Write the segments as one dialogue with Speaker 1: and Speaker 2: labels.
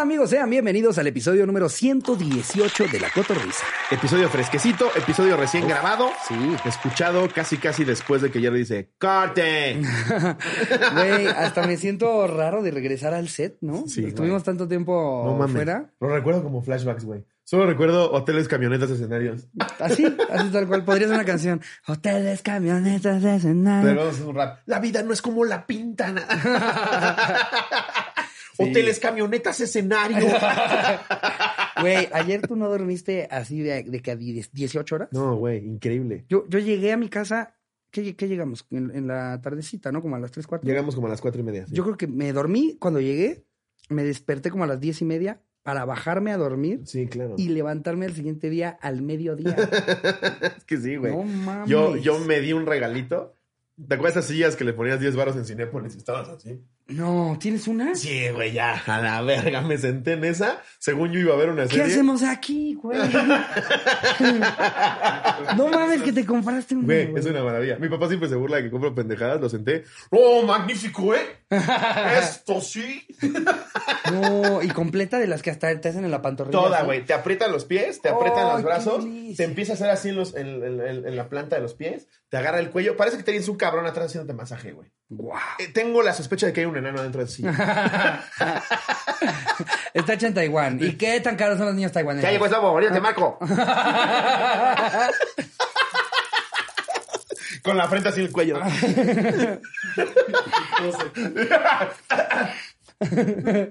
Speaker 1: amigos? Sean bienvenidos al episodio número 118 de La Cotorrisa.
Speaker 2: Episodio fresquecito, episodio recién grabado.
Speaker 1: sí.
Speaker 2: Escuchado casi casi después de que Jerry dice ¡Corte!
Speaker 1: Güey, hasta me siento raro de regresar al set, ¿no?
Speaker 2: Sí,
Speaker 1: Estuvimos tanto tiempo
Speaker 2: No mames.
Speaker 1: fuera.
Speaker 2: Lo recuerdo como flashbacks, güey. Solo recuerdo hoteles, camionetas, escenarios.
Speaker 1: Así, así tal cual. Podría ser una canción. Hoteles, camionetas, escenarios.
Speaker 2: Pero vamos a hacer un rap. La vida no es como la pintan. Hoteles, camionetas, escenarios.
Speaker 1: Güey, ayer tú no dormiste así de, de que a 10 18 horas.
Speaker 2: no, güey, increíble.
Speaker 1: Yo, yo llegué a mi casa. ¿Qué, qué llegamos? En, en la tardecita, ¿no? Como a las 3, 4.
Speaker 2: Llegamos como a las cuatro y media. sí.
Speaker 1: Yo creo que me dormí cuando llegué. Me desperté como a las 10 y media para bajarme a dormir
Speaker 2: Sí, claro.
Speaker 1: y levantarme al siguiente día al mediodía.
Speaker 2: es que sí, güey.
Speaker 1: No mames.
Speaker 2: yo, yo me di un regalito. ¿Te acuerdas esas sillas que le ponías 10 varos en Cinépolis y estabas así?
Speaker 1: No, ¿tienes una?
Speaker 2: Sí, güey, ya. A la verga, me senté en esa. Según yo iba a ver una
Speaker 1: ¿Qué
Speaker 2: serie.
Speaker 1: hacemos aquí, güey? no mames que te compraste una.
Speaker 2: Güey,
Speaker 1: güey.
Speaker 2: es una maravilla. Mi papá siempre se burla de que compro pendejadas, lo senté. ¡Oh, magnífico, eh! Esto sí.
Speaker 1: No, y completa de las que hasta te hacen en la pantorrilla.
Speaker 2: Toda,
Speaker 1: ¿no?
Speaker 2: güey. Te aprietan los pies, te aprietan
Speaker 1: ¡Ay,
Speaker 2: los
Speaker 1: qué
Speaker 2: brazos,
Speaker 1: delicia!
Speaker 2: te empieza a hacer así en, los, en, en- en- en la planta de los pies, te agarra el cuello. Parece que tienes un cabrón atrás haciéndote masaje, güey.
Speaker 1: Guau.
Speaker 2: Eh, tengo la sospecha de que hay un enano dentro de sí.
Speaker 1: Está hecha en Taiwán. ¿Y qué tan caros son los niños taiwaneses?
Speaker 2: ya llegó el lobo, ahorita te marco. Con la frente así en el cuello.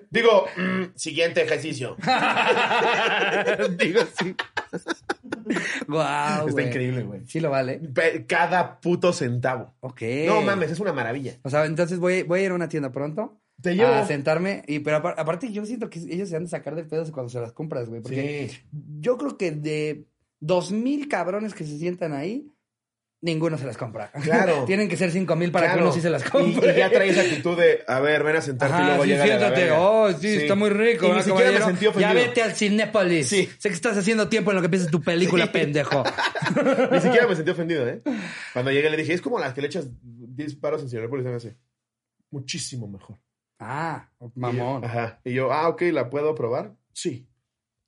Speaker 2: Digo, mm, siguiente ejercicio. Digo, sí.
Speaker 1: Guau,
Speaker 2: este- Está
Speaker 1: Ah, güey.
Speaker 2: increíble, güey.
Speaker 1: Sí lo vale.
Speaker 2: Pe- Cada puto centavo.
Speaker 1: Ok.
Speaker 2: No mames, es una maravilla. Ah,
Speaker 1: O sea, entonces voy, voy a ir a una tienda pronto.
Speaker 2: Te llevo.
Speaker 1: A sentarme. Y, pero apar- aparte, yo siento que ellos se han de sacar de pedos cuando se las compras, güey. Porque
Speaker 2: Sí.
Speaker 1: yo creo que de dos mil cabrones que se sientan ahí, ninguno se las compra.
Speaker 2: Claro.
Speaker 1: Tienen que ser cinco mil para que
Speaker 2: Claro.
Speaker 1: uno sí se las
Speaker 2: Y,
Speaker 1: compre.
Speaker 2: y ya traes actitud de, a ver, ven a sentarte y
Speaker 1: Ajá,
Speaker 2: luego
Speaker 1: sí,
Speaker 2: llega la
Speaker 1: siéntate.
Speaker 2: verga.
Speaker 1: Oh, sí, está muy rico.
Speaker 2: Y
Speaker 1: ¿verdad,
Speaker 2: ni siquiera me
Speaker 1: caballero?
Speaker 2: sentí ofendido.
Speaker 1: Ya vete al Cinépolis.
Speaker 2: Sí.
Speaker 1: Sé que estás haciendo tiempo en lo que piensas tu película,
Speaker 2: Sí.
Speaker 1: pendejo.
Speaker 2: Ni siquiera me sentí ofendido, ¿eh? Cuando llegué le dije, es como las que le echas 10 paros en Cinepolis, me hace muchísimo mejor.
Speaker 1: Ah, mamón.
Speaker 2: Y yo, Ajá. Y yo, ah, ok, ¿la puedo probar? Sí.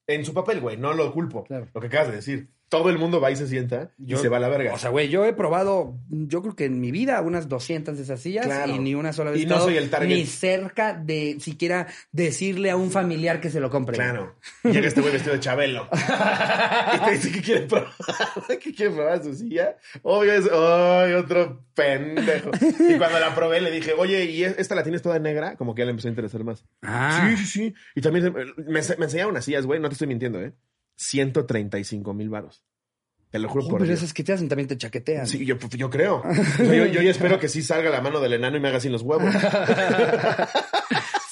Speaker 2: En su papel, güey, no lo culpo.
Speaker 1: Claro.
Speaker 2: Lo que acabas de decir. Todo el mundo va y se sienta
Speaker 1: Yo-
Speaker 2: y se va a la verga.
Speaker 1: O sea, güey, yo he probado, yo creo que en mi vida, unas 200 de esas sillas
Speaker 2: Claro.
Speaker 1: y ni una sola vez.
Speaker 2: Y
Speaker 1: he
Speaker 2: no
Speaker 1: estado
Speaker 2: soy el target.
Speaker 1: Ni cerca de siquiera decirle a un familiar que se lo compre.
Speaker 2: claro. Llega este güey vestido de Chabelo. y te dice que quiere probar. que quiere probar su silla. Obvio es, ¡ay, otro pendejo! Y cuando la probé le dije, oye, ¿y esta la tienes toda negra? Como que ya le empezó a interesar más.
Speaker 1: Ah,
Speaker 2: Sí, sí, sí. Y también eh, me, ense- me enseñaron unas sillas, güey. No te estoy mintiendo, ¿eh? 135 mil varos. Te lo juro
Speaker 1: Oh,
Speaker 2: por
Speaker 1: pero
Speaker 2: Dios.
Speaker 1: esas que te hacen también te chaquetean.
Speaker 2: Sí, yo, pues, yo creo. O sea, yo, yo ya espero que sí salga la mano del enano y me haga así en los huevos.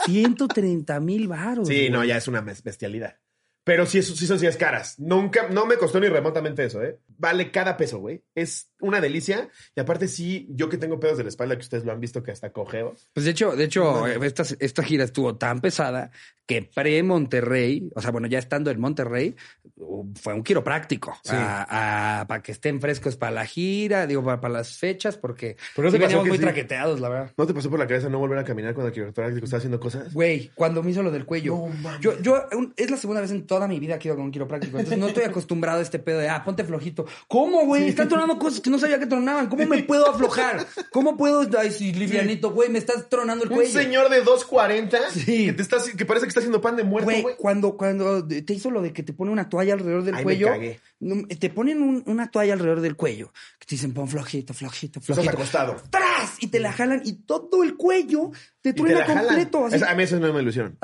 Speaker 1: 130 mil baros.
Speaker 2: Sí, no, ya es una mes- bestialidad. Pero sí, es- sí son sillas caras. Nunca, no me costó ni remotamente eso, ¿eh? Vale cada peso, güey. Es una delicia. Y aparte, sí, yo que tengo pedos de la espalda, que ustedes lo han visto que hasta cojeo.
Speaker 1: Pues de hecho, de hecho, esta, esta gira estuvo tan pesada que pre-Monterrey, o sea, bueno, ya estando en Monterrey, uh, fue un quiropráctico
Speaker 2: Sí.
Speaker 1: a- a- para que estén frescos para la gira, digo, para, para las fechas, porque
Speaker 2: Pero ¿no
Speaker 1: sí
Speaker 2: te pasó
Speaker 1: veníamos
Speaker 2: que
Speaker 1: muy
Speaker 2: sí?
Speaker 1: traqueteados, la verdad.
Speaker 2: ¿No te pasó por la cabeza no volver a caminar cuando el quiropráctico está haciendo cosas?
Speaker 1: Güey, cuando me hizo lo del cuello.
Speaker 2: No mames.
Speaker 1: yo, yo, un- es la segunda vez en toda mi vida que iba con un quiropráctico. Entonces no estoy acostumbrado a este pedo de, ah, ponte flojito. ¿Cómo, güey? Están tronando cosas que no sabía que tronaban. ¿Cómo me puedo aflojar? ¿Cómo puedo? Ay, sí, livianito, güey, me estás tronando el
Speaker 2: Un
Speaker 1: cuello.
Speaker 2: señor de 2.40
Speaker 1: Sí.
Speaker 2: que, te está, que parece que está haciendo pan de muerto,
Speaker 1: Güey,
Speaker 2: güey.
Speaker 1: cuando, cuando te hizo lo de que te pone una toalla alrededor del
Speaker 2: Ay, me
Speaker 1: cuello,
Speaker 2: cagué.
Speaker 1: no, te ponen un- una toalla alrededor del cuello, que te dicen pon flojito, flojito,
Speaker 2: Estás
Speaker 1: flojito.
Speaker 2: acostado.
Speaker 1: ¡Tras! Y te la jalan y todo el cuello te
Speaker 2: Y te
Speaker 1: truena
Speaker 2: la jalan.
Speaker 1: completo. así. Ah,
Speaker 2: Esa- a mí eso no me ilusión.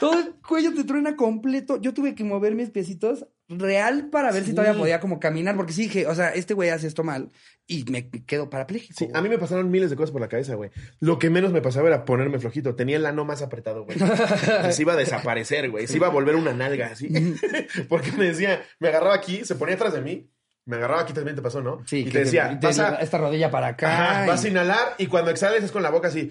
Speaker 1: todo el cuello te truena completo. Yo tuve que mover mis piecitos real para ver si
Speaker 2: Sí.
Speaker 1: todavía podía como caminar, porque sí dije, o sea, este güey hace esto mal y me quedo parapléjico.
Speaker 2: Sí,
Speaker 1: güey.
Speaker 2: a mí me pasaron miles de cosas por la cabeza, güey. Lo que menos me pasaba era ponerme flojito. Tenía el ano más apretado, güey. Se iba a desaparecer, güey. Se iba a volver una nalga, así. Porque me decía, me agarraba aquí, se ponía atrás de mí. Me agarraba aquí también te pasó, ¿no?
Speaker 1: Sí,
Speaker 2: y
Speaker 1: que
Speaker 2: te decía,
Speaker 1: te-
Speaker 2: vas a,
Speaker 1: esta rodilla para acá.
Speaker 2: ajá,
Speaker 1: y-
Speaker 2: vas a inhalar y cuando exhales es con la boca así.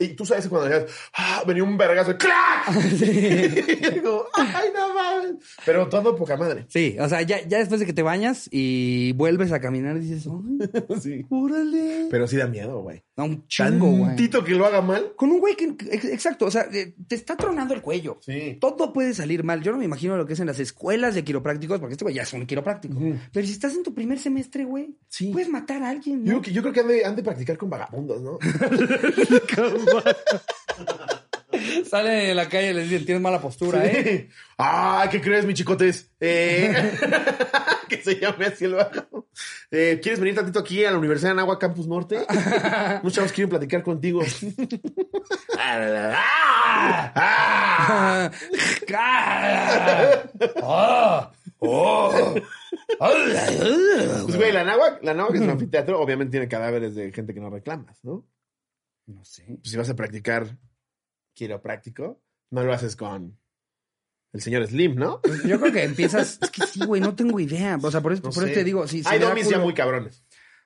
Speaker 2: Y tú sabes que cuando decías, ah, venía un vergazo, y ¡clac!
Speaker 1: Sí.
Speaker 2: Y digo, ¡ay, no mames! Pero todo poca madre.
Speaker 1: Sí, o sea, ya, ya después de que te bañas y vuelves a caminar, dices, ¡ay,
Speaker 2: Sí.
Speaker 1: órale!
Speaker 2: Pero sí da miedo, güey.
Speaker 1: Da un chingo, güey.
Speaker 2: Tantito que lo haga mal.
Speaker 1: Con un güey que, ex- exacto, o sea, eh, te está tronando el cuello.
Speaker 2: Sí.
Speaker 1: Todo puede salir mal. Yo no me imagino lo que es en las escuelas de quiroprácticos, porque este güey ya es un quiropráctico.
Speaker 2: Ujú.
Speaker 1: Pero si estás en tu primer semestre, güey,
Speaker 2: Sí.
Speaker 1: puedes matar a alguien. ¿no?
Speaker 2: Yo, creo que- yo creo que han de, han de practicar con vagabundos, ¿no?
Speaker 1: Sale de la calle y les dicen, tienes mala postura, ¿eh?
Speaker 2: Ah, ¿qué crees, mi chicotes? Eh, que se llame así el bajo. Eh, ¿Quieres venir tantito aquí a la Universidad de Anáhuac Campus Norte? Muchos chavos quieren platicar contigo. Ah, ah.
Speaker 1: Ah. Ah. Oh.
Speaker 2: Pues, güey, la Anáhuac, la Anáhuac es un anfiteatro. Obviamente tiene cadáveres de gente que no reclamas, ¿no?
Speaker 1: No sé.
Speaker 2: Pues si vas a practicar quiropráctico, no lo haces con el señor Slim, ¿no?
Speaker 1: Pues Yo creo que empiezas. Es que sí, güey, no tengo idea. O sea, por eso,
Speaker 2: No
Speaker 1: por
Speaker 2: sé.
Speaker 1: eso te digo, sí, sí.
Speaker 2: Hay
Speaker 1: me da
Speaker 2: domis ya
Speaker 1: culo.
Speaker 2: muy cabrones.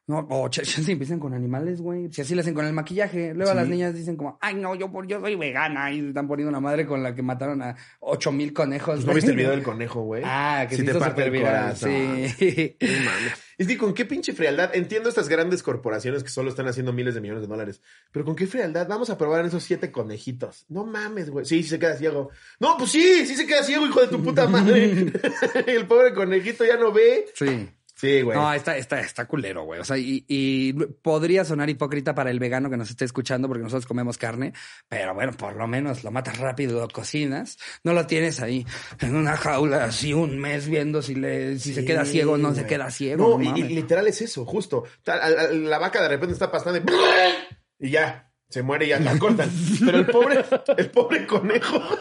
Speaker 1: No, o ch- ch- si empiezan con animales, güey. Si así le hacen con el maquillaje. Luego
Speaker 2: Sí.
Speaker 1: las niñas dicen como, ay, no, yo, por- yo soy vegana. Y se están poniendo una madre con la que mataron a ocho mil conejos.
Speaker 2: Pues, ¿No
Speaker 1: güey.
Speaker 2: viste el video del conejo, güey?
Speaker 1: Ah, que
Speaker 2: Sí
Speaker 1: se
Speaker 2: te
Speaker 1: hizo
Speaker 2: parte
Speaker 1: súper
Speaker 2: el
Speaker 1: viral.
Speaker 2: corazón.
Speaker 1: Sí.
Speaker 2: No mames. Es que con qué pinche frialdad, entiendo estas grandes corporaciones que solo están haciendo miles de millones de dólares, pero con qué frialdad vamos a probar esos siete conejitos. No mames, güey. Sí, sí se queda ciego. No, pues sí, sí se queda ciego, hijo de tu puta madre. el pobre conejito ya no ve.
Speaker 1: Sí.
Speaker 2: Sí, güey.
Speaker 1: No, está, está, está culero, güey. O sea, y, y podría sonar hipócrita para el vegano que nos esté escuchando porque nosotros comemos carne, pero bueno, por lo menos lo matas rápido, lo cocinas, no lo tienes ahí en una jaula así un mes viendo si le, si se
Speaker 2: Sí,
Speaker 1: queda ciego o no se
Speaker 2: güey.
Speaker 1: queda ciego.
Speaker 2: No,
Speaker 1: No,
Speaker 2: y, y
Speaker 1: mames.
Speaker 2: literal es eso, justo. Tal- al- al- La vaca de repente está pastando y, y ya, se muere y ya la cortan. Pero el pobre, el pobre conejo.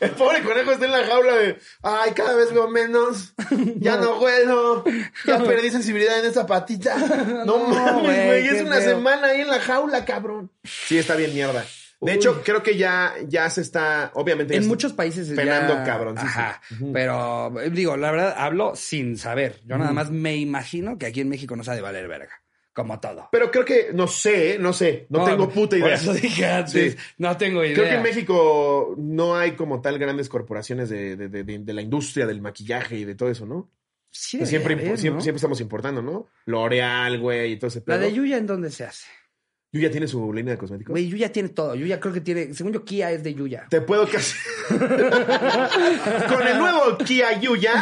Speaker 2: El pobre conejo está en la jaula de, ay, cada vez veo menos, ya no huelo, ya perdí sensibilidad en esta patita. No,
Speaker 1: No,
Speaker 2: mames,
Speaker 1: güey,
Speaker 2: güey, es
Speaker 1: qué
Speaker 2: una
Speaker 1: feo.
Speaker 2: semana ahí en la jaula, cabrón. Sí, está bien mierda. De
Speaker 1: Uy.
Speaker 2: hecho, creo que ya, ya se está, obviamente. ya
Speaker 1: En
Speaker 2: se-
Speaker 1: muchos países
Speaker 2: penando
Speaker 1: ya...
Speaker 2: cabroncísimo.
Speaker 1: Ajá.
Speaker 2: Ujú.
Speaker 1: Pero eh, digo, la verdad, hablo sin saber. Yo nada más me imagino que aquí en México no sabe valer verga. Como todo.
Speaker 2: Pero creo que, no sé, ¿eh? no sé, no, tengo puta
Speaker 1: Por
Speaker 2: idea.
Speaker 1: eso dije antes,
Speaker 2: Sí.
Speaker 1: no tengo idea.
Speaker 2: Creo que en México no hay como tal grandes corporaciones de, de- de- de- de la industria del maquillaje y de todo eso, ¿no?
Speaker 1: Sí,
Speaker 2: Pues siempre,
Speaker 1: debería
Speaker 2: impo-
Speaker 1: haber,
Speaker 2: siempre,
Speaker 1: ¿no?
Speaker 2: siempre estamos importando, ¿no? L'Oreal, güey, y todo ese pedo.
Speaker 1: La de Yuya en dónde se hace.
Speaker 2: Yuya tiene su línea de cosméticos.
Speaker 1: Güey, Yuya tiene todo. Yuya creo que tiene. Según yo, Kia es de Yuya.
Speaker 2: Te puedo casi. Con el nuevo Kia Yuya,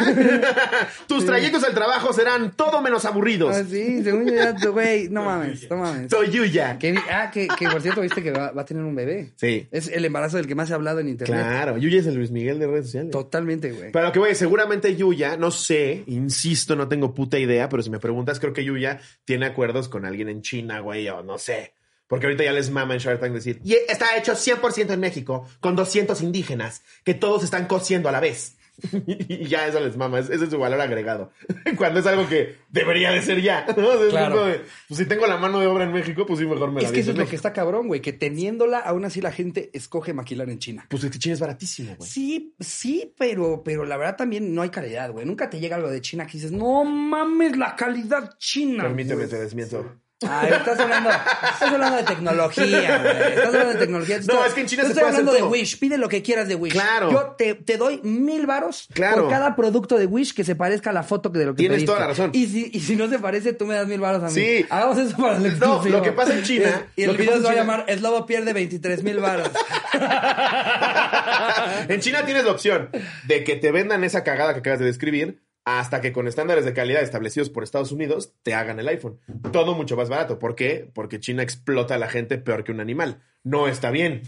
Speaker 2: tus trayectos al trabajo serán todo menos
Speaker 1: Ah,
Speaker 2: aburridos.
Speaker 1: sí, según yo, ya, güey. No mames, no mames.
Speaker 2: Soy Yuya.
Speaker 1: Que vi- ah, que, que por cierto, viste que va, va a tener un bebé.
Speaker 2: Sí.
Speaker 1: Es el embarazo del que más se ha hablado en internet.
Speaker 2: Claro, Yuya es el Luis Miguel de redes sociales.
Speaker 1: Totalmente, güey.
Speaker 2: Pero lo que voy, seguramente Yuya, no sé, insisto, no tengo puta idea, pero si me preguntas, creo que Yuya tiene acuerdos con alguien en China, güey, o no sé. Porque ahorita ya les mama en Shark Tank decir, y está hecho 100% en México, con 200 indígenas, que todos están cociendo a la vez. y ya eso les mama, es- ese es su valor agregado. Cuando es algo que debería de ser ya. ¿no? O sea, es
Speaker 1: Claro.
Speaker 2: como de, pues si tengo la mano de obra en México, pues sí, mejor me la
Speaker 1: Es que
Speaker 2: aviento
Speaker 1: eso es
Speaker 2: en
Speaker 1: lo que
Speaker 2: México.
Speaker 1: está cabrón, güey. Que teniéndola, aún así la gente escoge maquilar en China.
Speaker 2: Pues es que China es baratísimo, güey.
Speaker 1: Sí, sí, pero, pero la verdad también no hay calidad, güey. Nunca te llega algo de China que dices, no mames, la calidad china.
Speaker 2: Permíteme,
Speaker 1: güey".
Speaker 2: te desmiento.
Speaker 1: Ay, estás hablando, estás hablando de tecnología, güey. Estás hablando de tecnología.
Speaker 2: No,
Speaker 1: Estás-
Speaker 2: es que en China
Speaker 1: yo
Speaker 2: se
Speaker 1: estoy
Speaker 2: puede hacer
Speaker 1: hablando
Speaker 2: todo.
Speaker 1: de Wish. Pide lo que quieras de Wish.
Speaker 2: Claro.
Speaker 1: Yo te, te doy mil varos
Speaker 2: Claro.
Speaker 1: por cada producto de Wish que se parezca a la foto de lo que
Speaker 2: Tienes
Speaker 1: pediste.
Speaker 2: toda la razón.
Speaker 1: Y si, y si no se parece, tú me das mil varos a mí.
Speaker 2: Sí.
Speaker 1: Hagamos eso para el
Speaker 2: No,
Speaker 1: exclusivo.
Speaker 2: lo que pasa en China-
Speaker 1: Y
Speaker 2: lo
Speaker 1: el
Speaker 2: que
Speaker 1: video
Speaker 2: pasa
Speaker 1: se va a
Speaker 2: en China-
Speaker 1: llamar Slobo pierde 23 mil varos.
Speaker 2: en China tienes la opción de que te vendan esa cagada que acabas de describir hasta que con estándares de calidad establecidos por Estados Unidos te hagan el iPhone. Todo mucho más barato. ¿Por qué? Porque China explota a la gente peor que un animal. No está bien.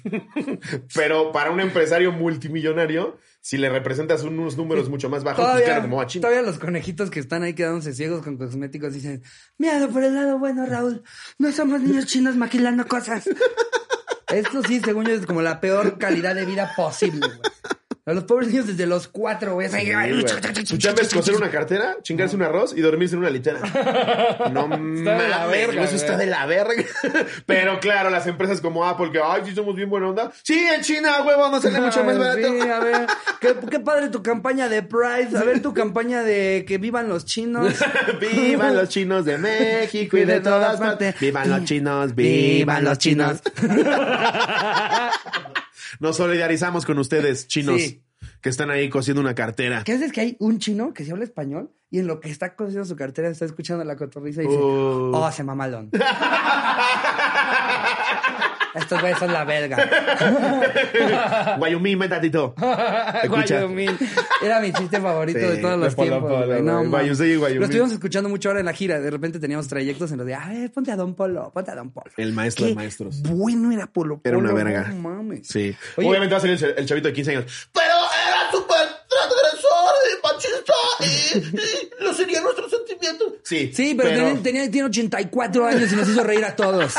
Speaker 2: Pero para un empresario multimillonario, si le representas unos números mucho más bajos, pues claro
Speaker 1: Todavía,
Speaker 2: que me voy a China.
Speaker 1: todavía los conejitos que están ahí quedándose ciegos con cosméticos dicen, míralo por el lado bueno, Raúl, no somos niños chinos maquilando cosas. Esto sí, según yo, es como la peor calidad de vida posible. güey. A los pobres niños desde los cuatro, güey. así,
Speaker 2: güey. Su chamba es coser una cartera, chingarse un arroz y dormirse en una litera. No mames,
Speaker 1: Está de la verga,
Speaker 2: güey, Eso
Speaker 1: güey.
Speaker 2: está de la verga. Pero claro, las empresas como Apple, que ay, sí somos bien buena onda. Sí, en China, huevo, no sale mucho más
Speaker 1: Ay,
Speaker 2: barato.
Speaker 1: Ah, sí, a ver, qué, qué padre tu campaña de Pride. A ver tu campaña de que vivan los chinos.
Speaker 2: Vivan los chinos de México y de todas partes. Vivan los chinos, vivan los chinos. Nos solidarizamos con ustedes, chinos,
Speaker 1: Sí.
Speaker 2: que están ahí cosiendo una cartera.
Speaker 1: ¿Qué haces que hay un chino que se habla español y en lo que está cosiendo su cartera está escuchando la cotorriza y dice,
Speaker 2: Uh.
Speaker 1: oh, se mamalón. Estos güeyes son la verga.
Speaker 2: Guayumín, ven tantito. Escucha.
Speaker 1: Guayumín. Era mi chiste favorito
Speaker 2: Sí,
Speaker 1: de todos
Speaker 2: de
Speaker 1: los
Speaker 2: Palapala,
Speaker 1: tiempos. güey.
Speaker 2: güey.
Speaker 1: No, mames.
Speaker 2: Guayusei y Guayumín.
Speaker 1: Lo estuvimos escuchando mucho ahora en la gira. De repente teníamos trayectos en los de, a ver, ponte a Don Polo, ponte a Don Polo.
Speaker 2: El maestro de
Speaker 1: Qué
Speaker 2: maestros.
Speaker 1: Bueno era Polo Polo.
Speaker 2: Era una verga.
Speaker 1: No mames.
Speaker 2: Sí.
Speaker 1: Oye,
Speaker 2: Obviamente va a salir el, el chavito de 15 años. Pero era súper transgresor y machista y, y lo sería nuestros sentimientos. Sí.
Speaker 1: Sí, pero, Tenía, tenía- tiene 84 años y nos hizo reír a todos.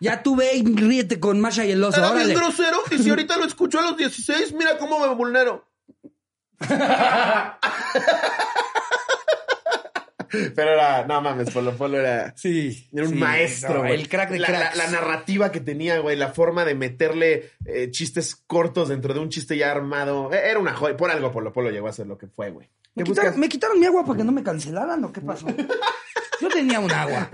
Speaker 1: Ya tú ve y ríete con Masha y el oso.
Speaker 2: Era
Speaker 1: Órale.
Speaker 2: bien grosero y si ahorita lo escucho a los 16, mira cómo me vulnero. Pero era, no mames, Polo Polo era,
Speaker 1: Sí.
Speaker 2: era un
Speaker 1: sí,
Speaker 2: maestro.
Speaker 1: no,
Speaker 2: güey.
Speaker 1: el crack de
Speaker 2: la,
Speaker 1: cracks.
Speaker 2: la- la narrativa que tenía, güey, la forma de meterle eh, chistes cortos dentro de un chiste ya armado. Eh, Era una joya. Por algo Polo Polo llegó a ser lo que fue, güey.
Speaker 1: ¿Me
Speaker 2: ¿Qué
Speaker 1: quitaron,
Speaker 2: buscas?
Speaker 1: me quitaron mi agua para que no me cancelaran o qué pasó? Yo tenía un agua.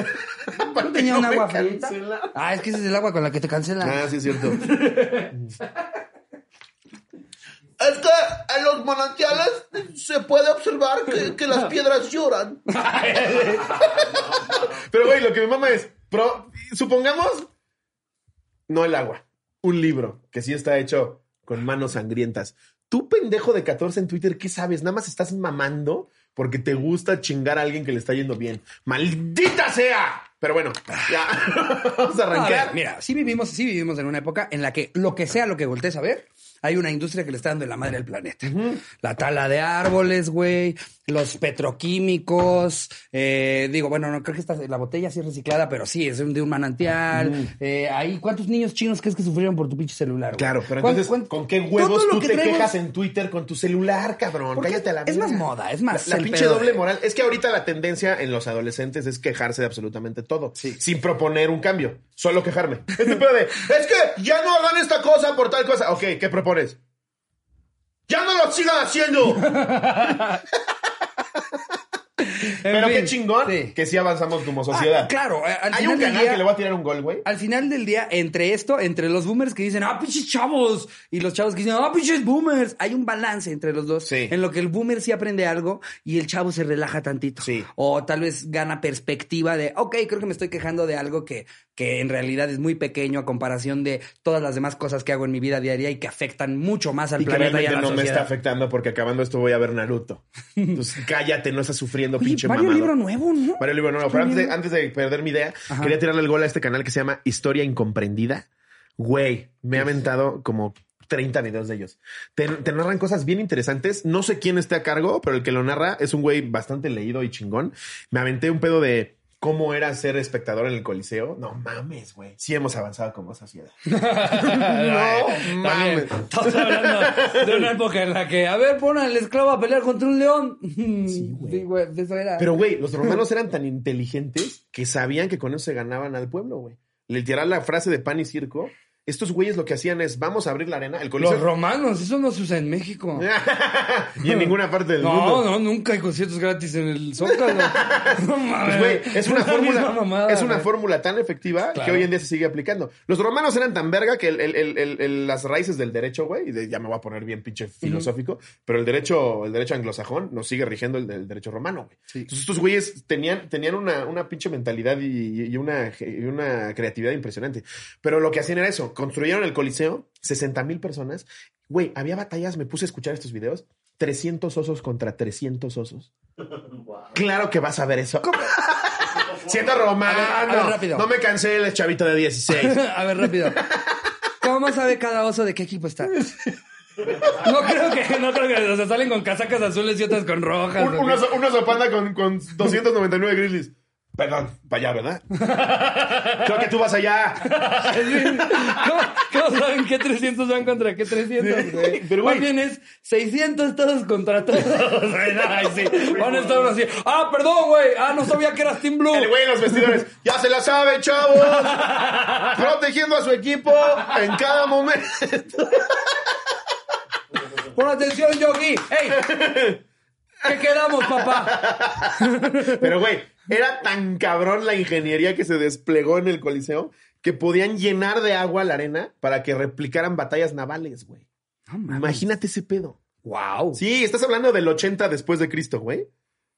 Speaker 1: Yo tenía un
Speaker 2: no me
Speaker 1: agua frita.
Speaker 2: cancelaran.
Speaker 1: Ah, es que ese es el agua con la que te cancelan.
Speaker 2: Ah, sí, es cierto. es que en los manantiales se puede observar que, las piedras lloran. Pero, güey, lo que me mama es, pro- supongamos, no el agua, un libro que sí está hecho con manos sangrientas. Tú, pendejo de 14 en Twitter, ¿qué sabes? Nada más estás mamando porque te gusta chingar a alguien que le está yendo bien. ¡Maldita sea! Pero bueno, ya. Vamos
Speaker 1: No,
Speaker 2: a
Speaker 1: a
Speaker 2: arrancar.
Speaker 1: ver, mira, sí vivimos, sí vivimos en una época en la que lo que sea lo que voltees a ver, hay una industria que le está dando en la madre al planeta. La tala de árboles, güey, los petroquímicos, eh, digo, bueno, no creo que esta, la botella sí es reciclada, pero sí, es un- de un manantial. Eh, ahí, ¿cuántos niños chinos crees que sufrieron por tu pinche celular? güey?
Speaker 2: Claro, pero
Speaker 1: ¿Cuán-
Speaker 2: entonces,
Speaker 1: cuán-
Speaker 2: ¿con qué
Speaker 1: todo
Speaker 2: huevos
Speaker 1: lo
Speaker 2: tú
Speaker 1: que
Speaker 2: te
Speaker 1: traemos-
Speaker 2: quejas en Twitter con tu celular, cabrón?
Speaker 1: Porque
Speaker 2: Cállate a la
Speaker 1: es más
Speaker 2: verga.
Speaker 1: moda, es más
Speaker 2: La, la
Speaker 1: el
Speaker 2: pinche
Speaker 1: pedo
Speaker 2: doble
Speaker 1: de-
Speaker 2: moral. Es que ahorita la tendencia en los adolescentes es quejarse de absolutamente todo.
Speaker 1: Sí.
Speaker 2: Sin proponer un cambio. Solo quejarme. Este pedo de, es que ya no hagan esta cosa por tal cosa. Ok, ¿qué propones? ¡Ya no lo sigan haciendo!
Speaker 1: En
Speaker 2: Pero qué
Speaker 1: fin,
Speaker 2: chingón
Speaker 1: sí.
Speaker 2: que sí avanzamos como sociedad.
Speaker 1: Ah, claro, eh, al
Speaker 2: Hay
Speaker 1: final
Speaker 2: un
Speaker 1: del
Speaker 2: canal
Speaker 1: día-
Speaker 2: que le va a tirar un gol, güey.
Speaker 1: Al final del día, entre esto, entre los boomers que dicen, ah, pinches chavos, y los chavos que dicen, ah, pinches boomers, hay un balance entre los dos,
Speaker 2: Sí.
Speaker 1: en lo que el boomer sí aprende algo y el chavo se relaja tantito.
Speaker 2: Sí.
Speaker 1: O tal vez gana perspectiva de, ok, creo que me estoy quejando de algo que, que en realidad es muy pequeño a comparación de todas las demás cosas que hago en mi vida diaria y que afectan mucho más al
Speaker 2: Y que
Speaker 1: planeta y a
Speaker 2: realmente
Speaker 1: la
Speaker 2: no me está
Speaker 1: sociedad.
Speaker 2: afectando porque acabando esto voy a ver Naruto. Entonces cállate, no estás sufriendo,
Speaker 1: Oye,
Speaker 2: pinche
Speaker 1: Mario,
Speaker 2: mamado.
Speaker 1: libro nuevo, ¿no?
Speaker 2: Mario Libro Nuevo. Pero antes de, antes de perder mi idea,
Speaker 1: Ajá.
Speaker 2: quería tirarle el gol a este canal que se llama Historia Incomprendida. Güey, me ha aventado como 30 videos de ellos. Te, te narran cosas bien interesantes. No sé quién esté a cargo, pero el que lo narra es un güey bastante leído y chingón. Me aventé un pedo de cómo era ser espectador en el Coliseo. No mames, güey. Sí hemos avanzado como sociedad. no
Speaker 1: También,
Speaker 2: mames.
Speaker 1: Estamos hablando de una época en la que, a ver, pon al esclavo a pelear contra un león. Sí,
Speaker 2: güey.
Speaker 1: güey, eso era.
Speaker 2: Pero, güey, los romanos eran tan inteligentes que sabían que con eso se ganaban al pueblo, güey. Literal, la frase de pan y circo. Estos güeyes lo que hacían es, vamos a abrir la arena, el
Speaker 1: los
Speaker 2: coliseo.
Speaker 1: romanos, eso no se usa en México.
Speaker 2: y en ninguna parte del
Speaker 1: No,
Speaker 2: mundo.
Speaker 1: no, nunca hay conciertos gratis en el Zócalo. No mames.
Speaker 2: Pues, güey, es una
Speaker 1: Es la
Speaker 2: fórmula,
Speaker 1: misma mamada,
Speaker 2: es una
Speaker 1: güey.
Speaker 2: fórmula tan efectiva
Speaker 1: Claro.
Speaker 2: que hoy en día se sigue aplicando. Los romanos eran tan verga que el- el- el- el- el- las raíces del derecho, güey, y de- ya me voy a poner bien pinche filosófico, pero el derecho, el derecho anglosajón nos sigue rigiendo el, del derecho romano, güey.
Speaker 1: Sí.
Speaker 2: Entonces estos güeyes tenían, tenían una, una pinche mentalidad y, y una, y una creatividad impresionante. Pero lo que hacían era eso, construyeron el Coliseo, 60 mil personas. Güey, había batallas, me puse a escuchar estos videos. 300 osos contra 300 osos. Claro que vas a ver eso. Siendo romano.
Speaker 1: A ver, a ver, rápido.
Speaker 2: No me canceles, chavito de 16.
Speaker 1: A ver, rápido. ¿Cómo sabe cada oso de qué equipo está? No creo que, no creo que, o sea, salen con casacas azules y otras con rojas.
Speaker 2: Un,
Speaker 1: ¿o qué?
Speaker 2: un oso, un oso panda con, con 299 grizzlies. Perdón, para allá, ¿verdad? Creo que tú vas allá.
Speaker 1: ¿Cómo, cómo saben qué 300 van contra qué 300? güey?
Speaker 2: Pero, güey.
Speaker 1: Más bien es 600 todos contra todos. güey. Ay, sí. Van a estar uno así. Ah, perdón, güey. Ah, no sabía que eras Team Blue.
Speaker 2: El güey en los vestidores. Ya se la sabe, chavos. Protegiendo a su equipo en cada momento.
Speaker 1: Pon atención, Yogi. ¡Ey! ¿Qué quedamos, papá?
Speaker 2: Pero, güey, era tan cabrón la ingeniería que se desplegó en el Coliseo que podían llenar de agua la arena para que replicaran batallas navales, güey. Imagínate ese pedo.
Speaker 1: Wow.
Speaker 2: Sí, estás hablando del 80 después de Cristo, güey.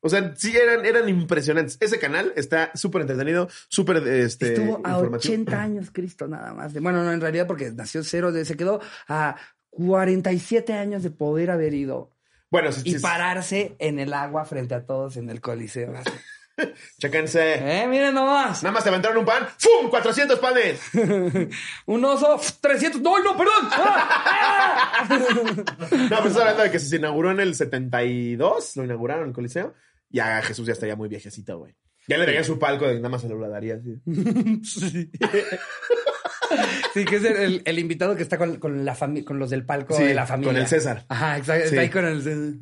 Speaker 2: O sea, sí, eran, eran impresionantes. Ese canal está súper entretenido, súper este,
Speaker 1: Estuvo a
Speaker 2: informativo.
Speaker 1: 80 años Cristo nada más. De- Bueno, no, en realidad porque nació cero, de- se quedó a 47 años de poder haber ido
Speaker 2: Bueno, sí,
Speaker 1: y
Speaker 2: sí,
Speaker 1: pararse en el agua frente a todos en el coliseo. así.
Speaker 2: chéquense.
Speaker 1: Eh, miren nomás.
Speaker 2: Nada más te aventaron un pan. ¡Fum! ¡400 panes!
Speaker 1: Un oso, pf, 300. No, no, perdón. ¡Ah!
Speaker 2: No, pero estás hablando de que si se inauguró en el 72, lo inauguraron el Coliseo. Ya Jesús ya estaría muy viejecito, güey. Ya le daría su palco de que nada más se lo daría así.
Speaker 1: sí. Sí, que es el, el- el invitado que está con, con la fami- con los del palco
Speaker 2: Sí,
Speaker 1: de la familia.
Speaker 2: con el César.
Speaker 1: Ajá, exacto.
Speaker 2: Sí.
Speaker 1: Está ahí con el César.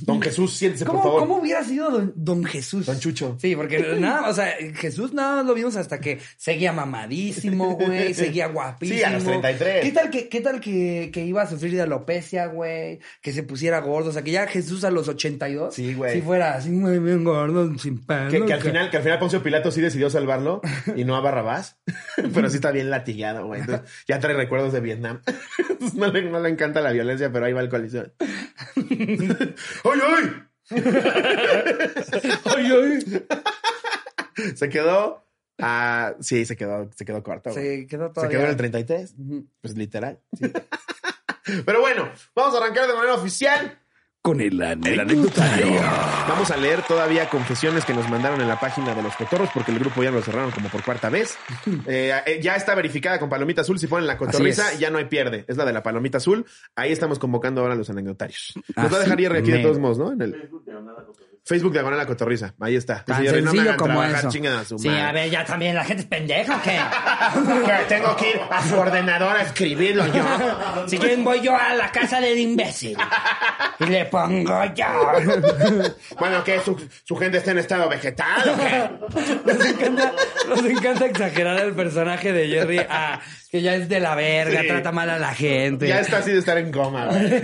Speaker 2: Don Jesús, siéntese,
Speaker 1: ¿Cómo,
Speaker 2: por favor.
Speaker 1: cómo hubiera sido don, don Jesús?
Speaker 2: Don Chucho.
Speaker 1: Sí, porque nada, o sea, Jesús nada más lo vimos hasta que seguía mamadísimo, güey, seguía guapísimo.
Speaker 2: Sí, a los 33.
Speaker 1: ¿Qué tal que, qué tal que, que iba a sufrir de alopecia, güey? Que se pusiera gordo, o sea, que ya Jesús a los 82.
Speaker 2: Sí, güey.
Speaker 1: Si fuera así, muy bien gordo, sin pelo.
Speaker 2: Que, que al
Speaker 1: ca-
Speaker 2: final, que al final Poncio Pilato sí decidió salvarlo y no a Barrabás, pero sí está bien latigado, güey. Entonces, ya trae recuerdos de Vietnam. Entonces, no, le, no le encanta la violencia, pero ahí va el coliseo. ¡Ay, ay!
Speaker 1: Ay, ay.
Speaker 2: Se quedó. ah, sí, se quedó, se quedó corto. güey.
Speaker 1: Se quedó
Speaker 2: Se
Speaker 1: todavía.
Speaker 2: quedó en el 33.
Speaker 1: Ujú.
Speaker 2: Pues literal. Pero bueno, vamos a arrancar de manera oficial.
Speaker 1: Con el, anecdotario.
Speaker 2: Vamos a leer todavía confesiones que nos mandaron en la página de los cotorros, porque el grupo ya lo cerraron como por cuarta vez. Eh, eh, ya está verificada con palomita azul. Si ponen la cotorriza,
Speaker 1: Así es.
Speaker 2: ya no hay pierde. Es la de la palomita azul. Ahí estamos convocando ahora a los anecdotarios. Nos va a
Speaker 1: Así
Speaker 2: dejar Jerry aquí de
Speaker 1: mero.
Speaker 2: todos modos, ¿no? En el Facebook de la cotorriza. Ahí está.
Speaker 1: Tan
Speaker 2: Dice Jerry, no me
Speaker 1: sencillo
Speaker 2: hagan
Speaker 1: como
Speaker 2: trabajar,
Speaker 1: eso.
Speaker 2: chingan a su
Speaker 1: Sí,
Speaker 2: madre.
Speaker 1: a ver, ya también la gente es pendeja, ¿o qué?
Speaker 2: Que Tengo que ir a su ordenador a escribirlo yo.
Speaker 1: Si quieren voy yo a la casa del imbécil y le pongo yo.
Speaker 2: Bueno, que su, su gente está en estado vegetal. ¿o qué?
Speaker 1: Nos encanta, nos encanta exagerar el personaje de Jerry a que ya es de la verga,
Speaker 2: Sí.
Speaker 1: trata mal a la gente.
Speaker 2: Ya está así de estar en coma, güey.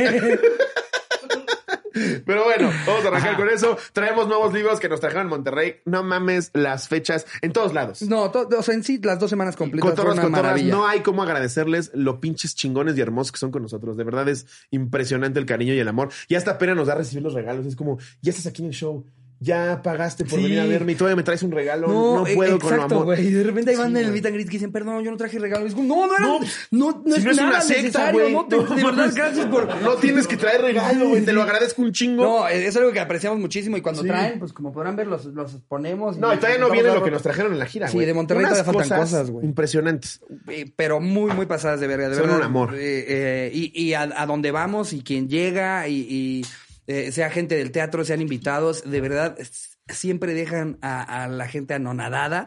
Speaker 2: Pero bueno, vamos a arrancar
Speaker 1: Ajá.
Speaker 2: con eso. Traemos nuevos libros que nos trajeron en Monterrey. No mames las fechas en todos lados.
Speaker 1: No, to- o sea, en sí, las dos semanas completas
Speaker 2: Cotorras,
Speaker 1: fueron una
Speaker 2: cotorras,
Speaker 1: maravilla.
Speaker 2: no hay cómo agradecerles lo pinches chingones y hermosos que son con nosotros. De verdad es impresionante el cariño y el amor. Y hasta pena nos da recibir los regalos. Es como, ya estás aquí en el show, ya pagaste por
Speaker 1: Sí.
Speaker 2: venir a verme y todavía me traes un regalo.
Speaker 1: No,
Speaker 2: No,
Speaker 1: eh,
Speaker 2: puedo con lo
Speaker 1: exacto,
Speaker 2: amor.
Speaker 1: güey. Y de repente hay
Speaker 2: Sí,
Speaker 1: banda en el
Speaker 2: güey.
Speaker 1: meet and greet que dicen, perdón, yo no traje regalo. Y es como, no, no, era-
Speaker 2: No,
Speaker 1: no, no, es,
Speaker 2: Si no es
Speaker 1: nada
Speaker 2: una secta,
Speaker 1: necesario.
Speaker 2: güey.
Speaker 1: no, te- de verdad,
Speaker 2: mames.
Speaker 1: gracias por...
Speaker 2: No tienes que traer regalo, güey. Te lo agradezco un chingo.
Speaker 1: No, es algo que apreciamos muchísimo y cuando
Speaker 2: Sí.
Speaker 1: traen, pues como podrán ver, los, los ponemos.
Speaker 2: No, y todavía no viene lo que nos
Speaker 1: traen.
Speaker 2: trajeron en la gira,
Speaker 1: Sí,
Speaker 2: güey.
Speaker 1: de Monterrey
Speaker 2: Unas
Speaker 1: todavía faltan cosas, güey.
Speaker 2: Impresionantes.
Speaker 1: Eh, pero muy, muy pasadas de verga, de
Speaker 2: Son
Speaker 1: verdad.
Speaker 2: un amor.
Speaker 1: Eh, eh, y y a, a donde vamos y quien llega y, y, eh, sea gente del teatro, sean invitados, de verdad, s- siempre dejan a, a la gente anonadada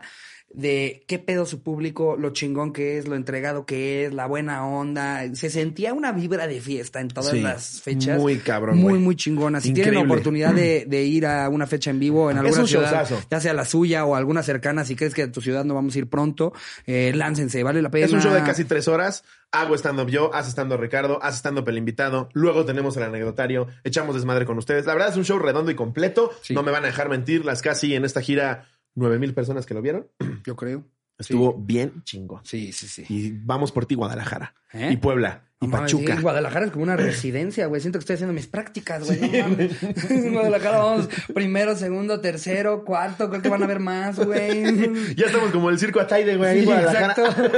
Speaker 1: de qué pedo su público, lo chingón que es, lo entregado que es, la buena onda. Se sentía una vibra de fiesta en todas
Speaker 2: Sí,
Speaker 1: las fechas.
Speaker 2: muy cabrón,
Speaker 1: Muy,
Speaker 2: güey.
Speaker 1: muy chingona. Si tienen
Speaker 2: Increíble.
Speaker 1: la oportunidad de, de ir a una fecha en vivo en
Speaker 2: Es
Speaker 1: alguna
Speaker 2: un
Speaker 1: ciudad,
Speaker 2: showzazo.
Speaker 1: ya sea la suya o alguna cercana, si crees que a tu ciudad no vamos a ir pronto, eh, láncense, vale la pena.
Speaker 2: Es un show de casi tres horas. Hago estando yo, hace estando Ricardo, hace estando el invitado. Luego tenemos el anecdotario, echamos desmadre con ustedes. La verdad es un show redondo y completo.
Speaker 1: Sí.
Speaker 2: No me van a dejar mentir. Las casi en esta gira, nueve mil personas que lo vieron.
Speaker 1: Yo creo.
Speaker 2: Estuvo bien chingón.
Speaker 1: Sí, sí, sí.
Speaker 2: Y vamos por ti, Guadalajara.
Speaker 1: ¿Eh?
Speaker 2: Y Puebla. Y
Speaker 1: No mames,
Speaker 2: Pachuca.
Speaker 1: sí, Guadalajara es como una residencia, güey. Siento que estoy haciendo mis prácticas, güey. no mames. en Guadalajara vamos primero, segundo, tercero, cuarto. Creo que van a haber más, güey.
Speaker 2: ya estamos como el circo Ataide, güey. ahí en
Speaker 1: Sí,
Speaker 2: Guadalajara.
Speaker 1: exacto.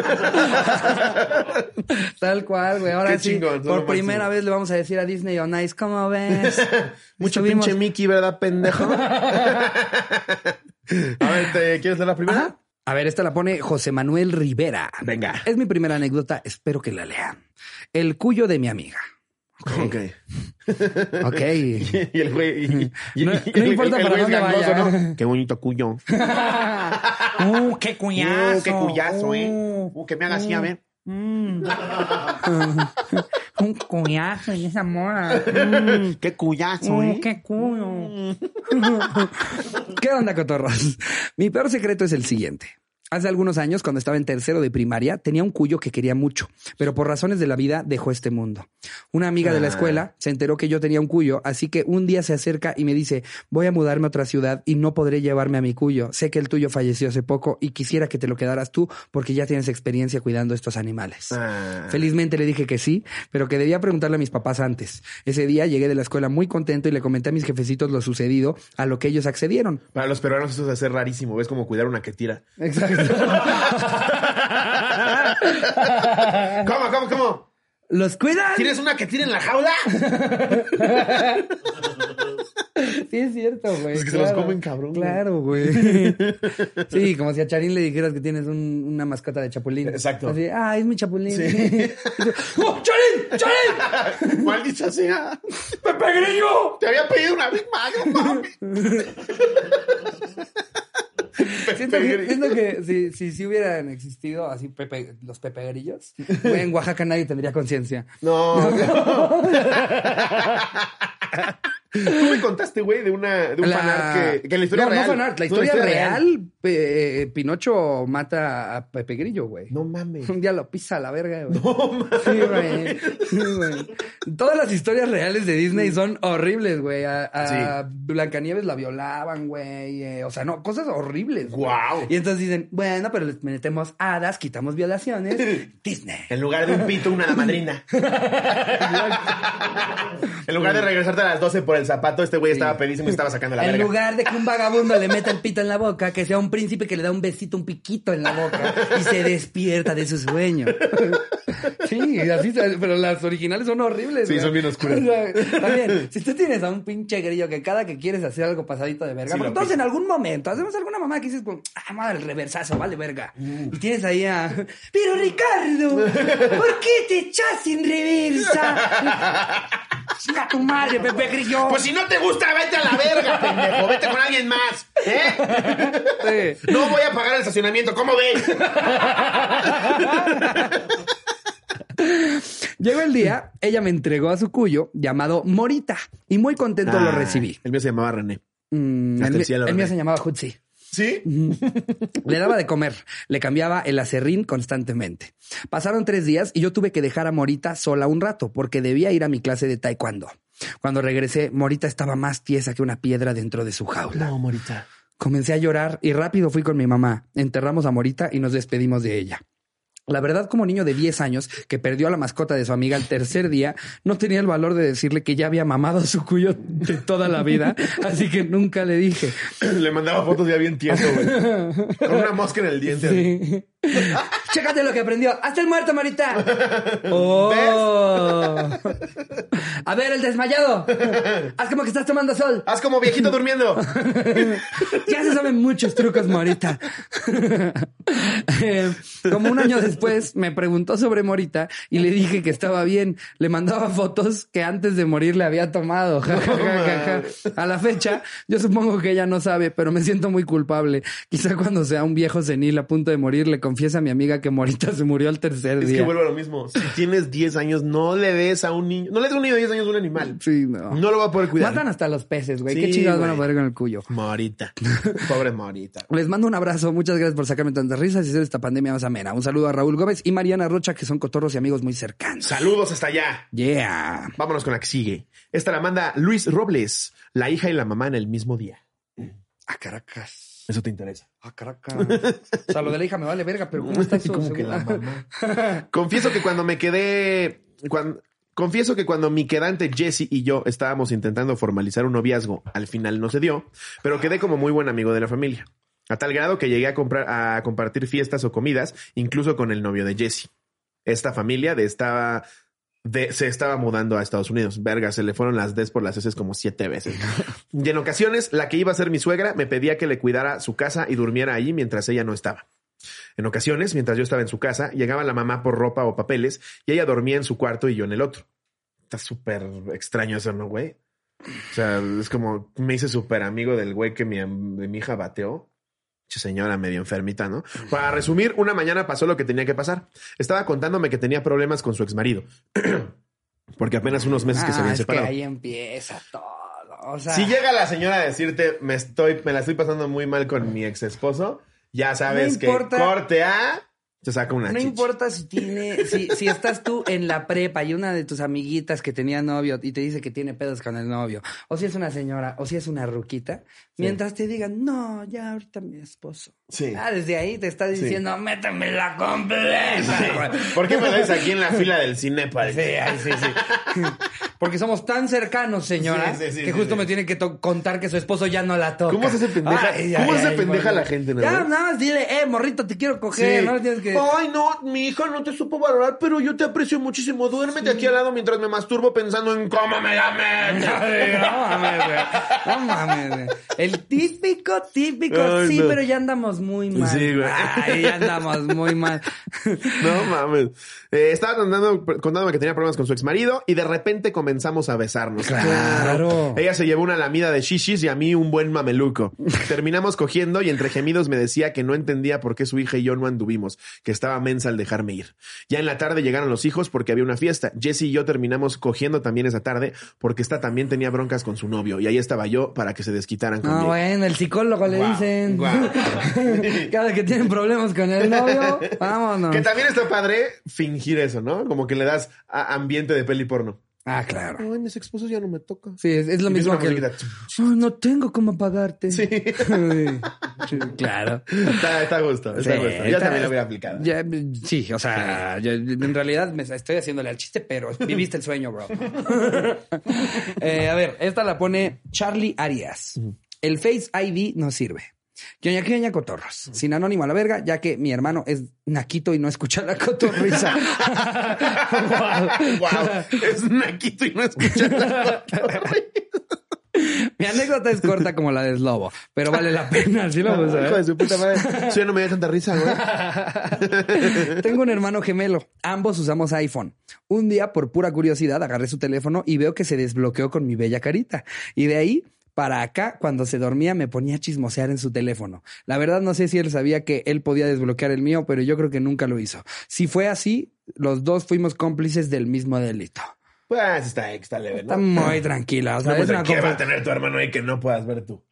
Speaker 1: Tal cual, güey. Ahora
Speaker 2: Qué
Speaker 1: sí,
Speaker 2: chingón, todo
Speaker 1: por
Speaker 2: lo
Speaker 1: primera
Speaker 2: máximo.
Speaker 1: vez le vamos a decir a Disney on Ice, ¿cómo ves?
Speaker 2: Mucho
Speaker 1: Estuvimos-
Speaker 2: pinche Mickey, ¿verdad, pendejo? a ver, ¿te quieres leer la primera?
Speaker 1: Ajá. A ver, esta la pone José Manuel Rivera.
Speaker 2: Venga.
Speaker 1: Es mi primera anécdota, espero que la lean. El cuyo de mi amiga.
Speaker 2: Ok.
Speaker 3: Ok.
Speaker 2: Y el güey. y- y-
Speaker 1: No-
Speaker 2: y-
Speaker 1: no
Speaker 2: el- el-
Speaker 1: importa
Speaker 2: el
Speaker 1: para
Speaker 2: güey es
Speaker 1: dónde vaya.
Speaker 2: gangoso, ¿no? Qué bonito cuño.
Speaker 1: ¡Uh, qué cuñazo!
Speaker 2: Uh, qué cuyazo, ¿eh?
Speaker 1: Uh,
Speaker 2: Uh, que me haga así, a ver.
Speaker 1: mm. un cuñazo y esa mora.
Speaker 2: Mm, Qué cuyazo, ¿eh?
Speaker 1: Mm, ¡Qué culo! Mm. ¿Qué onda, cotorros? Mi peor secreto es el siguiente. Hace algunos años, cuando estaba en tercero de primaria, tenía un cuyo que quería mucho, pero por razones de la vida dejó este mundo. Una amiga de la
Speaker 2: Ah.
Speaker 1: escuela se enteró que yo tenía un cuyo, así que un día se acerca y me dice, voy a mudarme a otra ciudad y no podré llevarme a mi cuyo. Sé que el tuyo falleció hace poco y quisiera que te lo quedaras tú porque ya tienes experiencia cuidando estos animales.
Speaker 2: Ah.
Speaker 1: Felizmente le dije que sí, pero que debía preguntarle a mis papás antes. Ese día llegué de la escuela muy contento y le comenté a mis jefecitos lo sucedido, a lo que ellos accedieron.
Speaker 2: Para los peruanos eso es hacer rarísimo. ¿Ves como cuidar una que tira?
Speaker 1: Exacto.
Speaker 2: ¿Cómo, cómo, cómo?
Speaker 1: ¿Los cuidan?
Speaker 2: ¿Tienes una que tira en la jaula?
Speaker 1: Sí, es cierto, güey.
Speaker 2: Es que se los comen, cabrón, güey.
Speaker 1: Claro, güey. Sí, como si a Charín le dijeras que tienes un- una mascota de chapulín.
Speaker 2: Exacto.
Speaker 1: Así, ah, es mi chapulín.
Speaker 2: Sí.
Speaker 1: ¡Oh, Charín! ¡Charín!
Speaker 2: Maldita sea.
Speaker 1: ¡Pepe Grillo!
Speaker 2: Te había pedido una Big Mac, no mames.
Speaker 1: Siento que, siento que si, si, si hubieran existido así pepe- los pepegrillos, güey, en Oaxaca nadie tendría conciencia.
Speaker 2: No, no. Tú me contaste, güey, de una de un fanart que, que en la historia
Speaker 1: no, no
Speaker 2: real.
Speaker 1: fanart, la
Speaker 2: no,
Speaker 1: historia real, pe- eh, Pinocho mata a Pepe Grillo, güey.
Speaker 2: No mames.
Speaker 1: Un día lo pisa a la verga, güey.
Speaker 2: No mames.
Speaker 1: Sí, güey. Sí, güey. Todas las historias reales de Disney son horribles, güey. A, a Blancanieves la violaban, güey. Eh, o sea, no, cosas horribles. güey.
Speaker 2: Guau.
Speaker 1: Y entonces dicen, bueno, pero les metemos hadas, quitamos violaciones. Disney.
Speaker 2: En lugar de un pito, una madrina. en lugar de regresarte a las 12 por el zapato, este güey estaba pedísimo y estaba sacando la
Speaker 1: en
Speaker 2: verga.
Speaker 1: lugar de que un vagabundo le meta el pito en la boca, que sea un príncipe que le da un besito, un piquito en la boca y se despierta de su sueño. Sí, así, se- pero las originales son horribles.
Speaker 2: Sí,
Speaker 1: güey.
Speaker 2: son bien oscuras.
Speaker 1: O sea, también, si tú tienes a un pinche grillo que cada que quieres hacer algo pasadito de verga,
Speaker 2: Sí,
Speaker 1: porque
Speaker 2: lo
Speaker 1: todos
Speaker 2: pica.
Speaker 1: en algún momento hacemos alguna mamá que dices, como, ah, madre, el reversazo, vale verga. Y tienes ahí a, pero Ricardo, ¿por qué te echas en reversa? Chinga tu madre, Pepe Grillo.
Speaker 2: Pues si no te gusta, vete a la verga, pendejo. Vete con alguien más. ¿Eh?
Speaker 1: Sí.
Speaker 2: No voy a pagar el estacionamiento. ¿Cómo ves?
Speaker 1: Llegó el día, ella me entregó a su cuyo llamado Morita y muy contento lo recibí.
Speaker 2: El mío se llamaba René.
Speaker 1: Mm,
Speaker 2: Ah. Hasta
Speaker 1: el,
Speaker 2: el
Speaker 1: mí-
Speaker 2: cielo,
Speaker 1: el mío
Speaker 2: René.
Speaker 1: se llamaba Hutsi.
Speaker 2: ¿Sí?
Speaker 1: Le daba de comer, le cambiaba el acerrín constantemente. Pasaron tres días y yo tuve que dejar a Morita sola un rato porque debía ir a mi clase de taekwondo. Cuando regresé, Morita estaba más tiesa que una piedra dentro de su jaula.
Speaker 2: No, Morita.
Speaker 1: Comencé a llorar y rápido fui con mi mamá. Enterramos a Morita y nos despedimos de ella. La verdad, como niño de 10 años que perdió a la mascota de su amiga el tercer día, no tenía el valor de decirle que ya había mamado su cuyo de toda la vida, así que nunca le dije.
Speaker 2: Le mandaba fotos ya bien tieso, güey. Con una mosca en el diente.
Speaker 1: Sí. Chécate lo que aprendió. Hasta el muerto, Morita. Oh. A ver, el desmayado. Haz como que estás tomando sol.
Speaker 2: Haz como viejito durmiendo.
Speaker 1: Ya se saben muchos trucos, Morita. Eh, como un año después me preguntó sobre Morita y le dije que estaba bien. Le mandaba fotos que antes de morir le había tomado. Ja, ja, ja, ja, ja. A la fecha, yo supongo que ella no sabe, pero me siento muy culpable. Quizá cuando sea un viejo senil a punto de morir, le confiesa a mi amiga que Morita se murió al tercer
Speaker 2: Es
Speaker 1: día.
Speaker 2: que vuelvo a lo mismo. Si tienes 10 años, no le des a un niño. No le des a un niño de 10 años un animal.
Speaker 1: Sí, no.
Speaker 2: No lo va a poder cuidar.
Speaker 1: Matan hasta los peces, güey. Qué
Speaker 2: Sí,
Speaker 1: chingados van a
Speaker 2: güey.
Speaker 1: poder con el cuyo.
Speaker 2: Morita. Pobre Morita.
Speaker 1: Les mando un abrazo. Muchas gracias por sacarme tantas risas y hacer esta pandemia más amena. Un saludo a Raúl Gómez y Mariana Rocha, que son cotorros y amigos muy cercanos.
Speaker 2: Saludos hasta allá.
Speaker 1: Yeah.
Speaker 2: Vámonos con la que sigue. Esta la manda Luis Robles, la hija y la mamá en el mismo día.
Speaker 1: A Ah, Caracas.
Speaker 2: Eso te interesa.
Speaker 1: A Caracas. O sea, lo de la hija me vale verga, pero ¿cómo está eso?
Speaker 2: Como que la
Speaker 1: Seguro-
Speaker 2: mamá. Confieso que cuando me quedé. cuan- confieso que cuando mi quedante Jesse y yo estábamos intentando formalizar un noviazgo, al final no se dio, pero quedé como muy buen amigo de la familia. A tal grado que llegué a, comprar, a compartir fiestas o comidas, incluso con el novio de Jesse. Esta familia de estaba. de- se estaba mudando a Estados Unidos. Verga, se le fueron las des por las heces como siete veces. Y en ocasiones, la que iba a ser mi suegra me pedía que le cuidara su casa y durmiera allí mientras ella no estaba. En ocasiones, mientras yo estaba en su casa, llegaba la mamá por ropa o papeles y ella dormía en su cuarto y yo en el otro. está súper extraño eso, ¿no, güey? O sea, es como me hice súper amigo del güey que mi, de mi hija bateó. Che, señora medio enfermita, ¿no? Para resumir, una mañana pasó lo que tenía que pasar. Estaba contándome que tenía problemas con su exmarido. Porque apenas unos meses que se
Speaker 1: Ah,
Speaker 2: habían
Speaker 1: es que
Speaker 2: separado.
Speaker 1: ahí empieza todo. O sea,
Speaker 2: Si llega la señora a decirte, me estoy, me la estoy pasando muy mal con mi ex esposo, ya sabes
Speaker 1: No
Speaker 2: que
Speaker 1: importa.
Speaker 2: corte A, te saca una
Speaker 1: no
Speaker 2: chichi.
Speaker 1: importa si tiene, si, si estás tú en la prepa y una de tus amiguitas que tenía novio y te dice que tiene pedos con el novio, o si es una señora, o si es una ruquita, mientras te digan, no, ya ahorita mi esposo.
Speaker 2: Sí.
Speaker 1: Ah, desde ahí te está diciendo, méteme la completa. güey".
Speaker 2: ¿Por qué me ves aquí en la fila del cine, pal?
Speaker 1: Sí, ay, sí, sí. Porque somos tan cercanos, señora,
Speaker 2: Sí, sí, sí,
Speaker 1: que
Speaker 2: sí,
Speaker 1: justo
Speaker 2: sí.
Speaker 1: me tiene que to- contar que su esposo ya no la toca.
Speaker 2: ¿Cómo se hace pendeja- cómo se hace pendeja
Speaker 1: morrito.
Speaker 2: la gente, no?
Speaker 1: Ya, nada más dile, eh, morrito, te quiero coger, no le tienes que...
Speaker 2: Ay, no, mi hija no te supo valorar, pero yo te aprecio muchísimo. Duérmete aquí al lado mientras me masturbo pensando en cómo me llamé.
Speaker 1: Ay, No mames, güey. No mames, güey. El típico, típico.
Speaker 2: Ay,
Speaker 1: sí,
Speaker 2: no.
Speaker 1: pero ya andamos muy mal.
Speaker 2: Sí, güey.
Speaker 1: Ay, ya andamos muy mal.
Speaker 2: No mames. Eh, estaba contando, contándome que tenía problemas con su exmarido y de repente comenzamos a besarnos.
Speaker 1: Claro.
Speaker 2: Ella se llevó una lamida de shishis y a mí un buen mameluco. Terminamos cogiendo y entre gemidos me decía que no entendía por qué su hija y yo no anduvimos, que estaba mensa al dejarme ir. Ya en la tarde llegaron los hijos porque había una fiesta. Jesse y yo terminamos cogiendo también esa tarde porque esta también tenía broncas con su novio y ahí estaba yo para que se desquitaran
Speaker 1: No,
Speaker 2: conmigo.
Speaker 1: Ah, bueno, el psicólogo le
Speaker 2: Guau,
Speaker 1: dicen.
Speaker 2: guau.
Speaker 1: Cada que tienen problemas con el novio, vámonos.
Speaker 2: Que también está padre fingir eso, ¿no? Como que le das a- ambiente de peli porno.
Speaker 1: Ah, claro.
Speaker 2: Ay, mis esposos ya no me toca.
Speaker 1: Sí, es, es lo
Speaker 2: Y
Speaker 1: mismo
Speaker 2: empieza
Speaker 1: que...
Speaker 2: una
Speaker 1: el- Ay, no tengo cómo pagarte.
Speaker 2: Sí.
Speaker 1: Sí, claro.
Speaker 2: Está, está a gusto, está a
Speaker 1: Sí,
Speaker 2: gusto. Yo
Speaker 1: está-
Speaker 2: también lo hubiera aplicado.
Speaker 1: Ya, sí, o sea, yo- en realidad me estoy haciéndole al chiste, pero viviste el sueño, bro. Eh, a ver, esta la pone Charlie Arias. El Face ID no sirve. Yo ya ya cotorros, sin anónimo a la verga, ya que mi hermano es naquito y no escucha la cotorriza.
Speaker 2: wow. Es naquito y no escucha la
Speaker 1: Mi anécdota es corta como la del lobo, pero vale la pena, sí lo vamos a ver.
Speaker 2: Hijo de su puta madre. Sí, no me dio tanta risa, güey.
Speaker 1: Tengo un hermano gemelo. Ambos usamos iPhone. Un día, por pura curiosidad, agarré su teléfono y veo que se desbloqueó con mi bella carita. Y de ahí para acá, cuando se dormía, me ponía a chismosear en su teléfono. La verdad, no sé si él sabía que él podía desbloquear el mío, pero yo creo que nunca lo hizo. Si fue así, los dos fuimos cómplices del mismo delito.
Speaker 2: Pues está, está leve, ¿no?
Speaker 1: Está muy tranquila. O sea,
Speaker 2: No, pues,
Speaker 1: es una
Speaker 2: ¿Qué va
Speaker 1: cosa-
Speaker 2: a tener tu hermano ahí que no puedas ver tú?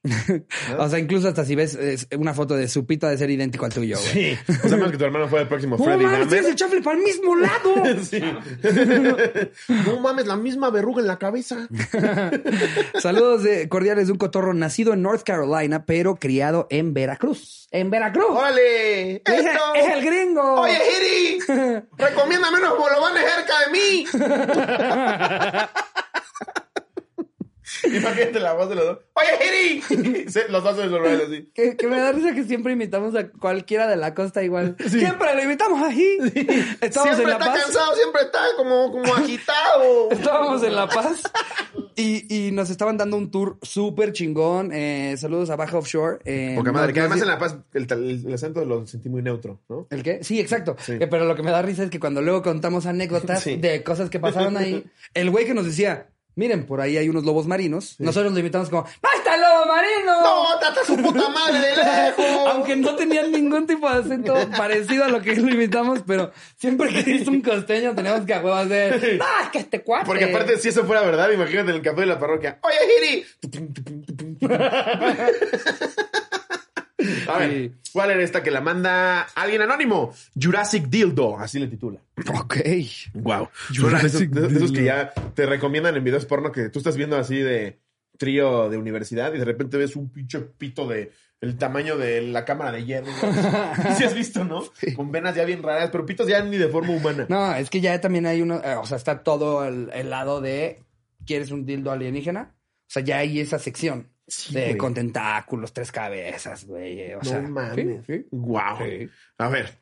Speaker 1: o sea, incluso hasta si ves es una foto de su pito ha de ser idéntico al tuyo, güey.
Speaker 2: Sí. O sea, menos que tu hermano fuera el próximo
Speaker 1: ¡No
Speaker 2: Freddy
Speaker 1: mames,
Speaker 2: Dahmer.
Speaker 1: tienes el chafle para el mismo lado!
Speaker 2: Sí. No mames, la misma verruga en la cabeza.
Speaker 1: Saludos de- cordiales de un cotorro nacido en North Carolina, pero criado en Veracruz. ¡En Veracruz!
Speaker 2: ¡Órale!
Speaker 1: Es,
Speaker 2: ¡Esto!
Speaker 1: es el gringo!
Speaker 2: Oye, Hiri, recomiéndame unos bolovanes cerca de mí. Imagínate la voz de los dos. Oye, Hiri. Se- los dos se resolvieron así.
Speaker 1: Que, que me da risa que siempre imitamos a cualquiera de la costa igual. Siempre lo imitamos ahí. Estábamos
Speaker 2: siempre
Speaker 1: en La
Speaker 2: está
Speaker 1: Paz.
Speaker 2: cansado, siempre está como, como agitado.
Speaker 1: Estábamos en La Paz y, y nos estaban dando un tour súper chingón. Eh, saludos a Baja Offshore. Eh,
Speaker 2: Porque
Speaker 1: nos-
Speaker 2: madre, que
Speaker 1: nos di-
Speaker 2: además en La Paz el, el- el acento lo sentí muy neutro, ¿no?
Speaker 1: ¿El qué? Sí, exacto. Eh, Pero lo que me da risa es que cuando luego contamos anécdotas
Speaker 2: Sí.
Speaker 1: de cosas que pasaron ahí, el güey que nos decía, miren, por ahí hay unos lobos marinos, nosotros lo invitamos como, ¡Ah, está el lobo marino!
Speaker 2: ¡No, tata su puta madre de lejos!
Speaker 1: Aunque no tenían ningún tipo de acento parecido a lo que lo imitamos, pero siempre que dice un costeño tenemos que a huevo hacer, ¡Ah, es que este cuate!
Speaker 2: Porque aparte, si eso fuera verdad, imagínate en el café de la parroquia. Oye, Hiri. A ver,
Speaker 1: Sí.
Speaker 2: ¿cuál era esta que la manda alguien anónimo? Jurassic Dildo, así le titula.
Speaker 1: Ok.
Speaker 2: Wow.
Speaker 1: Jurassic
Speaker 2: esos, esos que
Speaker 1: Dildo.
Speaker 2: ya te recomiendan en videos porno que tú estás viendo así de trío de universidad y de repente ves un pinche pito de el tamaño de la cámara de hierro. Si has visto, ¿no? Con venas ya bien raras, pero pitos ya ni de forma humana.
Speaker 1: No, es que ya también hay uno, eh, o sea, está todo el, el lado de, ¿quieres un dildo alienígena? O sea, ya hay esa sección. de,
Speaker 2: güey.
Speaker 1: con tentáculos, tres cabezas, güey. eh, O sea,
Speaker 2: no mames.
Speaker 1: sí, sí.
Speaker 2: Wow.
Speaker 1: Sí.
Speaker 2: A ver.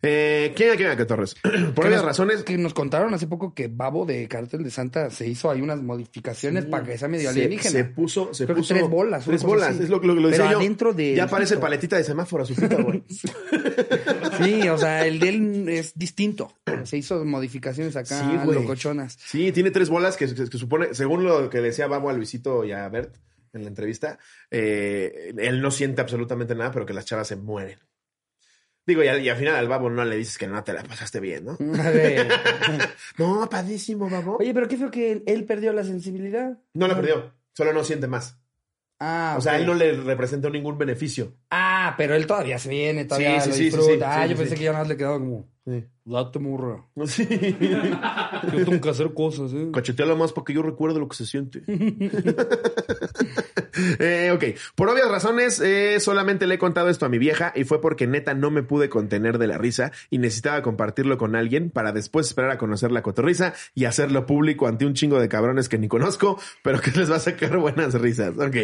Speaker 2: Eh, ¿Quién aquí que Torres? Por
Speaker 1: Que
Speaker 2: varias
Speaker 1: nos-
Speaker 2: razones.
Speaker 1: Que nos contaron hace poco que Babo de Cártel de Santa se hizo ahí unas modificaciones para que sea medio
Speaker 2: Se,
Speaker 1: alienígena.
Speaker 2: se puso, se
Speaker 1: Creo que
Speaker 2: puso
Speaker 1: tres bolas, una
Speaker 2: tres
Speaker 1: cosa
Speaker 2: bolas,
Speaker 1: así.
Speaker 2: es lo que lo, que lo
Speaker 1: Pero
Speaker 2: decía yo.
Speaker 1: adentro de-
Speaker 2: ya parece paletita de semáforo su pito, güey.
Speaker 1: Sí, o sea, el de él es distinto. Se hizo modificaciones acá
Speaker 2: Sí, güey.
Speaker 1: locochonas.
Speaker 2: Sí, tiene tres bolas que, que- que supone, según lo que decía Babo a Luisito y a Bert en la entrevista, eh, él no siente absolutamente nada, pero que las chavas se mueren. Digo, y al, y al final al Babo no le dices que no te la pasaste bien, ¿no?
Speaker 1: A ver.
Speaker 2: No, padísimo, Babo.
Speaker 1: Oye, pero qué feo que él perdió la sensibilidad.
Speaker 2: No la perdió, solo no siente más.
Speaker 1: Ah,
Speaker 2: O sea, a
Speaker 1: ok.
Speaker 2: él no le representó ningún beneficio.
Speaker 1: Ah, pero él todavía se viene, todavía
Speaker 2: Sí, sí,
Speaker 1: lo
Speaker 2: sí, sí,
Speaker 1: disfruta.
Speaker 2: sí,
Speaker 1: ah,
Speaker 2: sí,
Speaker 1: yo
Speaker 2: sí,
Speaker 1: pensé
Speaker 2: sí.
Speaker 1: que ya nada más le quedaba como,
Speaker 2: Sí.
Speaker 1: date morra.
Speaker 2: Sí.
Speaker 1: Yo tengo que hacer cosas, ¿eh?
Speaker 2: Cacheteala más para que yo recuerde lo que se siente. Eh, ok, por obvias razones, eh, solamente le he contado esto a mi vieja y fue porque neta no me pude contener de la risa y necesitaba compartirlo con alguien para después esperar a conocer la cotorrisa y hacerlo público ante un chingo de cabrones que ni conozco, pero que les va a sacar buenas risas. Ok.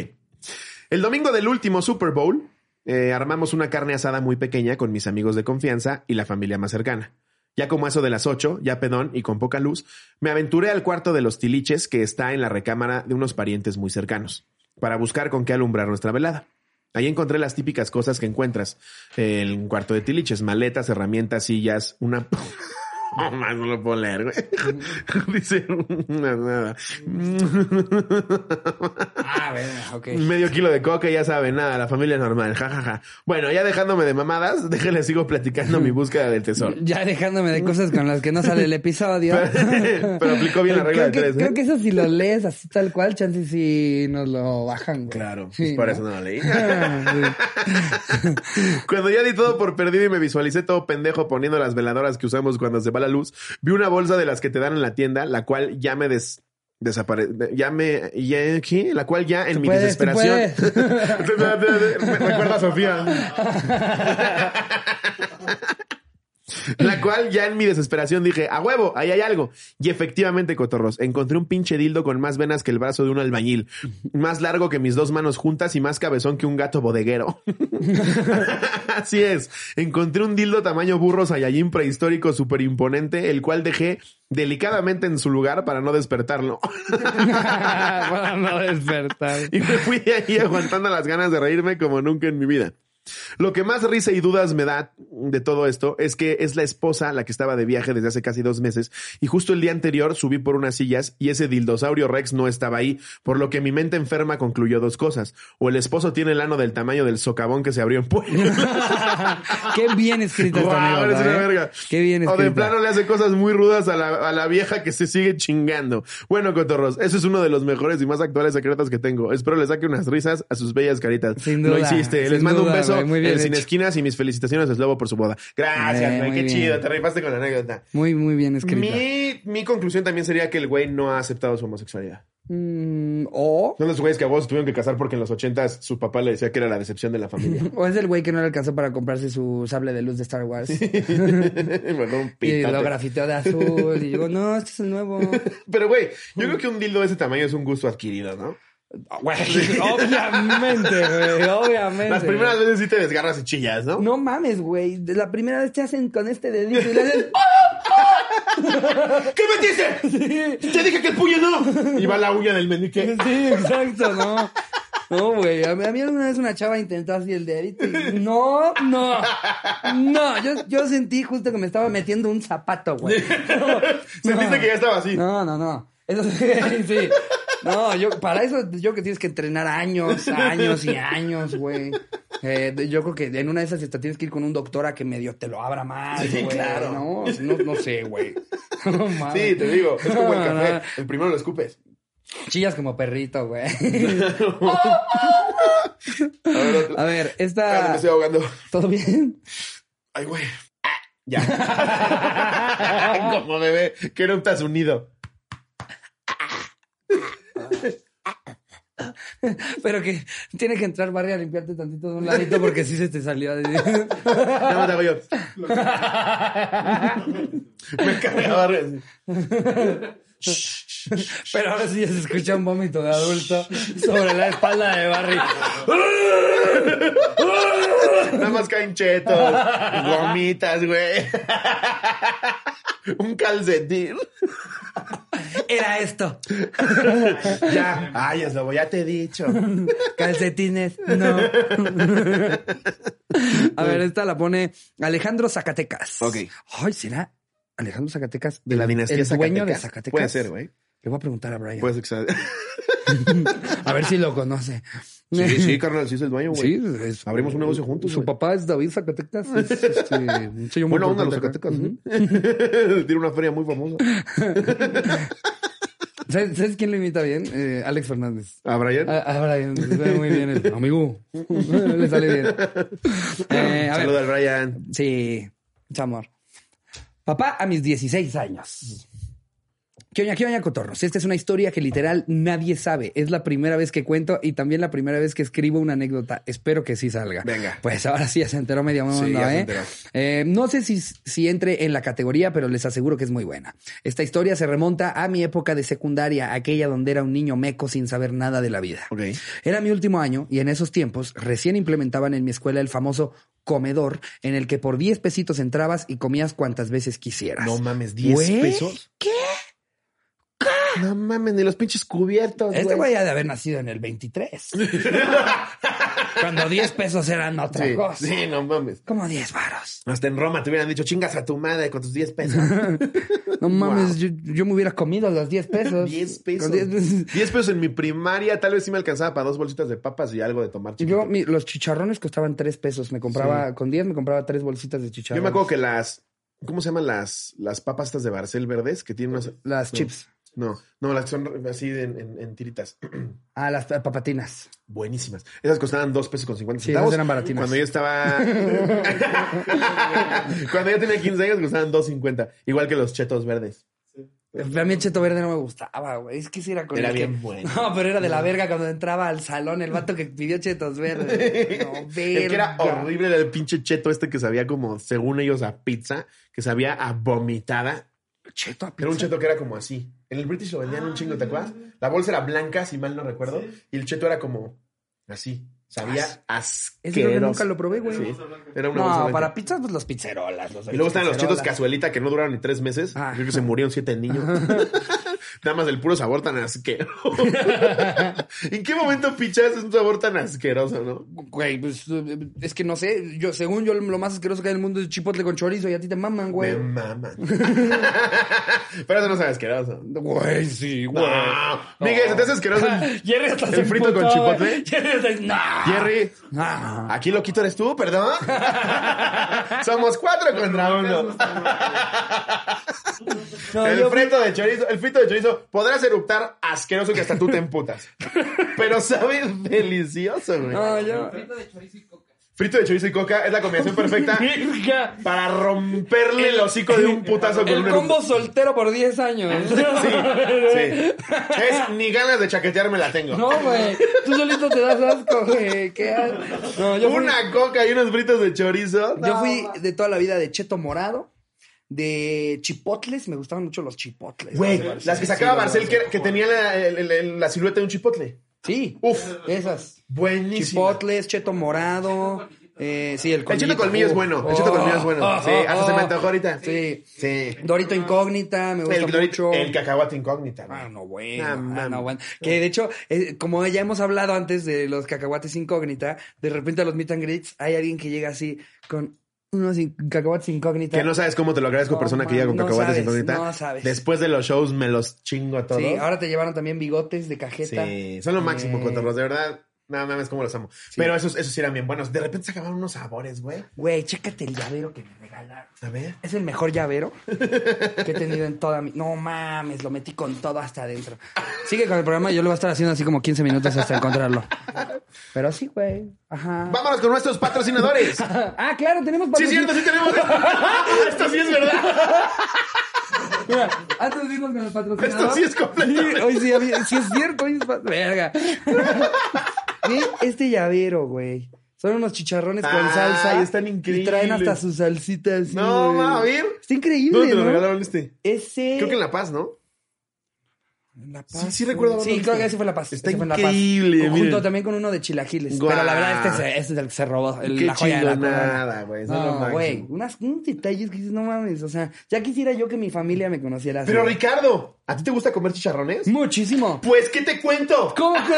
Speaker 2: El domingo del último Super Bowl, eh, armamos una carne asada muy pequeña con mis amigos de confianza y la familia más cercana. Ya como eso de las ocho, ya pedón y con poca luz, me aventuré al cuarto de los tiliches que está en la recámara de unos parientes muy cercanos, para buscar con qué alumbrar nuestra velada. Ahí encontré las típicas cosas que encuentras en un cuarto de tiliches, maletas, herramientas, sillas, una... No más no lo puedo leer, güey. Dice una nada.
Speaker 1: Ah, bueno, ok.
Speaker 2: Medio kilo de coca, ya saben, nada, la familia normal, jajaja. Bueno, ya dejándome de mamadas, déjenle sigo platicando mi búsqueda del tesoro.
Speaker 1: Ya dejándome de cosas con las que no sale el episodio.
Speaker 2: Pero- pero aplicó bien la regla
Speaker 1: creo
Speaker 2: de
Speaker 1: que,
Speaker 2: tres, ¿eh?
Speaker 1: Creo que eso si lo lees así tal cual, chance sí nos lo bajan. güey.
Speaker 2: pues
Speaker 1: Sí,
Speaker 2: por
Speaker 1: ¿no?
Speaker 2: eso no la leí.
Speaker 1: Ah,
Speaker 2: Cuando ya di todo por perdido y me visualicé todo pendejo poniendo las veladoras que usamos cuando se va la luz, vi una bolsa de las que te dan en la tienda, la cual ya me des desapare- ya me ya- ¿qué? la cual ya en
Speaker 1: Tú
Speaker 2: mi
Speaker 1: puedes, tú
Speaker 2: desesperación me recuerda a Sofía la cual ya en mi desesperación dije a huevo ahí hay algo y efectivamente cotorros encontré un pinche dildo con más venas que el brazo de un albañil más largo que mis dos manos juntas y más cabezón que un gato bodeguero Así es. Encontré un dildo tamaño burro Saiyajin prehistórico súper imponente, el cual dejé delicadamente en su lugar para no despertarlo.
Speaker 1: sí. Para no despertar.
Speaker 2: Y me fui de ahí aguantando las ganas de reírme como nunca en mi vida. Lo que más risa y dudas me da de todo esto es que es la esposa la que estaba de viaje desde hace casi dos meses y justo el día anterior subí por unas sillas y ese dildosaurio Rex no estaba ahí, por lo que mi mente enferma concluyó dos cosas. O el esposo tiene el ano del tamaño del socavón que se abrió en Puebla.
Speaker 1: Qué bien escrita esta
Speaker 2: Guau,
Speaker 1: anécdota,
Speaker 2: eres una
Speaker 1: ¿eh?
Speaker 2: verga.
Speaker 1: Qué bien
Speaker 2: O
Speaker 1: escrita.
Speaker 2: de plano le hace cosas muy rudas a la, a la vieja que se sigue chingando. Bueno, cotorros, eso es uno de los mejores y más actuales secretos que tengo. Espero le saque unas risas a sus bellas caritas.
Speaker 1: Sin
Speaker 2: Lo
Speaker 1: duda,
Speaker 2: hiciste. Les
Speaker 1: sin
Speaker 2: mando un
Speaker 1: duda,
Speaker 2: beso
Speaker 1: güey, muy bien
Speaker 2: en Sin
Speaker 1: hecho.
Speaker 2: Esquinas y mis felicitaciones a Slobo por su boda. Gracias,
Speaker 1: Eh,
Speaker 2: güey.
Speaker 1: muy
Speaker 2: Qué
Speaker 1: bien.
Speaker 2: chido. Te rifaste con la anécdota.
Speaker 1: Muy, muy bien escrita.
Speaker 2: Mi, mi conclusión también sería que el güey no ha aceptado su homosexualidad.
Speaker 1: Mm, o,
Speaker 2: Son los güeyes que a vos tuvieron que casar porque en los ochentas su papá le decía que era la decepción de la familia.
Speaker 1: o es el güey que no le alcanzó para comprarse su sable de luz de Star Wars.
Speaker 2: Bueno, un
Speaker 1: Y lo
Speaker 2: pitote.
Speaker 1: grafiteó de azul. Y digo, no, este es el nuevo.
Speaker 2: Pero, güey,
Speaker 1: Mm.
Speaker 2: yo creo que un dildo de ese tamaño es un gusto adquirido, ¿no?
Speaker 1: Güey, obviamente, güey. Obviamente.
Speaker 2: Las primeras veces sí te desgarras y chillas, ¿no?
Speaker 1: No mames, güey. De La primera vez te hacen con este dedito y le hacen.
Speaker 2: ¿Qué metiste?
Speaker 1: Sí,
Speaker 2: Te dije que el puño no. Y va la uña del menuque.
Speaker 1: sí, exacto, no. No, güey. A mí, a mí alguna vez una chava intentó así el dedito y. No, no. No, yo, yo sentí justo que me estaba metiendo un zapato, güey. No,
Speaker 2: Sentiste
Speaker 1: no.
Speaker 2: que ya estaba así.
Speaker 1: No, no, no. Eso sí, sí. No, yo, para eso yo creo que tienes que entrenar años, años y años, güey. Eh, de- yo creo que en una de esas hasta tienes que ir con un doctor a que medio te lo abra más,
Speaker 2: Sí,
Speaker 1: güey,
Speaker 2: claro.
Speaker 1: ¿no? Si No, no sé, güey. No mames.
Speaker 2: Sí, te digo. Es como el
Speaker 1: No,
Speaker 2: café. El primero lo escupes.
Speaker 1: no. Chillas como perrito, güey.
Speaker 2: A ver, otro.
Speaker 1: A ver,
Speaker 2: Ah, me
Speaker 1: esta...
Speaker 2: estoy ahogando.
Speaker 1: ¿Todo bien?
Speaker 2: Ay, güey. Ah, Ya. Como bebé, que eructas un nido.
Speaker 1: Pero que tiene que entrar Barry a limpiarte tantito de un ladito porque sí se te salió. de-
Speaker 2: Nada más te hago yo. Me cargaba. así.
Speaker 1: Pero ahora sí ya se escucha un vómito de adulto sobre la espalda de Barry.
Speaker 2: Nada más caen chetos, gomitas, güey. Un calcetín.
Speaker 1: Era esto.
Speaker 2: Ya, ay, Slobo, ya te he dicho.
Speaker 1: Calcetines, no. A ver, esta la pone Alejandro Zacatecas.
Speaker 2: Ok.
Speaker 1: Ay, ¿será Alejandro Zacatecas
Speaker 2: De la dinastía
Speaker 1: el dueño de
Speaker 2: Zacatecas.
Speaker 1: Zacatecas?
Speaker 2: Puede ser, güey. Pues-
Speaker 1: Le voy a preguntar a Brian.
Speaker 2: Puede ser que sea-
Speaker 1: A ver si lo conoce.
Speaker 2: Sí, sí, carnal, sí es el dueño, güey.
Speaker 1: Sí, es-
Speaker 2: Abrimos un negocio juntos,
Speaker 1: Su
Speaker 2: güey.
Speaker 1: papá es David Zacatecas. Es, este, un señor muy
Speaker 2: Buena onda los
Speaker 1: importante acá.
Speaker 2: Zacatecas,
Speaker 1: Ujú.
Speaker 2: ¿eh? Tiene una feria muy famosa.
Speaker 1: ¿Sabes, sabes quién lo imita bien? Eh, Alex Fernández.
Speaker 2: A Brian.
Speaker 1: A, a Brian, le sale muy bien el amigo. Le sale bien. Eh, a ver,
Speaker 2: Saluda al Brian.
Speaker 1: Sí, chamor. Papá a mis 16 años. ¿Qué oña, qué oña, cotorros? Esta es una historia que literal nadie sabe. Es la primera vez que cuento y también la primera vez que escribo una anécdota. Espero que sí salga.
Speaker 2: Venga.
Speaker 1: Pues ahora sí ya se enteró media
Speaker 2: Sí,
Speaker 1: mundo,
Speaker 2: ya se
Speaker 1: ¿eh?
Speaker 2: enteró.
Speaker 1: Eh, no sé si, si entre en la categoría, pero les aseguro que es muy buena. Esta historia se remonta a mi época de secundaria, aquella donde era un niño meco sin saber nada de la vida.
Speaker 2: Ok.
Speaker 1: Era mi último año y en esos tiempos recién implementaban en mi escuela el famoso comedor en el que por 10 pesitos entrabas y comías cuantas veces quisieras.
Speaker 2: No mames, 10
Speaker 1: Güey,
Speaker 2: pesos. ¿Qué? No mames, ni los pinches cubiertos.
Speaker 1: Este güey ha de haber nacido en el 23. Cuando 10 pesos eran otra
Speaker 2: Sí,
Speaker 1: cosa.
Speaker 2: sí, no mames.
Speaker 1: Como 10 varos.
Speaker 2: Hasta en Roma te hubieran dicho, chingas a tu madre con tus 10 pesos.
Speaker 1: No mames, yo, yo me hubiera comido los 10 pesos.
Speaker 2: 10 pesos.
Speaker 1: Con 10 pesos.
Speaker 2: 10 pesos en mi primaria, tal vez sí me alcanzaba para dos bolsitas de papas y algo de tomar
Speaker 1: Y
Speaker 2: chiquito.
Speaker 1: luego mi- los chicharrones costaban 3 pesos. Me compraba, con 10 me compraba 3 bolsitas de
Speaker 2: Yo
Speaker 1: chicharrones.
Speaker 2: me acuerdo que las. ¿Cómo se llaman las, las papas estas de Barcel verdes? Que tienen unas.
Speaker 1: Las
Speaker 2: no,
Speaker 1: chips.
Speaker 2: No, no, las que son así en, en- en tiritas.
Speaker 1: Ah, las papatinas.
Speaker 2: Buenísimas. Esas costaban 2 pesos con 50
Speaker 1: Sí,
Speaker 2: centavos.
Speaker 1: esas eran baratinas.
Speaker 2: Cuando yo estaba. cuando yo tenía 15 años costaban 2.50. Igual que los chetos verdes.
Speaker 1: A mí el cheto verde no me gustaba, güey. Es que sí era con
Speaker 2: Era
Speaker 1: el
Speaker 2: bien
Speaker 1: que-
Speaker 2: bueno.
Speaker 1: No, pero era de la verga cuando entraba al salón el vato que pidió chetos verdes. No, verga.
Speaker 2: El que era horrible era el pinche cheto este que sabía como, según ellos, a pizza, que sabía a vomitada.
Speaker 1: Cheto a
Speaker 2: Era un
Speaker 1: pizza. Ah.
Speaker 2: cheto que era como así. En el British lo vendían un chingo, ¿te acuerdas? La bolsa era blanca, si mal no recuerdo. Y el cheto era como así. Sabía
Speaker 1: Ese creo que
Speaker 2: asqueroso.
Speaker 1: nunca lo probé, güey.
Speaker 2: Sí, Era una bolsa
Speaker 1: No,
Speaker 2: blanca.
Speaker 1: para pizzas, pues las pizzerolas. los-
Speaker 2: Y luego estaban los chetos
Speaker 1: pizzerolas.
Speaker 2: cazuelita que no duraron ni tres meses.
Speaker 1: Ah.
Speaker 2: Creo que se murieron siete niños. Nada más el puro sabor tan asqueroso. ¿En qué momento pichas un sabor tan asqueroso, no?
Speaker 1: Güey, pues eh, es que no sé. Yo, según yo, lo más asqueroso que hay en el mundo es chipotle con chorizo y a ti te maman, güey.
Speaker 2: Me maman. Pero eso no es asqueroso.
Speaker 1: Güey, sí, güey.
Speaker 2: No. Miguel, ¿se te hace asqueroso? el-
Speaker 1: Jerry hasta
Speaker 2: ¿El
Speaker 1: se
Speaker 2: frito con
Speaker 1: emputó, güey.
Speaker 2: chipotle?
Speaker 1: Jerry hasta dice, no.
Speaker 2: Jerry,
Speaker 1: No.
Speaker 2: aquí lo quito eres tú, perdón. Somos cuatro contra uno.
Speaker 1: No,
Speaker 2: el
Speaker 1: yo-
Speaker 2: frito de chorizo, el frito de chorizo podrás eructar asqueroso que hasta tú te emputas. Pero sabe delicioso, güey.
Speaker 1: No, yo.
Speaker 2: Frito de chorizo y coca es la combinación perfecta
Speaker 1: Verga.
Speaker 2: para romperle el hocico de un putazo con un
Speaker 1: El combo
Speaker 2: eructo.
Speaker 1: soltero por 10 años.
Speaker 2: Sí, sí. Es ni ganas de chaquetearme la tengo.
Speaker 1: No, güey. Tú solito te das asco, güey. ¿Qué as- No, yo fui,
Speaker 2: Una coca y unos fritos de chorizo.
Speaker 1: yo fui de toda la vida de cheto morado, de chipotles. Me gustaban mucho los chipotles.
Speaker 2: Güey, las que sacaba Barcel que, que tenía la, el- el- el- la silueta de un chipotle.
Speaker 1: Sí.
Speaker 2: Uf,
Speaker 1: Esas.
Speaker 2: buenísimo.
Speaker 1: Chipotles, cheto morado. Eh, sí, el
Speaker 2: El
Speaker 1: colmillo.
Speaker 2: cheto colmillo es bueno. El cheto colmillo es bueno.
Speaker 1: Oh,
Speaker 2: Sí,
Speaker 1: oh,
Speaker 2: hasta se me
Speaker 1: oh.
Speaker 2: antojó ahorita.
Speaker 1: Sí.
Speaker 2: Sí.
Speaker 1: Dorito incógnita, me gusta
Speaker 2: El, dorito-
Speaker 1: mucho.
Speaker 2: el cacahuate incógnita. güey.
Speaker 1: Ah, no, bueno.
Speaker 2: Ah,
Speaker 1: ah,
Speaker 2: mames.
Speaker 1: no, bueno. Que de hecho, eh, como ya hemos hablado antes de los cacahuates incógnita, de repente a los meet and greets hay alguien que llega así con unos in- cacahuates incógnita.
Speaker 2: Que no sabes cómo te lo agradezco,
Speaker 1: No,
Speaker 2: persona que llega con
Speaker 1: no
Speaker 2: cacahuates
Speaker 1: sabes,
Speaker 2: incógnita.
Speaker 1: no sabes.
Speaker 2: Después de los shows me los chingo todos.
Speaker 1: Sí, ahora te llevaron también bigotes de cajeta.
Speaker 2: Sí, son lo máximo,
Speaker 1: Eh.
Speaker 2: cotorros, de verdad. Nada mames, cómo los amo. Pero esos, esos sí eran bien buenos. De repente se acabaron unos sabores, güey.
Speaker 1: Güey, chécate el llavero que me regalaron.
Speaker 2: A ver.
Speaker 1: Es el mejor llavero que he tenido en toda mi... No mames, lo metí con todo hasta adentro. Sigue con el programa, yo lo voy a estar haciendo así como 15 minutos hasta encontrarlo. Pero sí, güey. Ajá.
Speaker 2: Vámonos con nuestros patrocinadores. sí,
Speaker 1: Ah, claro, tenemos
Speaker 2: es cierto, sí tenemos. Esto sí es verdad.
Speaker 1: Mira, antes de irnos con el patrocinador.
Speaker 2: Esto sí es completamente-
Speaker 1: Sí, hoy sí, había- sí es cierto. Hoy es pa- Verga. Ve este llavero, güey. Son unos chicharrones con
Speaker 2: Ay,
Speaker 1: salsa.
Speaker 2: están
Speaker 1: Y traen hasta
Speaker 2: increíbles.
Speaker 1: sus salsitas. sí,
Speaker 2: Ah, No,
Speaker 1: güey.
Speaker 2: ma, a ver.
Speaker 1: Está increíble,
Speaker 2: ¿Dónde te lo
Speaker 1: ¿no?
Speaker 2: regalaron este?
Speaker 1: Ese...
Speaker 2: Creo que en La Paz, ¿no?
Speaker 1: La Paz.
Speaker 2: Sí, sí
Speaker 1: Sí,
Speaker 2: recuerdo haberlo
Speaker 1: creo
Speaker 2: visto.
Speaker 1: que ese fue La Paz.
Speaker 2: Está
Speaker 1: ese fue en La Paz.
Speaker 2: increíble,
Speaker 1: Junto
Speaker 2: miren.
Speaker 1: también con uno de chilaquiles.
Speaker 2: Guau.
Speaker 1: Pero la verdad, este, es- este es el que se robó. el-
Speaker 2: Qué
Speaker 1: la joya de la corona.
Speaker 2: chingonada, güey. son lo
Speaker 1: No,
Speaker 2: máximo.
Speaker 1: güey, unas- unos detalles que dices, no mames, o sea, ya quisiera yo que mi familia me conociera así.
Speaker 2: Pero Ricardo, ¿a ti te gusta comer chicharrones?
Speaker 1: Muchísimo.
Speaker 2: Pues, ¿qué te cuento?
Speaker 1: ¿Cómo que?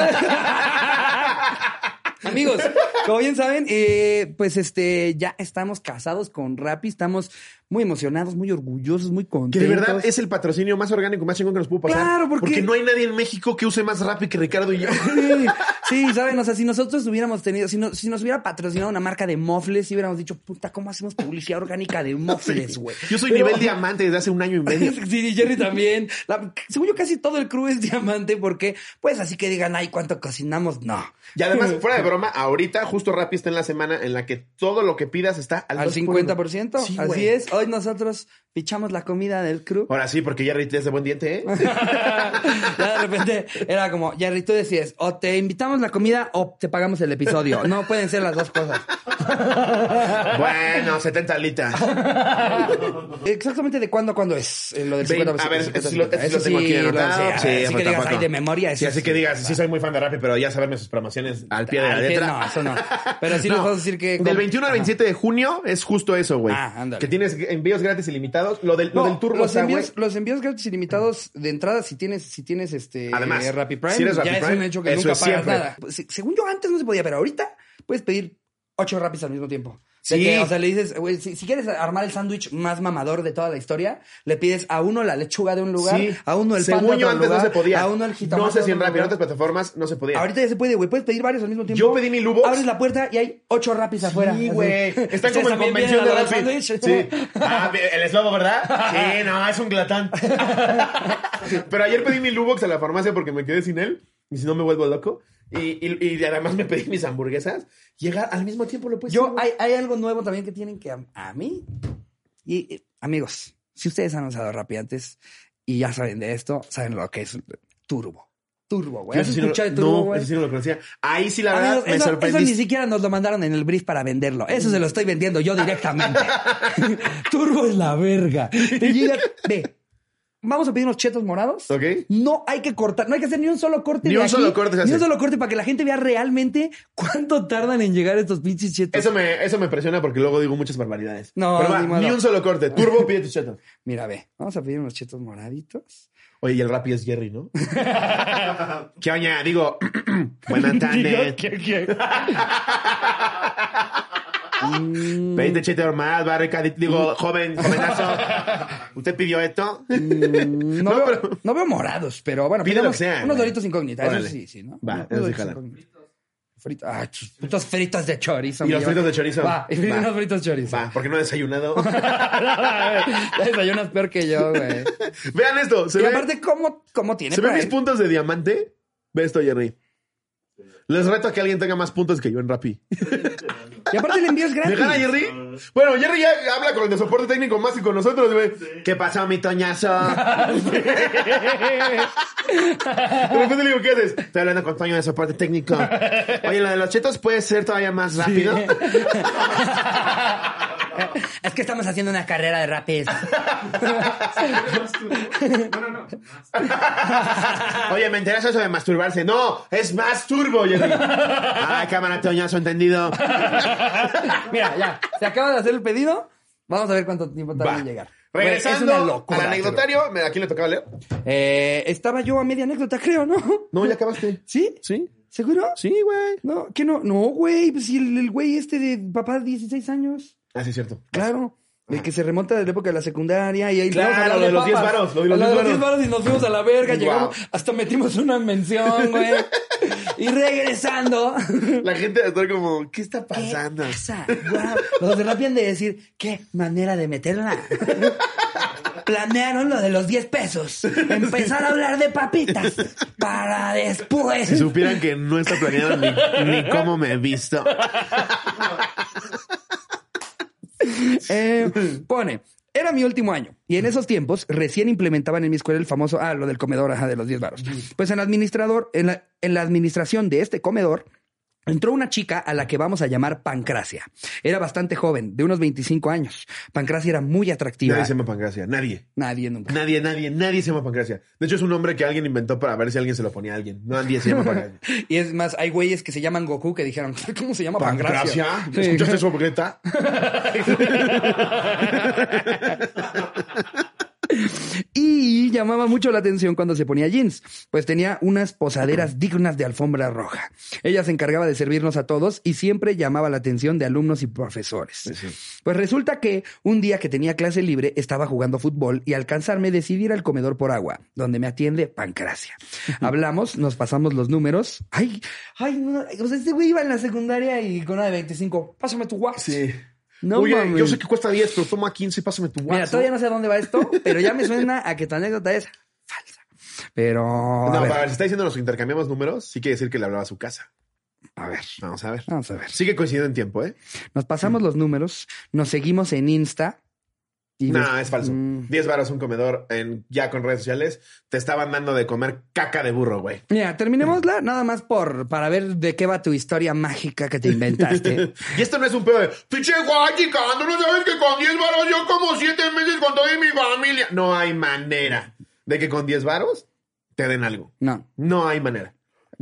Speaker 1: Amigos, como bien saben, eh, pues este, ya estamos casados con Rappi, estamos muy emocionados, muy orgullosos, muy
Speaker 2: Que
Speaker 1: contentos.
Speaker 2: de verdad es el patrocinio más orgánico, más chingón que nos pudo pasar.
Speaker 1: Claro, porque-
Speaker 2: Porque no hay nadie en México que use más Rappi que Ricardo y yo.
Speaker 1: Sí, sí, saben, o sea, si nosotros hubiéramos tenido, si, no- si nos hubiera patrocinado una marca de mofles, si hubiéramos dicho, puta, ¿cómo hacemos publicidad orgánica de mofles, güey?
Speaker 2: Yo soy
Speaker 1: Pero-
Speaker 2: nivel diamante desde hace un año y medio.
Speaker 1: Sí, y Jerry también. La- según yo, casi todo el crew es diamante, porque, pues, así que digan, ay, cuánto cocinamos, no.
Speaker 2: Y además, fuera de broma, ahorita justo Rappi está en la semana en la que todo lo que pidas está al,
Speaker 1: Al
Speaker 2: 2 por uno.
Speaker 1: 50%.
Speaker 2: Sí,
Speaker 1: así
Speaker 2: güey.
Speaker 1: es. Hoy nosotros pichamos la comida del crew.
Speaker 2: Ahora sí, porque ya Rita es de buen diente, ¿eh?
Speaker 1: Ya de repente era como, Jerry, tú decides, o te invitamos la comida o te pagamos el episodio. No pueden ser las dos cosas.
Speaker 2: bueno, 70 alitas.
Speaker 1: Exactamente de cuándo a cuándo es eh, lo del
Speaker 2: Ve-
Speaker 1: 50
Speaker 2: A ver, eso sí
Speaker 1: 50.
Speaker 2: lo, eso sí
Speaker 1: Eso
Speaker 2: lo tengo
Speaker 1: sí,
Speaker 2: aquí
Speaker 1: lo-
Speaker 2: anotado.
Speaker 1: sí, así
Speaker 2: eso
Speaker 1: que digas,
Speaker 2: tampoco.
Speaker 1: ay, de memoria. eso
Speaker 2: Sí, así
Speaker 1: sí.
Speaker 2: que digas, sí soy muy fan de Rappi, pero ya saberme sus promociones al pie de la
Speaker 1: Al pie,
Speaker 2: letra.
Speaker 1: no, eso no. Pero sí les puedo decir que-
Speaker 2: Del 21 al 27 de junio es justo eso, güey.
Speaker 1: Ah, ándale.
Speaker 2: que tienes envíos gratis ilimitados. Lo del, lo
Speaker 1: No,
Speaker 2: del turbo
Speaker 1: los
Speaker 2: está, güey.
Speaker 1: envíos, los envíos gratis ilimitados de entrada si tienes si tienes este
Speaker 2: Además,
Speaker 1: eh, Rappi Prime,
Speaker 2: si eres Rappi
Speaker 1: ya es un
Speaker 2: Prime,
Speaker 1: hecho que
Speaker 2: eso
Speaker 1: nunca
Speaker 2: es
Speaker 1: pagas
Speaker 2: siempre.
Speaker 1: nada. Pues, se- Según yo antes no se podía, pero ahorita puedes pedir ocho Rappis al mismo tiempo. De
Speaker 2: Sí.
Speaker 1: que, o sea, le dices, güey, si, si quieres armar el sándwich más mamador de toda la historia, le pides a uno la lechuga de un lugar,
Speaker 2: Sí.
Speaker 1: a uno el pan de
Speaker 2: Según yo
Speaker 1: otro
Speaker 2: antes
Speaker 1: lugar,
Speaker 2: no se podía.
Speaker 1: a uno el jitomate
Speaker 2: No sé
Speaker 1: de
Speaker 2: si en
Speaker 1: otro
Speaker 2: Rappi, en
Speaker 1: lugar.
Speaker 2: otras plataformas no se podía.
Speaker 1: Ahorita ya se puede, güey. Puedes pedir varios al mismo tiempo.
Speaker 2: Yo pedí mi Lubox.
Speaker 1: Abres la puerta y hay ocho rapis afuera.
Speaker 2: Sí,
Speaker 1: Así.
Speaker 2: güey. Están como
Speaker 1: Ustedes
Speaker 2: en
Speaker 1: también
Speaker 2: convención de
Speaker 1: vienen a
Speaker 2: Rappi.
Speaker 1: dar
Speaker 2: Sí.
Speaker 1: sándwich.
Speaker 2: Ah, el eslobo, ¿verdad? Sí, no, es un glatán. Pero ayer pedí mi Lubox a la farmacia porque me quedé sin él. Y si no, me vuelvo loco. Y, y, y además me pedí mis hamburguesas. Llega al mismo tiempo lo puedes
Speaker 1: Yo,
Speaker 2: hacer, güey.
Speaker 1: hay, hay algo nuevo también que tienen que a, a mí. Y eh, amigos, si ustedes han usado Rappi antes y ya saben de esto, saben lo que es turbo. Turbo, güey.
Speaker 2: Yo
Speaker 1: ¿Has
Speaker 2: eso sí no-
Speaker 1: escuchado de turbo,
Speaker 2: no,
Speaker 1: güey?
Speaker 2: eso sí no lo conocía. Ahí sí, la verdad,
Speaker 1: Amigos,
Speaker 2: me
Speaker 1: eso, eso ni
Speaker 2: sorprendiste.
Speaker 1: siquiera nos lo mandaron en el brief para venderlo. Eso se lo estoy vendiendo yo directamente. Turbo es la verga. Te llega- ve, vamos a pedir unos chetos morados.
Speaker 2: Ok.
Speaker 1: No hay que cortar, no hay que hacer ni un solo corte.
Speaker 2: Ni
Speaker 1: de
Speaker 2: un
Speaker 1: aquí,
Speaker 2: solo corte se
Speaker 1: Ni
Speaker 2: hace.
Speaker 1: un solo corte para que la gente vea realmente cuánto tardan en llegar estos pinches chetos.
Speaker 2: Eso me, eso me presiona porque luego digo muchas barbaridades.
Speaker 1: No,
Speaker 2: Pero va,
Speaker 1: ni modo.
Speaker 2: ni un solo corte. Turbo, pide tu chato.
Speaker 1: Mira, ve, vamos a pedir unos chetos moraditos.
Speaker 2: Oye, y el Rappi es Jerry, ¿no? ¿Qué oña? Digo, buenas tardes.
Speaker 1: Mm,
Speaker 2: 20 chetos más, va Ricardo. Digo, joven, jovenazo. ¿Usted pidió esto?
Speaker 1: mm, no,
Speaker 2: No,
Speaker 1: veo,
Speaker 2: pero-
Speaker 1: no veo morados, pero bueno,
Speaker 2: Pide lo
Speaker 1: pidamos
Speaker 2: que sea,
Speaker 1: unos
Speaker 2: güey.
Speaker 1: doritos incógnitas. Eso
Speaker 2: Órale.
Speaker 1: sí, sí, ¿no?
Speaker 2: Va,
Speaker 1: Unos
Speaker 2: eso sí
Speaker 1: Doritos
Speaker 2: jala.
Speaker 1: incógnitas. Fritos, ah, chis, putos fritos de chorizo.
Speaker 2: Y los
Speaker 1: mi
Speaker 2: fritos
Speaker 1: Dios.
Speaker 2: de chorizo.
Speaker 1: Va, y pide
Speaker 2: Va.
Speaker 1: unos fritos chorizo.
Speaker 2: Va, porque no he desayunado.
Speaker 1: ya desayunas peor que yo, güey.
Speaker 2: Vean esto. Se
Speaker 1: Y
Speaker 2: ve,
Speaker 1: aparte, eh. ¿cómo, cómo tiene
Speaker 2: ¿se ven
Speaker 1: para
Speaker 2: mis
Speaker 1: él?
Speaker 2: puntos de diamante? Ve esto, Jerry. Les reto a que alguien tenga más puntos que yo en Rappi.
Speaker 1: Y aparte el envío es
Speaker 2: ¿Me
Speaker 1: gratis.
Speaker 2: gana Jerry? Bueno, Jerry ya habla con el de soporte técnico más y con nosotros, güey. ¿Qué pasó, mi toñazo? de repente le digo, ¿qué haces? Estoy hablando con Toño de soporte técnico. Oye, lo de los chetos puede ser todavía más rápido.
Speaker 1: es que estamos haciendo una carrera de rapes.
Speaker 2: Oye, ¿me enteras eso de masturbarse? No, es más turbo, Jerry. Ah, cámara, Toñazo, entendido.
Speaker 1: Mira, ya, se acaba de hacer el pedido. Vamos a ver cuánto tiempo tarda
Speaker 2: Va.
Speaker 1: en llegar. Güey, es
Speaker 2: Regresando
Speaker 1: una locura,
Speaker 2: al anecdotario, ¿a quién le tocaba leer?
Speaker 1: pero- Eh, estaba yo a media anécdota, creo, ¿no?
Speaker 2: No, ya acabaste.
Speaker 1: ¿Sí?
Speaker 2: ¿Sí?
Speaker 1: ¿Seguro?
Speaker 2: Sí, güey.
Speaker 1: No, que no, no, güey, pues si el, el güey este de papá de 16 años,
Speaker 2: Ah, sí, es cierto.
Speaker 1: claro, el que se remonta de la época de la secundaria y ahí
Speaker 2: Claro,
Speaker 1: vamos a hablar
Speaker 2: lo de los 10
Speaker 1: papas.
Speaker 2: varos, lo de los
Speaker 1: Lo
Speaker 2: 10
Speaker 1: 10 varos y nos fuimos a la verga,
Speaker 2: Wow.
Speaker 1: llegamos, hasta metimos una mención, güey. y regresando,
Speaker 2: La gente va a estar como, ¿qué está pasando?
Speaker 1: ¿Qué pasa? Guau. Los de Rappi han de decir, qué manera de meterla. Planearon lo de los 10 pesos. Empezar a hablar de papitas para después.
Speaker 2: Si supieran que no está planeado ni, ni cómo me he visto.
Speaker 1: Eh, pone, era mi último año y en esos tiempos recién implementaban en mi escuela el famoso, ah, lo del comedor, ajá, de los 10 varos. Pues en administrador, en la, en la administración de este comedor, Entró una chica a la que vamos a llamar Pancracia. Era bastante joven, de unos 25 años. Pancracia era muy atractiva.
Speaker 2: Nadie se llama Pancracia. Nadie.
Speaker 1: Nadie nunca.
Speaker 2: Nadie, nadie, nadie se llama Pancracia. De hecho, es un nombre que alguien inventó para ver si alguien se lo ponía a alguien. Nadie se llama Pancracia.
Speaker 1: Y es más, hay güeyes que se llaman Goku que dijeron, ¿cómo se llama Pancracia? Sí.
Speaker 2: ¿Escuchaste eso, Greta?
Speaker 1: Y llamaba mucho la atención cuando se ponía jeans, pues tenía unas posaderas dignas de alfombra roja. Ella se encargaba de servirnos a todos y siempre llamaba la atención de alumnos y profesores. Pues resulta que un día que tenía clase libre estaba jugando fútbol y alcanzarme decidí ir al comedor por agua, donde me atiende Pancracia. Hablamos, nos pasamos los números. Ay, ay, no, o sea, este güey iba en la secundaria y con una de 25, pásame tu WhatsApp.
Speaker 2: Sí.
Speaker 1: No
Speaker 2: Oye,
Speaker 1: mames.
Speaker 2: yo sé que cuesta 10, pero toma 15 y pásame tu
Speaker 1: Mira,
Speaker 2: WhatsApp.
Speaker 1: todavía no sé a dónde va esto, pero ya me suena a que tu anécdota es falsa. Pero.
Speaker 2: No,
Speaker 1: a, ver,
Speaker 2: para, si está diciendo nos intercambiamos números, sí quiere decir que le hablaba a su casa.
Speaker 1: a ver,
Speaker 2: Vamos a ver.
Speaker 1: vamos a ver.
Speaker 2: Sigue coincidiendo en tiempo, ¿eh?
Speaker 1: Nos pasamos los números, nos seguimos en Insta. y
Speaker 2: No,
Speaker 1: ves-
Speaker 2: es falso.
Speaker 1: Mm.
Speaker 2: 10 varos un comedor en, ya con redes sociales. Te estaban dando de comer caca de burro, güey.
Speaker 1: Mira, terminémosla nada más por para ver de qué va tu historia mágica que te inventaste.
Speaker 2: Y esto no es un pedo de pinche guay, chica, tú no sabes que con 10 varos yo como 7 meses con toda mi familia. No hay manera de que con 10 varos te den algo.
Speaker 1: No.
Speaker 2: No hay manera.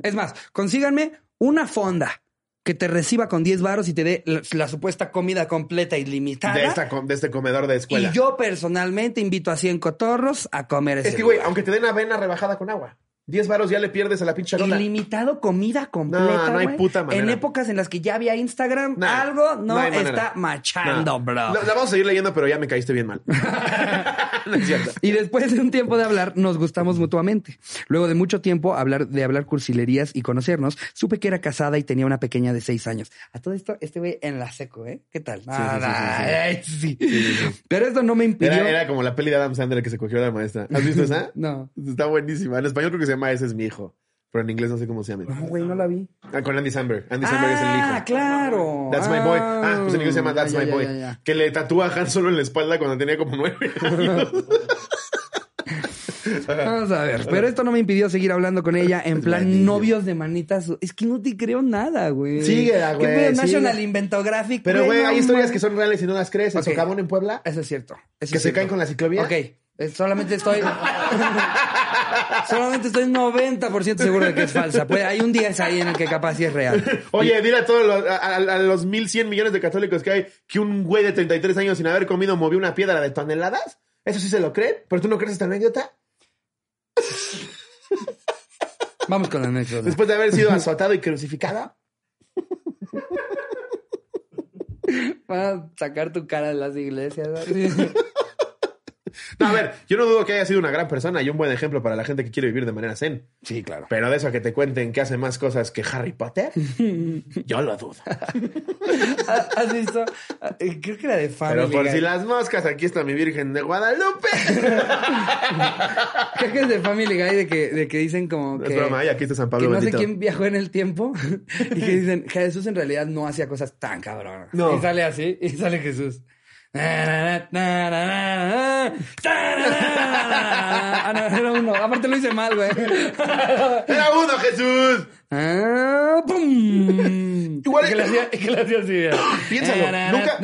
Speaker 1: Es más, consíganme una fonda que te reciba con 10 varos y te dé la, la supuesta comida completa ilimitada.
Speaker 2: De, esta, com- de este comedor de escuela.
Speaker 1: y yo personalmente invito a 100 cotorros a comer ese
Speaker 2: es que, güey,
Speaker 1: lugar.
Speaker 2: aunque te den avena rebajada con agua, 10 varos ya le pierdes a la pinche lona.
Speaker 1: Ilimitado comida completa.
Speaker 2: No, no hay
Speaker 1: güey.
Speaker 2: puta manera.
Speaker 1: En épocas en las que ya había Instagram,
Speaker 2: Nah,
Speaker 1: algo no,
Speaker 2: no hay manera.
Speaker 1: está machando,
Speaker 2: No.
Speaker 1: bro.
Speaker 2: La, la vamos a seguir leyendo, pero ya me caíste bien mal. no es cierto.
Speaker 1: Y después de un tiempo de hablar, nos gustamos mutuamente. Luego de mucho tiempo hablar, de hablar cursilerías y conocernos, supe que era casada y tenía una pequeña de seis años. A todo esto, este güey en la seco, ¿eh? ¿Qué tal? Nada. Ay, sí. Pero esto no me impidió.
Speaker 2: Era, era como la peli de Adam Sandler que se cogió la maestra. ¿Has visto esa?
Speaker 1: No.
Speaker 2: Está buenísima. En español creo que se llama Ese es mi hijo. Pero en inglés no sé cómo se llama.
Speaker 1: No, güey, no la vi.
Speaker 2: Ah, con Andy Samberg. Andy Samberg es el
Speaker 1: Ah,
Speaker 2: hijo.
Speaker 1: claro.
Speaker 2: That's my boy.
Speaker 1: Ah.
Speaker 2: Ah, pues en inglés se llama That's
Speaker 1: Ya,
Speaker 2: my
Speaker 1: ya,
Speaker 2: boy.
Speaker 1: ya, ya.
Speaker 2: Que le tatúa a Han solo en la espalda cuando tenía como nueve años.
Speaker 1: Vamos a ver, pero esto no me impidió seguir hablando con ella en plan
Speaker 2: Buenísimo.
Speaker 1: novios de manitas. Es que no te creo nada, güey.
Speaker 2: Sigue, ah,
Speaker 1: ¿Qué
Speaker 2: güey,
Speaker 1: pedo?
Speaker 2: sigue.
Speaker 1: National Inventographic.
Speaker 2: Pero, güey,
Speaker 1: no
Speaker 2: hay historias
Speaker 1: mames.
Speaker 2: que son reales y no las crees. En
Speaker 1: Ok.
Speaker 2: Socavón, en Puebla.
Speaker 1: Eso es cierto. eso
Speaker 2: ¿Que
Speaker 1: es
Speaker 2: se
Speaker 1: cierto.
Speaker 2: caen con la ciclovía?
Speaker 1: Ok. eh, Solamente estoy. solamente estoy 90% seguro de que es falsa. Pues hay un día es ahí en el que capaz sí es real.
Speaker 2: Oye, dile a todos los, a, a- a los 1100 millones de católicos que hay que un güey de 33 años sin haber comido movió una piedra de toneladas. Eso sí se lo creen, pero tú no crees esta anécdota.
Speaker 1: Vamos con la anécdota.
Speaker 2: Después de haber sido azotado y crucificado.
Speaker 1: Van a sacar tu cara de las iglesias. ¿no?
Speaker 2: No, a ver, yo no dudo que haya sido una gran persona y un buen ejemplo para la gente que quiere vivir de manera zen.
Speaker 1: Sí, claro.
Speaker 2: Pero de eso a que te cuenten que hace más cosas que Harry Potter, yo lo dudo.
Speaker 1: ¿Has visto? Ah, eh, Creo que era de Family
Speaker 2: Pero por
Speaker 1: Guy.
Speaker 2: si las moscas, aquí está mi Virgen de Guadalupe.
Speaker 1: Creo que es de Family Guy de que, de que dicen como que...
Speaker 2: Es broma, y aquí está San
Speaker 1: que
Speaker 2: Pablo
Speaker 1: no sé
Speaker 2: bendito.
Speaker 1: quién viajó en el tiempo y que dicen Jesús en realidad no hacía cosas tan cabronas.
Speaker 2: No.
Speaker 1: Y sale así y sale Jesús. Ah, Ah, no, era uno. Aparte lo hice mal, güey.
Speaker 2: ¡Era uno, Jesús!
Speaker 1: Ah, ¡Pum!
Speaker 2: Igual-
Speaker 1: Y que le hacía, y que le hacía así. mira.
Speaker 2: Piénsalo, nunca-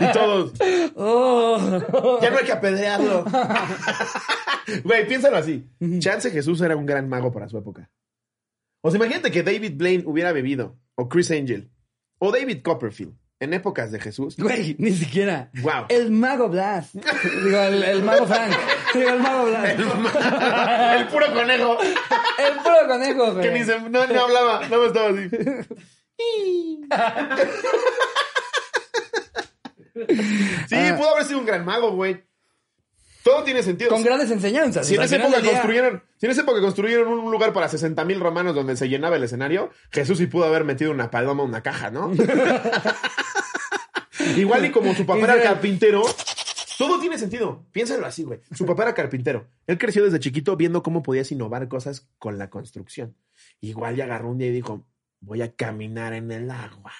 Speaker 2: Y todos.
Speaker 1: Oh.
Speaker 2: Ya no hay que apedrearlo. Güey, piénsalo así. Chance Jesús era un gran mago para su época. O sea, imagínate que David Blaine hubiera bebido, o Chris Angel, o David Copperfield, en épocas de Jesús.
Speaker 1: Güey, ni siquiera.
Speaker 2: Wow.
Speaker 1: El mago Blas. Digo, el, el mago Frank. Digo, el mago Blas.
Speaker 2: El,
Speaker 1: El,
Speaker 2: el puro conejo
Speaker 1: puro conejo, güey.
Speaker 2: que ni se, no, no hablaba, no estaba así. Sí,
Speaker 1: Ah.
Speaker 2: pudo haber sido un gran mago, güey. Todo tiene sentido.
Speaker 1: Con grandes enseñanzas.
Speaker 2: Si en,
Speaker 1: Al
Speaker 2: esa
Speaker 1: final
Speaker 2: época
Speaker 1: del día-
Speaker 2: construyeron, si en esa época construyeron un lugar para 60 mil romanos donde se llenaba el escenario, Jesús sí pudo haber metido una paloma en una caja, ¿no? Igual y como su papá era
Speaker 1: Dice-
Speaker 2: carpintero, todo tiene sentido. Piénsalo así, güey. Su papá era carpintero. Él creció desde chiquito viendo cómo podías innovar cosas con la construcción. Igual y agarró un día y dijo, voy a caminar en el agua,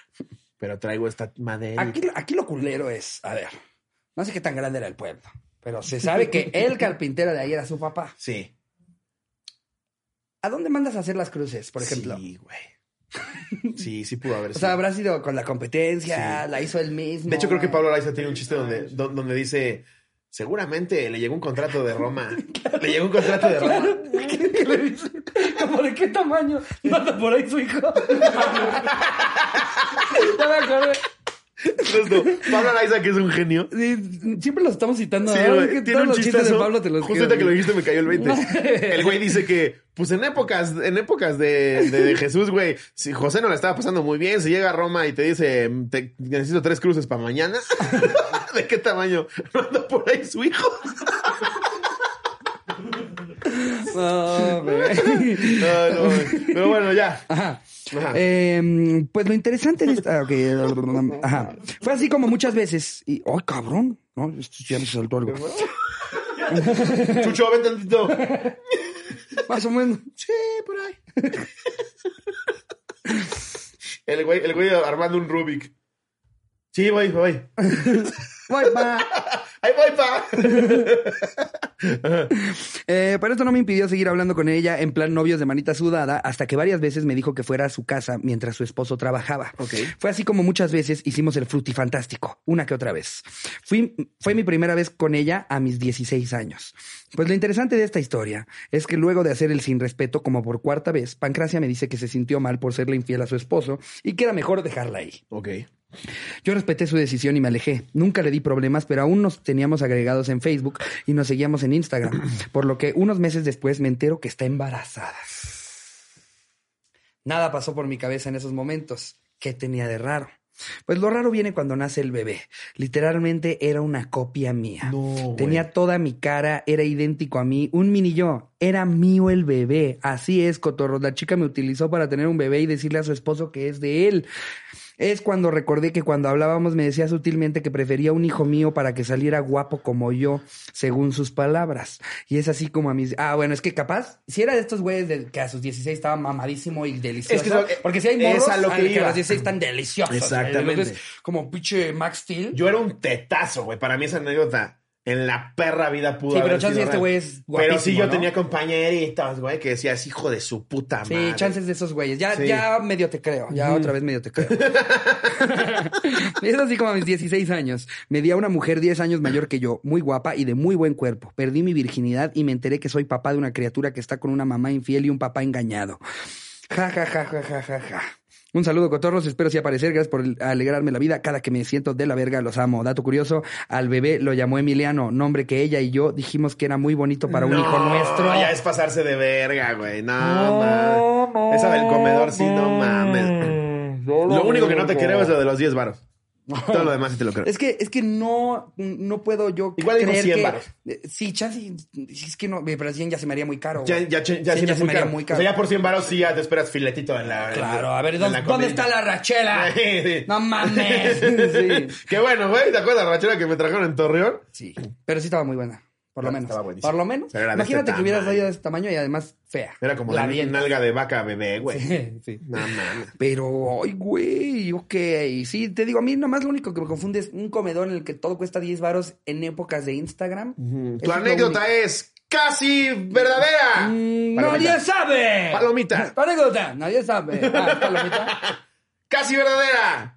Speaker 2: pero traigo esta madera.
Speaker 1: Aquí, aquí lo culero es, a ver, no sé qué tan grande era el pueblo, pero se sabe que el carpintero de ahí era su papá.
Speaker 2: Sí.
Speaker 1: ¿A dónde mandas a hacer las cruces, por ejemplo?
Speaker 2: Sí, güey. Sí, sí pudo haber
Speaker 1: O
Speaker 2: sido.
Speaker 1: sea, habrá sido con la competencia,
Speaker 2: Sí.
Speaker 1: la hizo él mismo.
Speaker 2: De hecho, creo que
Speaker 1: güey.
Speaker 2: Pablo Araiza tiene un chiste donde, don- donde dice: Seguramente le llegó un contrato de Roma. Le llegó un contrato de Roma.
Speaker 1: Claro, ¿qué, qué le dice? ¿Como de qué tamaño? ¿No por ahí su hijo? ya me acordé.
Speaker 4: esto. Pablo Araiza, que es un genio.
Speaker 1: Sí, siempre los estamos citando.
Speaker 4: Sí,
Speaker 1: ¿verdad?
Speaker 4: güey,
Speaker 1: Que
Speaker 4: tiene
Speaker 1: todos
Speaker 4: un
Speaker 1: los
Speaker 4: chistazo.
Speaker 1: chistes de Pablo te los
Speaker 4: Justo
Speaker 1: quedo,
Speaker 4: ahorita que lo
Speaker 1: güey.
Speaker 4: dijiste me cayó el 20. El güey dice que, pues en épocas, en épocas de, de- de Jesús, güey, si José no la estaba pasando muy bien, si llega a Roma y te dice, te, necesito tres cruces para mañana, ¿de qué tamaño? ¿No anda por ahí su hijo?
Speaker 1: No, güey.
Speaker 4: No, no, güey. pero bueno, ya.
Speaker 1: Ajá.
Speaker 4: Ajá.
Speaker 1: Eh, pues lo interesante de esta. ah, ok. Ajá. Fue así como muchas veces. Y. ¡Ay, cabrón! No, esto ya me saltó algo.
Speaker 4: Chucho, ven tantito.
Speaker 1: Más o menos.
Speaker 4: Sí, por ahí. El güey, el güey armando un Rubik. Sí, voy, voy.
Speaker 1: Bye, bye.
Speaker 4: Ahí voy, pa.
Speaker 1: Eh, pero esto no me impidió seguir hablando con ella en plan novios de manita sudada hasta que varias veces me dijo que fuera a su casa mientras su esposo trabajaba.
Speaker 4: Ok.
Speaker 1: Fue así como muchas veces hicimos el frutifantástico, una que otra vez. Fui, fue mi primera vez con ella a mis 16 años. Pues lo interesante de esta historia es que luego de hacer el sin respeto como por cuarta vez, Pancracia me dice que se sintió mal por serle infiel a su esposo y que era mejor dejarla ahí.
Speaker 4: Ok.
Speaker 1: Yo respeté su decisión y me alejé. Nunca le di problemas, pero aún nos teníamos agregados en Facebook y nos seguíamos en Instagram. Por lo que unos meses después me entero que está embarazada. Nada pasó por mi cabeza en esos momentos. ¿Qué tenía de raro? Pues lo raro viene cuando nace el bebé. Literalmente era una copia mía.
Speaker 4: No, Oh, güey.
Speaker 1: Tenía toda mi cara, era idéntico a mí, un mini yo. Era mío el bebé. Así es, Cotorro. La chica me utilizó para tener un bebé y decirle a su esposo que es de él. Es cuando recordé que cuando hablábamos me decía sutilmente que prefería un hijo mío para que saliera guapo como yo, según sus palabras. Y es así como a mis... Ah, bueno, es que capaz, si era de estos güeyes de que a sus 16 estaba mamadísimo y delicioso.
Speaker 4: Es que eso-
Speaker 1: porque si hay
Speaker 4: es
Speaker 1: morros
Speaker 4: a lo que
Speaker 1: al a
Speaker 4: iba.
Speaker 1: los 16 están deliciosos.
Speaker 4: Exactamente.
Speaker 1: Entonces, como pinche Max Steel.
Speaker 4: Yo era un tetazo, güey. Para mí esa anécdota en la perra vida pudo
Speaker 1: Sí, pero
Speaker 4: haber
Speaker 1: chance
Speaker 4: sido
Speaker 1: este
Speaker 4: real.
Speaker 1: güey es
Speaker 4: Pero sí
Speaker 1: guapísimo,
Speaker 4: yo
Speaker 1: ¿no?
Speaker 4: tenía compañeritos, güey, que decías, hijo de su puta
Speaker 1: Sí,
Speaker 4: madre.
Speaker 1: chances de esos güeyes. Ya,
Speaker 4: Sí.
Speaker 1: ya medio te creo. Ya otra vez medio te creo. es así como a mis 16 años. Me di a una mujer 10 años mayor que yo, muy guapa y de muy buen cuerpo. Perdí mi virginidad y me enteré que soy papá de una criatura que está con una mamá infiel y un papá engañado. Ja, ja, ja, ja, ja, ja, ja. Un saludo, cotorros. Espero sí aparecer. Gracias por alegrarme la vida. Cada que me siento de la verga, los amo. Dato curioso, al bebé lo llamó Emiliano, nombre que ella y yo dijimos que era muy bonito para un hijo nuestro.
Speaker 4: Ya es pasarse de verga, güey. No,
Speaker 1: No,
Speaker 4: mames.
Speaker 1: no,
Speaker 4: Esa del comedor, sí, no mames. Lo único que no te creo es lo de los 10 varos. Todo lo demás sí te lo creo.
Speaker 1: Es que, es que no, no puedo yo
Speaker 4: Igual dijo
Speaker 1: creer
Speaker 4: 100
Speaker 1: que-
Speaker 4: varos.
Speaker 1: eh, Sí, chance, es que no, pero 100 ya se me haría muy caro.
Speaker 4: Ya,
Speaker 1: güey.
Speaker 4: ya, ya,
Speaker 1: 100
Speaker 4: sí
Speaker 1: ya
Speaker 4: es
Speaker 1: se me haría
Speaker 4: caro.
Speaker 1: muy
Speaker 4: O
Speaker 1: caro.
Speaker 4: sea, ya por 100 varos sí ya te esperas filetito en la...
Speaker 1: Claro, a ver,
Speaker 4: en
Speaker 1: ¿dónde,
Speaker 4: la
Speaker 1: dónde
Speaker 4: comida.
Speaker 1: está la rachela?
Speaker 4: Sí, sí.
Speaker 1: No mames. Sí.
Speaker 4: Qué bueno, güey. ¿Te acuerdas la rachera que me trajeron en Torreón?
Speaker 1: Sí, pero sí estaba muy buena, por lo
Speaker 4: Ah,
Speaker 1: menos.
Speaker 4: estaba buenísima.
Speaker 1: Por lo menos.
Speaker 4: Pero era de
Speaker 1: Imagínate
Speaker 4: este
Speaker 1: que hubieras
Speaker 4: tamaño.
Speaker 1: salido de este tamaño y además fea.
Speaker 4: Era como la
Speaker 1: dientes.
Speaker 4: nalga de vaca bebé, güey.
Speaker 1: Sí.
Speaker 4: No mames.
Speaker 1: Pero, ay, güey, ok. Sí, te digo, a mí nomás lo único que me confunde es un comedor en el que todo cuesta 10 varos en épocas de Instagram.
Speaker 4: Tu anécdota es casi verdadera.
Speaker 1: Mm, Nadie
Speaker 4: Palomita.
Speaker 1: sabe.
Speaker 4: Palomita.
Speaker 1: Tu anécdota. Nadie sabe. Ah, palomita.
Speaker 4: Casi verdadera.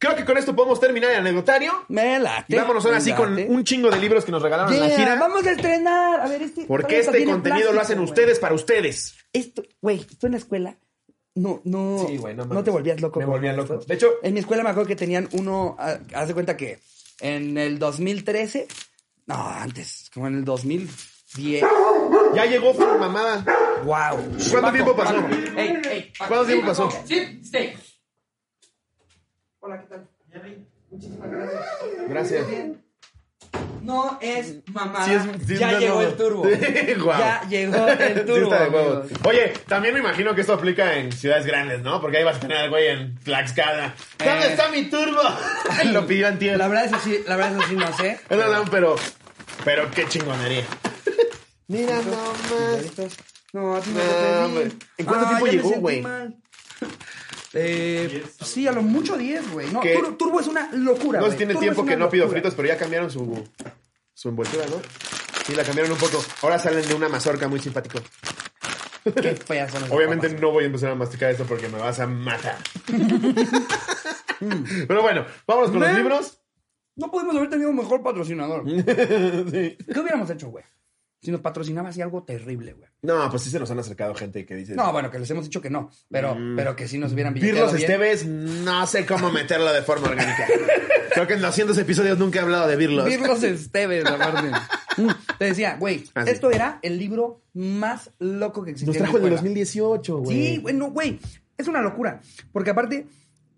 Speaker 4: Creo que con esto podemos terminar el anecdotario.
Speaker 1: Me late.
Speaker 4: Y vámonos ahora
Speaker 1: me
Speaker 4: sí con
Speaker 1: late.
Speaker 4: un chingo de libros que nos regalaron en la
Speaker 1: Yeah,
Speaker 4: gira.
Speaker 1: Vamos a estrenar. A ver, este.
Speaker 4: Porque
Speaker 1: todavía
Speaker 4: este
Speaker 1: tiene
Speaker 4: contenido lo
Speaker 1: plástico,
Speaker 4: hacen
Speaker 1: güey.
Speaker 4: ustedes para ustedes.
Speaker 1: Esto, güey, estoy en la escuela. No, no.
Speaker 4: Sí, güey, no mames.
Speaker 1: no te volvías loco.
Speaker 4: Me
Speaker 1: con
Speaker 4: volvía
Speaker 1: esto.
Speaker 4: loco. De hecho-
Speaker 1: en mi escuela me acuerdo que tenían uno. ah, Haz de cuenta que en el 2013. No, antes, como en el 2010.
Speaker 4: Ya llegó tu mamada.
Speaker 1: ¡Wow!
Speaker 4: ¿Cuánto tiempo pasó?
Speaker 1: Ey, ey, Paco.
Speaker 4: ¿Cuánto
Speaker 1: Sí,
Speaker 4: tiempo pasó?
Speaker 1: Paco. Sí, sí. Hola, ¿qué tal? Muchísimas gracias.
Speaker 4: Gracias.
Speaker 1: No es mamada.
Speaker 4: Sí es- sí es
Speaker 1: ya
Speaker 4: una
Speaker 1: llegó
Speaker 4: mamada.
Speaker 1: el turbo.
Speaker 4: Sí, guau.
Speaker 1: Ya llegó el
Speaker 4: Sí
Speaker 1: turbo.
Speaker 4: está de huevos.
Speaker 1: amigos.
Speaker 4: Oye, también me imagino que esto aplica en ciudades grandes, ¿no? Porque ahí vas a tener al güey en Tlaxcala. ¿Dónde
Speaker 1: Eh.
Speaker 4: está mi turbo? Lo pidió en
Speaker 1: La
Speaker 4: tierra.
Speaker 1: verdad es así, la verdad es así, no sé.
Speaker 4: No, no, pero. Pero qué chingonería. Mira nomás.
Speaker 1: No, a ti no
Speaker 4: No,
Speaker 1: te
Speaker 4: hombre.
Speaker 1: pedí.
Speaker 4: ¿En cuánto
Speaker 1: Ah,
Speaker 4: tiempo
Speaker 1: ya me
Speaker 4: llegó,
Speaker 1: sentí
Speaker 4: güey?
Speaker 1: mal. Eh, sí, a lo mucho 10, güey. No,
Speaker 4: ¿Qué?
Speaker 1: Tur- turbo, es una locura.
Speaker 4: No
Speaker 1: güey.
Speaker 4: sé si tiene
Speaker 1: Turbo
Speaker 4: tiempo
Speaker 1: es
Speaker 4: que
Speaker 1: una
Speaker 4: no pido
Speaker 1: locura.
Speaker 4: fritos, pero ya cambiaron su, su envoltura, ¿no? Sí, la cambiaron un poco. Ahora salen de una mazorca muy simpático.
Speaker 1: Qué feas son las
Speaker 4: Obviamente
Speaker 1: papas.
Speaker 4: no voy a empezar a masticar esto porque me vas a matar. Pero bueno, vámonos con los
Speaker 1: Ven.
Speaker 4: libros.
Speaker 1: No podemos haber tenido un mejor patrocinador.
Speaker 4: Sí.
Speaker 1: ¿Qué hubiéramos hecho, güey? Si nos patrocinaba así algo terrible, güey.
Speaker 2: No, pues sí se nos han acercado gente que dice.
Speaker 1: No, bueno, que les hemos dicho que no, pero,
Speaker 2: Mm.
Speaker 1: pero que sí nos hubieran
Speaker 2: Pirlos
Speaker 1: billeteado bien.
Speaker 2: Esteves, no sé cómo meterlo de forma orgánica. Creo que en 200 episodios nunca he hablado de Birlos.
Speaker 1: Pirlos Esteves, aparte. Mm, Te decía, güey,
Speaker 2: Ah, sí.
Speaker 1: esto era el libro más loco que existía.
Speaker 2: Nos
Speaker 1: en
Speaker 2: trajo el de
Speaker 1: mi escuela.
Speaker 2: 2018, güey.
Speaker 1: Sí, güey, no, güey. Es una locura. Porque aparte,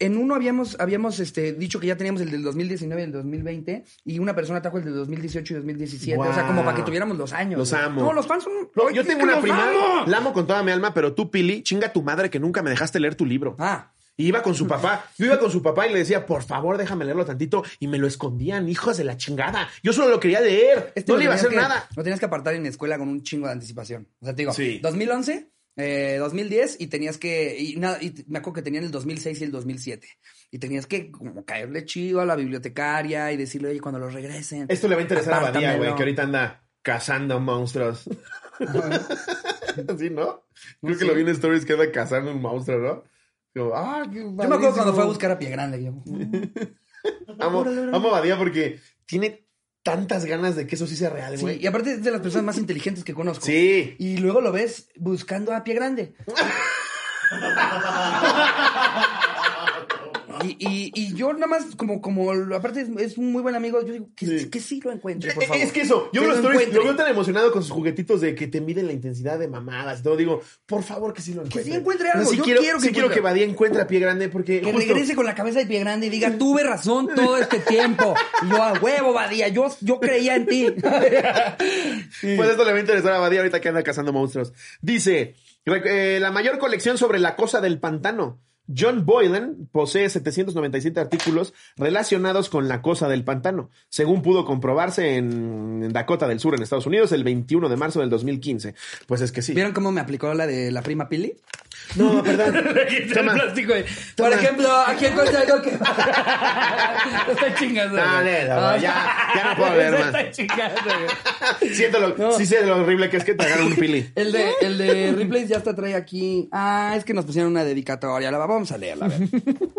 Speaker 1: en uno habíamos, habíamos este, dicho que ya teníamos el del 2019 y el 2020, y una persona trajo el del 2018 y 2017. O sea,
Speaker 2: Guau.
Speaker 1: como para que tuviéramos los años.
Speaker 2: Los
Speaker 1: güey.
Speaker 2: amo.
Speaker 1: No, los fans son.
Speaker 2: No,
Speaker 1: Ay,
Speaker 2: yo
Speaker 1: es
Speaker 2: tengo
Speaker 1: que
Speaker 2: una
Speaker 1: los
Speaker 2: prima,
Speaker 1: amo.
Speaker 2: la amo con toda mi alma, pero tú, Pili, chinga tu madre que nunca me dejaste leer tu libro.
Speaker 1: Ah.
Speaker 2: Y iba con su papá. Yo iba con su papá y le decía, por favor, déjame leerlo tantito. Y me lo escondían, hijos de la chingada. Yo solo lo quería leer.
Speaker 1: Este
Speaker 2: no
Speaker 1: lo
Speaker 2: le iba a
Speaker 1: tenías
Speaker 2: hacer
Speaker 1: que-
Speaker 2: nada.
Speaker 1: Lo tenías que apartar en la escuela con un chingo de anticipación. O sea, te digo,
Speaker 2: Sí.
Speaker 1: 2011, eh, 2010 y tenías que... Y, nada, y me acuerdo que tenían el 2006 y el 2007. Y tenías que como caerle chido a la bibliotecaria y decirle, oye, cuando los regresen...
Speaker 2: Esto le va a interesar a Badía, güey,
Speaker 1: apártamelo".
Speaker 2: que ahorita anda cazando monstruos. ¿Sí, no? Creo que
Speaker 1: sí.
Speaker 2: lo vi en Stories que anda cazando un monstruo, ¿no? Como, ah, qué
Speaker 1: Yo me acuerdo cuando fue a buscar a Pie Grande. Yo,
Speaker 2: Amo,
Speaker 1: Órale, órale.
Speaker 2: amo a Badía porque tiene tantas ganas de que eso sí sea real,
Speaker 1: Sí,
Speaker 2: güey.
Speaker 1: y aparte es de las personas más inteligentes que conozco.
Speaker 2: Sí.
Speaker 1: Y luego lo ves buscando a pie grande. Y, y- y yo nada más, como, como aparte es, es un muy buen amigo, yo digo que
Speaker 2: Sí.
Speaker 1: sí, que sí lo encuentre,
Speaker 2: Eh,
Speaker 1: por favor.
Speaker 2: Es que eso,
Speaker 1: Que
Speaker 2: yo veo los
Speaker 1: lo
Speaker 2: stories,
Speaker 1: encuentre.
Speaker 2: lo veo tan emocionado con sus juguetitos de que te miden la intensidad de mamadas y todo. Digo, por favor, que sí lo encuentre.
Speaker 1: sí encuentre algo,
Speaker 2: sí
Speaker 1: yo
Speaker 2: quiero,
Speaker 1: quiero que
Speaker 2: sí quiero que
Speaker 1: encuentre.
Speaker 2: Badía encuentre a pie grande porque.
Speaker 1: Que
Speaker 2: justo-
Speaker 1: regrese con la cabeza de pie grande y diga, tuve razón todo este tiempo. Y yo, a huevo, Badía, yo, yo creía en ti.
Speaker 2: Pues esto le va a interesar a Badía ahorita que anda cazando monstruos. Dice, rec- eh, la mayor colección sobre la cosa del pantano. John Boylan posee 797 artículos relacionados con la cosa del pantano, según pudo comprobarse en, en Dakota del Sur, en Estados Unidos, el 21 de marzo del 2015. Pues es que sí.
Speaker 1: ¿Vieron cómo me aplicó la de la prima Pili?
Speaker 2: No, perdón. Toma.
Speaker 1: Por
Speaker 2: Toma.
Speaker 1: ejemplo, aquí encontré algo que. está chingando. güey.
Speaker 2: Dale, no, ya- ya no puedo leer
Speaker 1: Eso
Speaker 2: más.
Speaker 1: Está chingando, güey.
Speaker 2: Siento lo,
Speaker 1: No.
Speaker 2: sí sé lo horrible que es que te agarran un pili.
Speaker 1: El de, el de Ripley's ya está trae aquí. Ah, es que nos pusieron una dedicatoria. La va- vamos a leerla. a ver.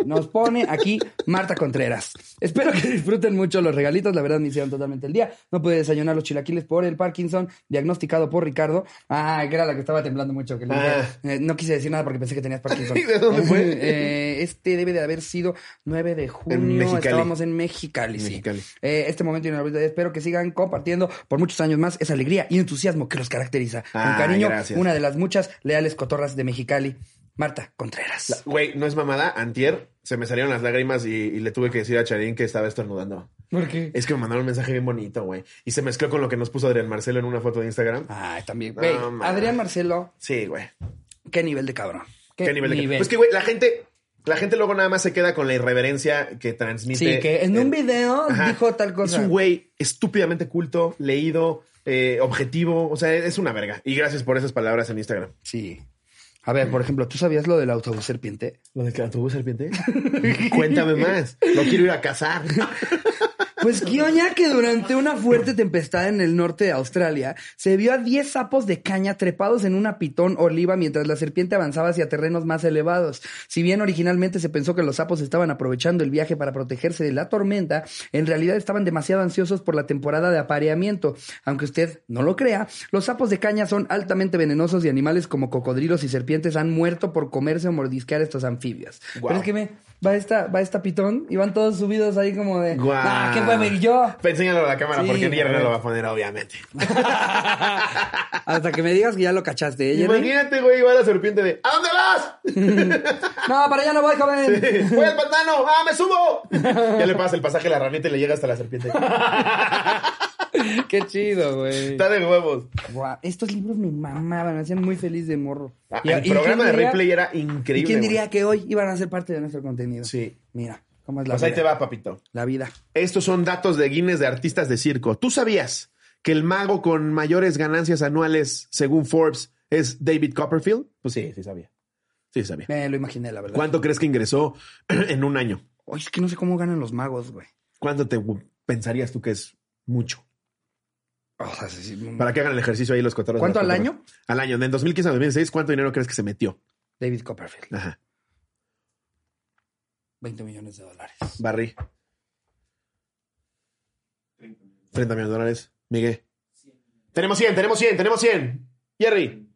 Speaker 1: Nos pone aquí Marta Contreras. Espero que disfruten mucho los regalitos. La verdad me hicieron totalmente el día. No pude desayunar los chilaquiles por el Parkinson, diagnosticado por Ricardo. Ah, que era la que estaba temblando mucho. que le dije,
Speaker 2: Ah.
Speaker 1: eh, no quise decir nada porque pensé que tenías Parkinson.
Speaker 2: ¿De dónde fue?
Speaker 1: Eh, este debe de haber sido 9 de junio.
Speaker 2: Mexicali.
Speaker 1: Estábamos en Mexicali. sí.
Speaker 2: Mexicali.
Speaker 1: Eh, este momento inolvidable. Espero que sigan compartiendo por muchos años más esa alegría y entusiasmo que los caracteriza.
Speaker 2: Ah,
Speaker 1: Con cariño,
Speaker 2: gracias.
Speaker 1: una de las muchas leales cotorras de Mexicali, Marta Contreras.
Speaker 2: Güey, no es mamada. Antier se me salieron las lágrimas y, y le tuve que decir a Charín que estaba estornudando.
Speaker 1: ¿Por qué?
Speaker 2: Es que me mandaron un mensaje bien bonito, güey. Y se mezcló con lo que nos puso Adrián Marcelo en una foto de Instagram.
Speaker 1: Ah, también.
Speaker 2: No,
Speaker 1: Güey,
Speaker 2: man.
Speaker 1: Adrián Marcelo,
Speaker 2: Sí, güey.
Speaker 1: qué nivel de cabrón.
Speaker 2: ¿Qué, nivel de Pues que, güey, la gente, la gente luego nada más se queda con la irreverencia que transmite.
Speaker 1: sí, que en
Speaker 2: el-
Speaker 1: un video
Speaker 2: Ajá.
Speaker 1: dijo tal cosa.
Speaker 2: Es un güey estúpidamente culto, leído, eh, objetivo. O sea, es una verga. Y gracias por esas palabras en Instagram.
Speaker 1: Sí. A ver, por ejemplo, ¿tú sabías lo del autobús serpiente?
Speaker 2: ¿Lo del autobús serpiente? Cuéntame más. Lo quiero ir a cazar.
Speaker 1: Pues guioña que durante una fuerte tempestad en el norte de Australia se vio a 10 sapos de caña trepados en una pitón oliva mientras la serpiente avanzaba hacia terrenos más elevados. Si bien originalmente se pensó que los sapos estaban aprovechando el viaje para protegerse de la tormenta, en realidad estaban demasiado ansiosos por la temporada de apareamiento. Aunque usted no lo crea, los sapos de caña son altamente venenosos y animales como cocodrilos y serpientes han muerto por comerse o mordisquear estos anfibios.
Speaker 2: Guau.
Speaker 1: Pero es que ve, va esta, va esta pitón y van todos subidos ahí como de...
Speaker 2: Guau.
Speaker 1: Ah, qué hueva, y yo.
Speaker 2: Enséñalo a la cámara
Speaker 1: Sí,
Speaker 2: porque Jerry no
Speaker 1: güey.
Speaker 2: lo va a poner, obviamente.
Speaker 1: Hasta que me digas que ya lo cachaste, ¿eh, Jerry?
Speaker 2: Imagínate, güey, va la serpiente de ¿A dónde vas?
Speaker 1: No, para allá no voy, joven.
Speaker 2: Voy al pantano, ah, me subo. Ya le pasa el pasaje a la ranita y le llega hasta la serpiente.
Speaker 1: Qué chido, güey.
Speaker 2: Está de huevos.
Speaker 1: Guau, estos libros me mamaban, me hacían muy feliz de morro.
Speaker 2: Ah,
Speaker 1: Y-
Speaker 2: el
Speaker 1: y
Speaker 2: programa
Speaker 1: quién
Speaker 2: de
Speaker 1: diría-
Speaker 2: replay era
Speaker 1: ¿Y
Speaker 2: increíble.
Speaker 1: quién
Speaker 2: güey.
Speaker 1: diría que hoy iban a ser parte de nuestro contenido?
Speaker 2: Sí.
Speaker 1: Mira, cómo es la
Speaker 2: Pues ahí
Speaker 1: vida.
Speaker 2: te va, papito.
Speaker 1: La vida.
Speaker 2: Estos son datos de Guinness de artistas de circo. ¿Tú sabías que el mago con mayores ganancias anuales, según Forbes, es David Copperfield? Pues sí, sí sabía. Sí sabía.
Speaker 1: Me lo imaginé, la verdad.
Speaker 2: ¿Cuánto crees que ingresó en un año?
Speaker 1: Oye, es que no sé cómo ganan los magos, güey.
Speaker 2: ¿Cuánto te pensarías tú que es mucho?
Speaker 1: O sea, sí, sí.
Speaker 2: Para que hagan el ejercicio ahí los cotorros.
Speaker 1: ¿Cuánto
Speaker 2: las
Speaker 1: al
Speaker 2: cotorras.
Speaker 1: año?
Speaker 2: Al año. En 2015 a 2006, ¿cuánto dinero crees que se metió?
Speaker 1: David Copperfield,
Speaker 2: Ajá.
Speaker 1: 20 millones de dólares.
Speaker 2: Barry. 30 millones de dólares. Miguel. Tenemos 100, tenemos 100, tenemos 100. Jerry.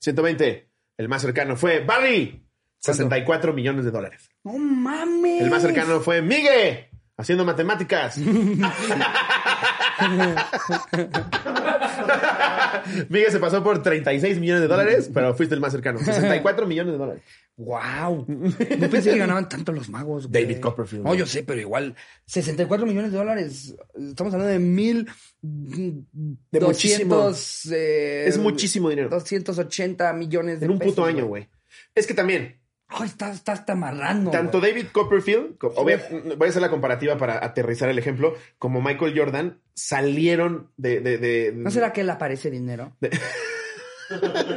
Speaker 2: 120. El más cercano fue Barry. 64 millones de dólares.
Speaker 1: No mames.
Speaker 2: El más cercano fue Migue. Haciendo matemáticas. Migue se pasó por 36 millones de dólares, pero fuiste el más cercano. 64 millones de dólares.
Speaker 1: Wow. No pensé que ganaban tanto los magos. güey.
Speaker 2: David Copperfield.
Speaker 1: No, yo sé, pero igual 64 millones de dólares. Estamos hablando de mil de
Speaker 2: muchísimo. Es muchísimo dinero.
Speaker 1: 280 eh, millones de
Speaker 2: En un puto
Speaker 1: pesos,
Speaker 2: año, güey. Es que también,
Speaker 1: Ay, estás, estás está amarrando.
Speaker 2: tanto
Speaker 1: güey.
Speaker 2: David Copperfield, co- obvia- voy a hacer la comparativa para aterrizar el ejemplo, como Michael Jordan salieron de... de, de-
Speaker 1: ¿No será que él aparece dinero?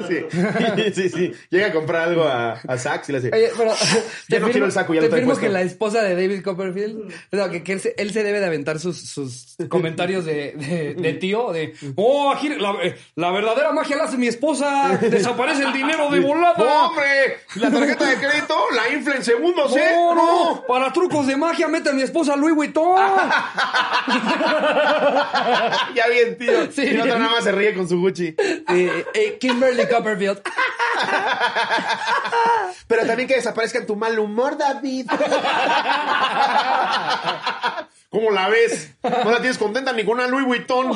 Speaker 2: sí. sí, sí. Llega a comprar algo a, a Saks y le hace...
Speaker 1: Oye, pero. te
Speaker 2: no quiero el saco, ya
Speaker 1: te
Speaker 2: lo traigo
Speaker 1: firmo
Speaker 2: puesto.
Speaker 1: que la esposa de David Copperfield. no, que, que él, se, él se debe de aventar sus, sus comentarios de, de- de
Speaker 2: Mm.
Speaker 1: tío. De. ¡Oh, gir- la, eh, la verdadera magia la hace mi esposa! ¡Desaparece el dinero de volada!
Speaker 2: ¡Hombre! La tarjeta de crédito la infla en segundos, ¿eh?
Speaker 1: No, no, para trucos de magia, mete a mi esposa Louis Vuitton.
Speaker 2: ya bien, tío.
Speaker 1: Sí,
Speaker 2: y el otro
Speaker 1: bien.
Speaker 2: nada más se ríe con su Gucci.
Speaker 1: Eh, eh, Kimberly Copperfield.
Speaker 2: Pero también que desaparezca tu mal humor, David. ¿Cómo la ves? No la tienes contenta ni con una Louis Vuitton.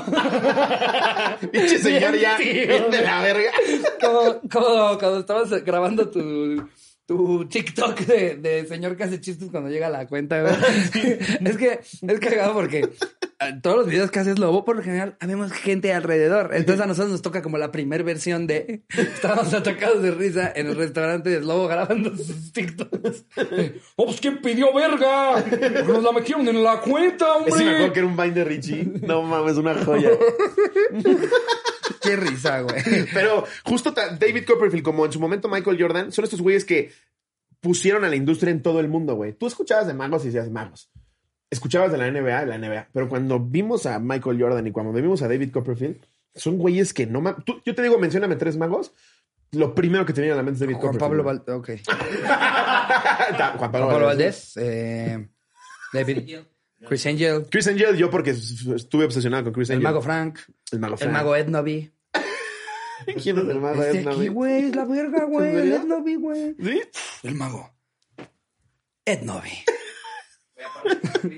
Speaker 2: Pinche señor ya.
Speaker 1: Bien, tío.
Speaker 2: bien de la verga.
Speaker 1: como, como cuando estabas grabando tu, tu TikTok de, de señor que hace chistes cuando llega a la cuenta, güey. es que es cagado porque a todos los videos que haces lobo, por lo general, habemos gente alrededor. Entonces a nosotros nos toca como la primer versión de estábamos atacados de risa en el restaurante de Slobo grabando sus TikToks. ¡Oh, pues quién pidió verga! ¡Nos la metieron en la cuenta,
Speaker 2: Ese me acuerdo
Speaker 1: hombre!
Speaker 2: que era un Vine de Richie. No mames, una joya.
Speaker 1: ¡Qué risa, güey!
Speaker 2: Pero justo ta- David Copperfield, como en su momento Michael Jordan, son estos güeyes que pusieron a la industria en todo el mundo, güey. Tú escuchabas de magos y decías magos. Escuchabas de la NBA, de la NBA. Pero cuando vimos a Michael Jordan y cuando vimos a David Copperfield, son güeyes que no... ma- Tú- yo te digo, mencióname tres magos. Lo primero que te viene a la mente es David
Speaker 1: Juan Pablo
Speaker 2: Copperfield.
Speaker 1: Val... Ok.
Speaker 2: Ta- Ah, Juan Pablo
Speaker 1: Juan Pablo
Speaker 2: Valdés.
Speaker 1: Valdés, eh, David, Chris Angel,
Speaker 2: Chris Angel, yo porque s- estuve obsesionado con Chris
Speaker 1: el
Speaker 2: Angel.
Speaker 1: mago Frank,
Speaker 2: El mago.
Speaker 1: el
Speaker 2: Frank.
Speaker 1: mago Ednovi.
Speaker 2: ¿Quién es el mago?
Speaker 1: Este
Speaker 2: Edna,
Speaker 1: aquí,
Speaker 2: güey?
Speaker 1: güey, es la verga, güey,
Speaker 2: ¿En
Speaker 1: el
Speaker 2: serio?
Speaker 1: Ednovi, güey.
Speaker 2: ¿Sí?
Speaker 1: El mago Ednovi.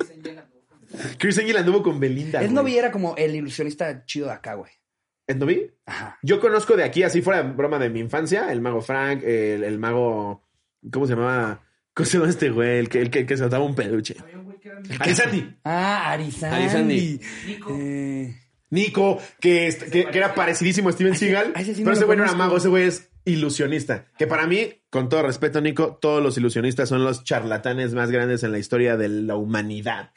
Speaker 2: Chris Angel anduvo con Belinda. güey.
Speaker 1: Ednovi era como el ilusionista chido de acá, güey.
Speaker 2: ¿Ednovi?
Speaker 1: Ajá.
Speaker 2: Yo conozco de aquí, así fuera broma de mi infancia, el mago Frank, el, el mago. ¿Cómo se llamaba? ¿Cómo se llama este güey? El que, el que, el que se ataba un peluche. Arizati.
Speaker 1: Ah, Arizandi.
Speaker 2: Arizandi.
Speaker 1: Eh,
Speaker 2: Nico, que, est- que, que era parecidísimo a Steven Seagal.
Speaker 1: a ese sí no
Speaker 2: pero
Speaker 1: lo
Speaker 2: ese güey no era
Speaker 1: conozco.
Speaker 2: mago, ese güey es ilusionista. Que para mí, con todo respeto, Nico, todos los ilusionistas son los charlatanes más grandes en la historia de la humanidad.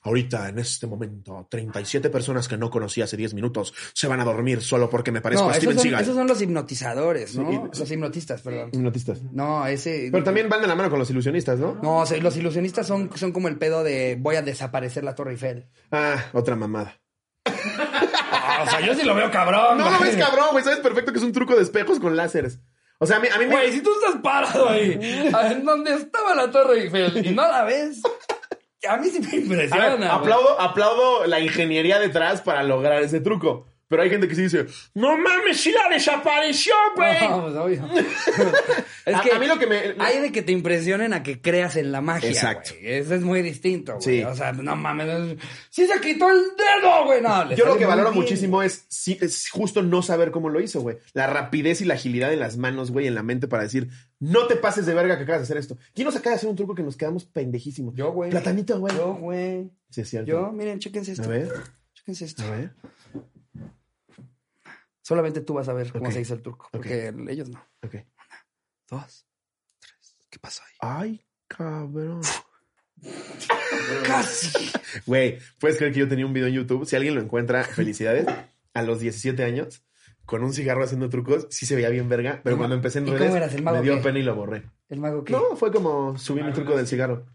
Speaker 2: Ahorita, en este momento, 37 personas que no conocí hace 10 minutos se van a dormir solo porque me parezco
Speaker 1: no,
Speaker 2: a
Speaker 1: esos
Speaker 2: Steven
Speaker 1: son,
Speaker 2: Seagal.
Speaker 1: esos son los hipnotizadores, ¿no?
Speaker 2: Sí,
Speaker 1: los hipnotistas, perdón.
Speaker 2: Hipnotistas.
Speaker 1: No, ese.
Speaker 2: Pero también van de la mano con los ilusionistas, ¿no?
Speaker 1: No, o sea, los ilusionistas son, son como el pedo de voy a desaparecer la Torre Eiffel.
Speaker 2: Ah, otra mamada.
Speaker 1: Ah, o sea, yo sí lo veo cabrón.
Speaker 2: No lo
Speaker 1: güey.
Speaker 2: ves, cabrón, güey. Sabes perfecto que es un truco de espejos con láseres. O sea, a mí, a mí me.
Speaker 1: Güey, si tú estás parado ahí, en donde estaba la Torre Eiffel, y no la ves, a mí sí me
Speaker 2: A ver,
Speaker 1: impresiona. güey.
Speaker 2: aplaudo, aplaudo la ingeniería detrás para lograr ese truco. Pero hay gente que sí dice, no mames, sí la desapareció, güey.
Speaker 1: No, pues, obvio. es
Speaker 2: A-
Speaker 1: que
Speaker 2: a mí lo que me-
Speaker 1: Hay de que te impresionen a que creas en la magia.
Speaker 2: Exacto.
Speaker 1: Exacto. Eso es muy distinto, güey.
Speaker 2: Sí.
Speaker 1: O sea, no mames. es- Sí se quitó el dedo, güey. No, le
Speaker 2: Yo lo
Speaker 1: sale
Speaker 2: que
Speaker 1: muy
Speaker 2: valoro
Speaker 1: bien.
Speaker 2: muchísimo es, sí, es justo no saber cómo lo hizo, güey. La rapidez y la agilidad en las manos, güey, en la mente para decir, no te pases de verga que acabas de hacer esto. ¿Quién nos acaba de hacer un truco que nos quedamos pendejísimos?
Speaker 1: Yo, güey.
Speaker 2: Platanito, güey.
Speaker 1: Yo, güey.
Speaker 2: Sí, es cierto.
Speaker 1: Yo, miren, chéquense esto.
Speaker 2: A ver,
Speaker 1: Chéquense esto.
Speaker 2: a ver.
Speaker 1: Solamente tú vas a ver cómo
Speaker 2: Ok.
Speaker 1: se hizo el truco. Porque ellos no.
Speaker 2: Ok.
Speaker 1: Dos, tres. ¿Qué pasó ahí?
Speaker 2: Ay, cabrón.
Speaker 1: Casi.
Speaker 2: Güey, ¿puedes creer que yo tenía un video en YouTube? Si alguien lo encuentra, felicidades. A los 17 años, con un cigarro haciendo trucos, sí se veía bien verga, pero
Speaker 1: ¿Y
Speaker 2: cuando empecé en
Speaker 1: cómo
Speaker 2: redes,
Speaker 1: eras, el mago
Speaker 2: me dio
Speaker 1: qué? Ah,
Speaker 2: pena y lo borré.
Speaker 1: El mago que.
Speaker 2: No, fue como subí mi truco del cigarro.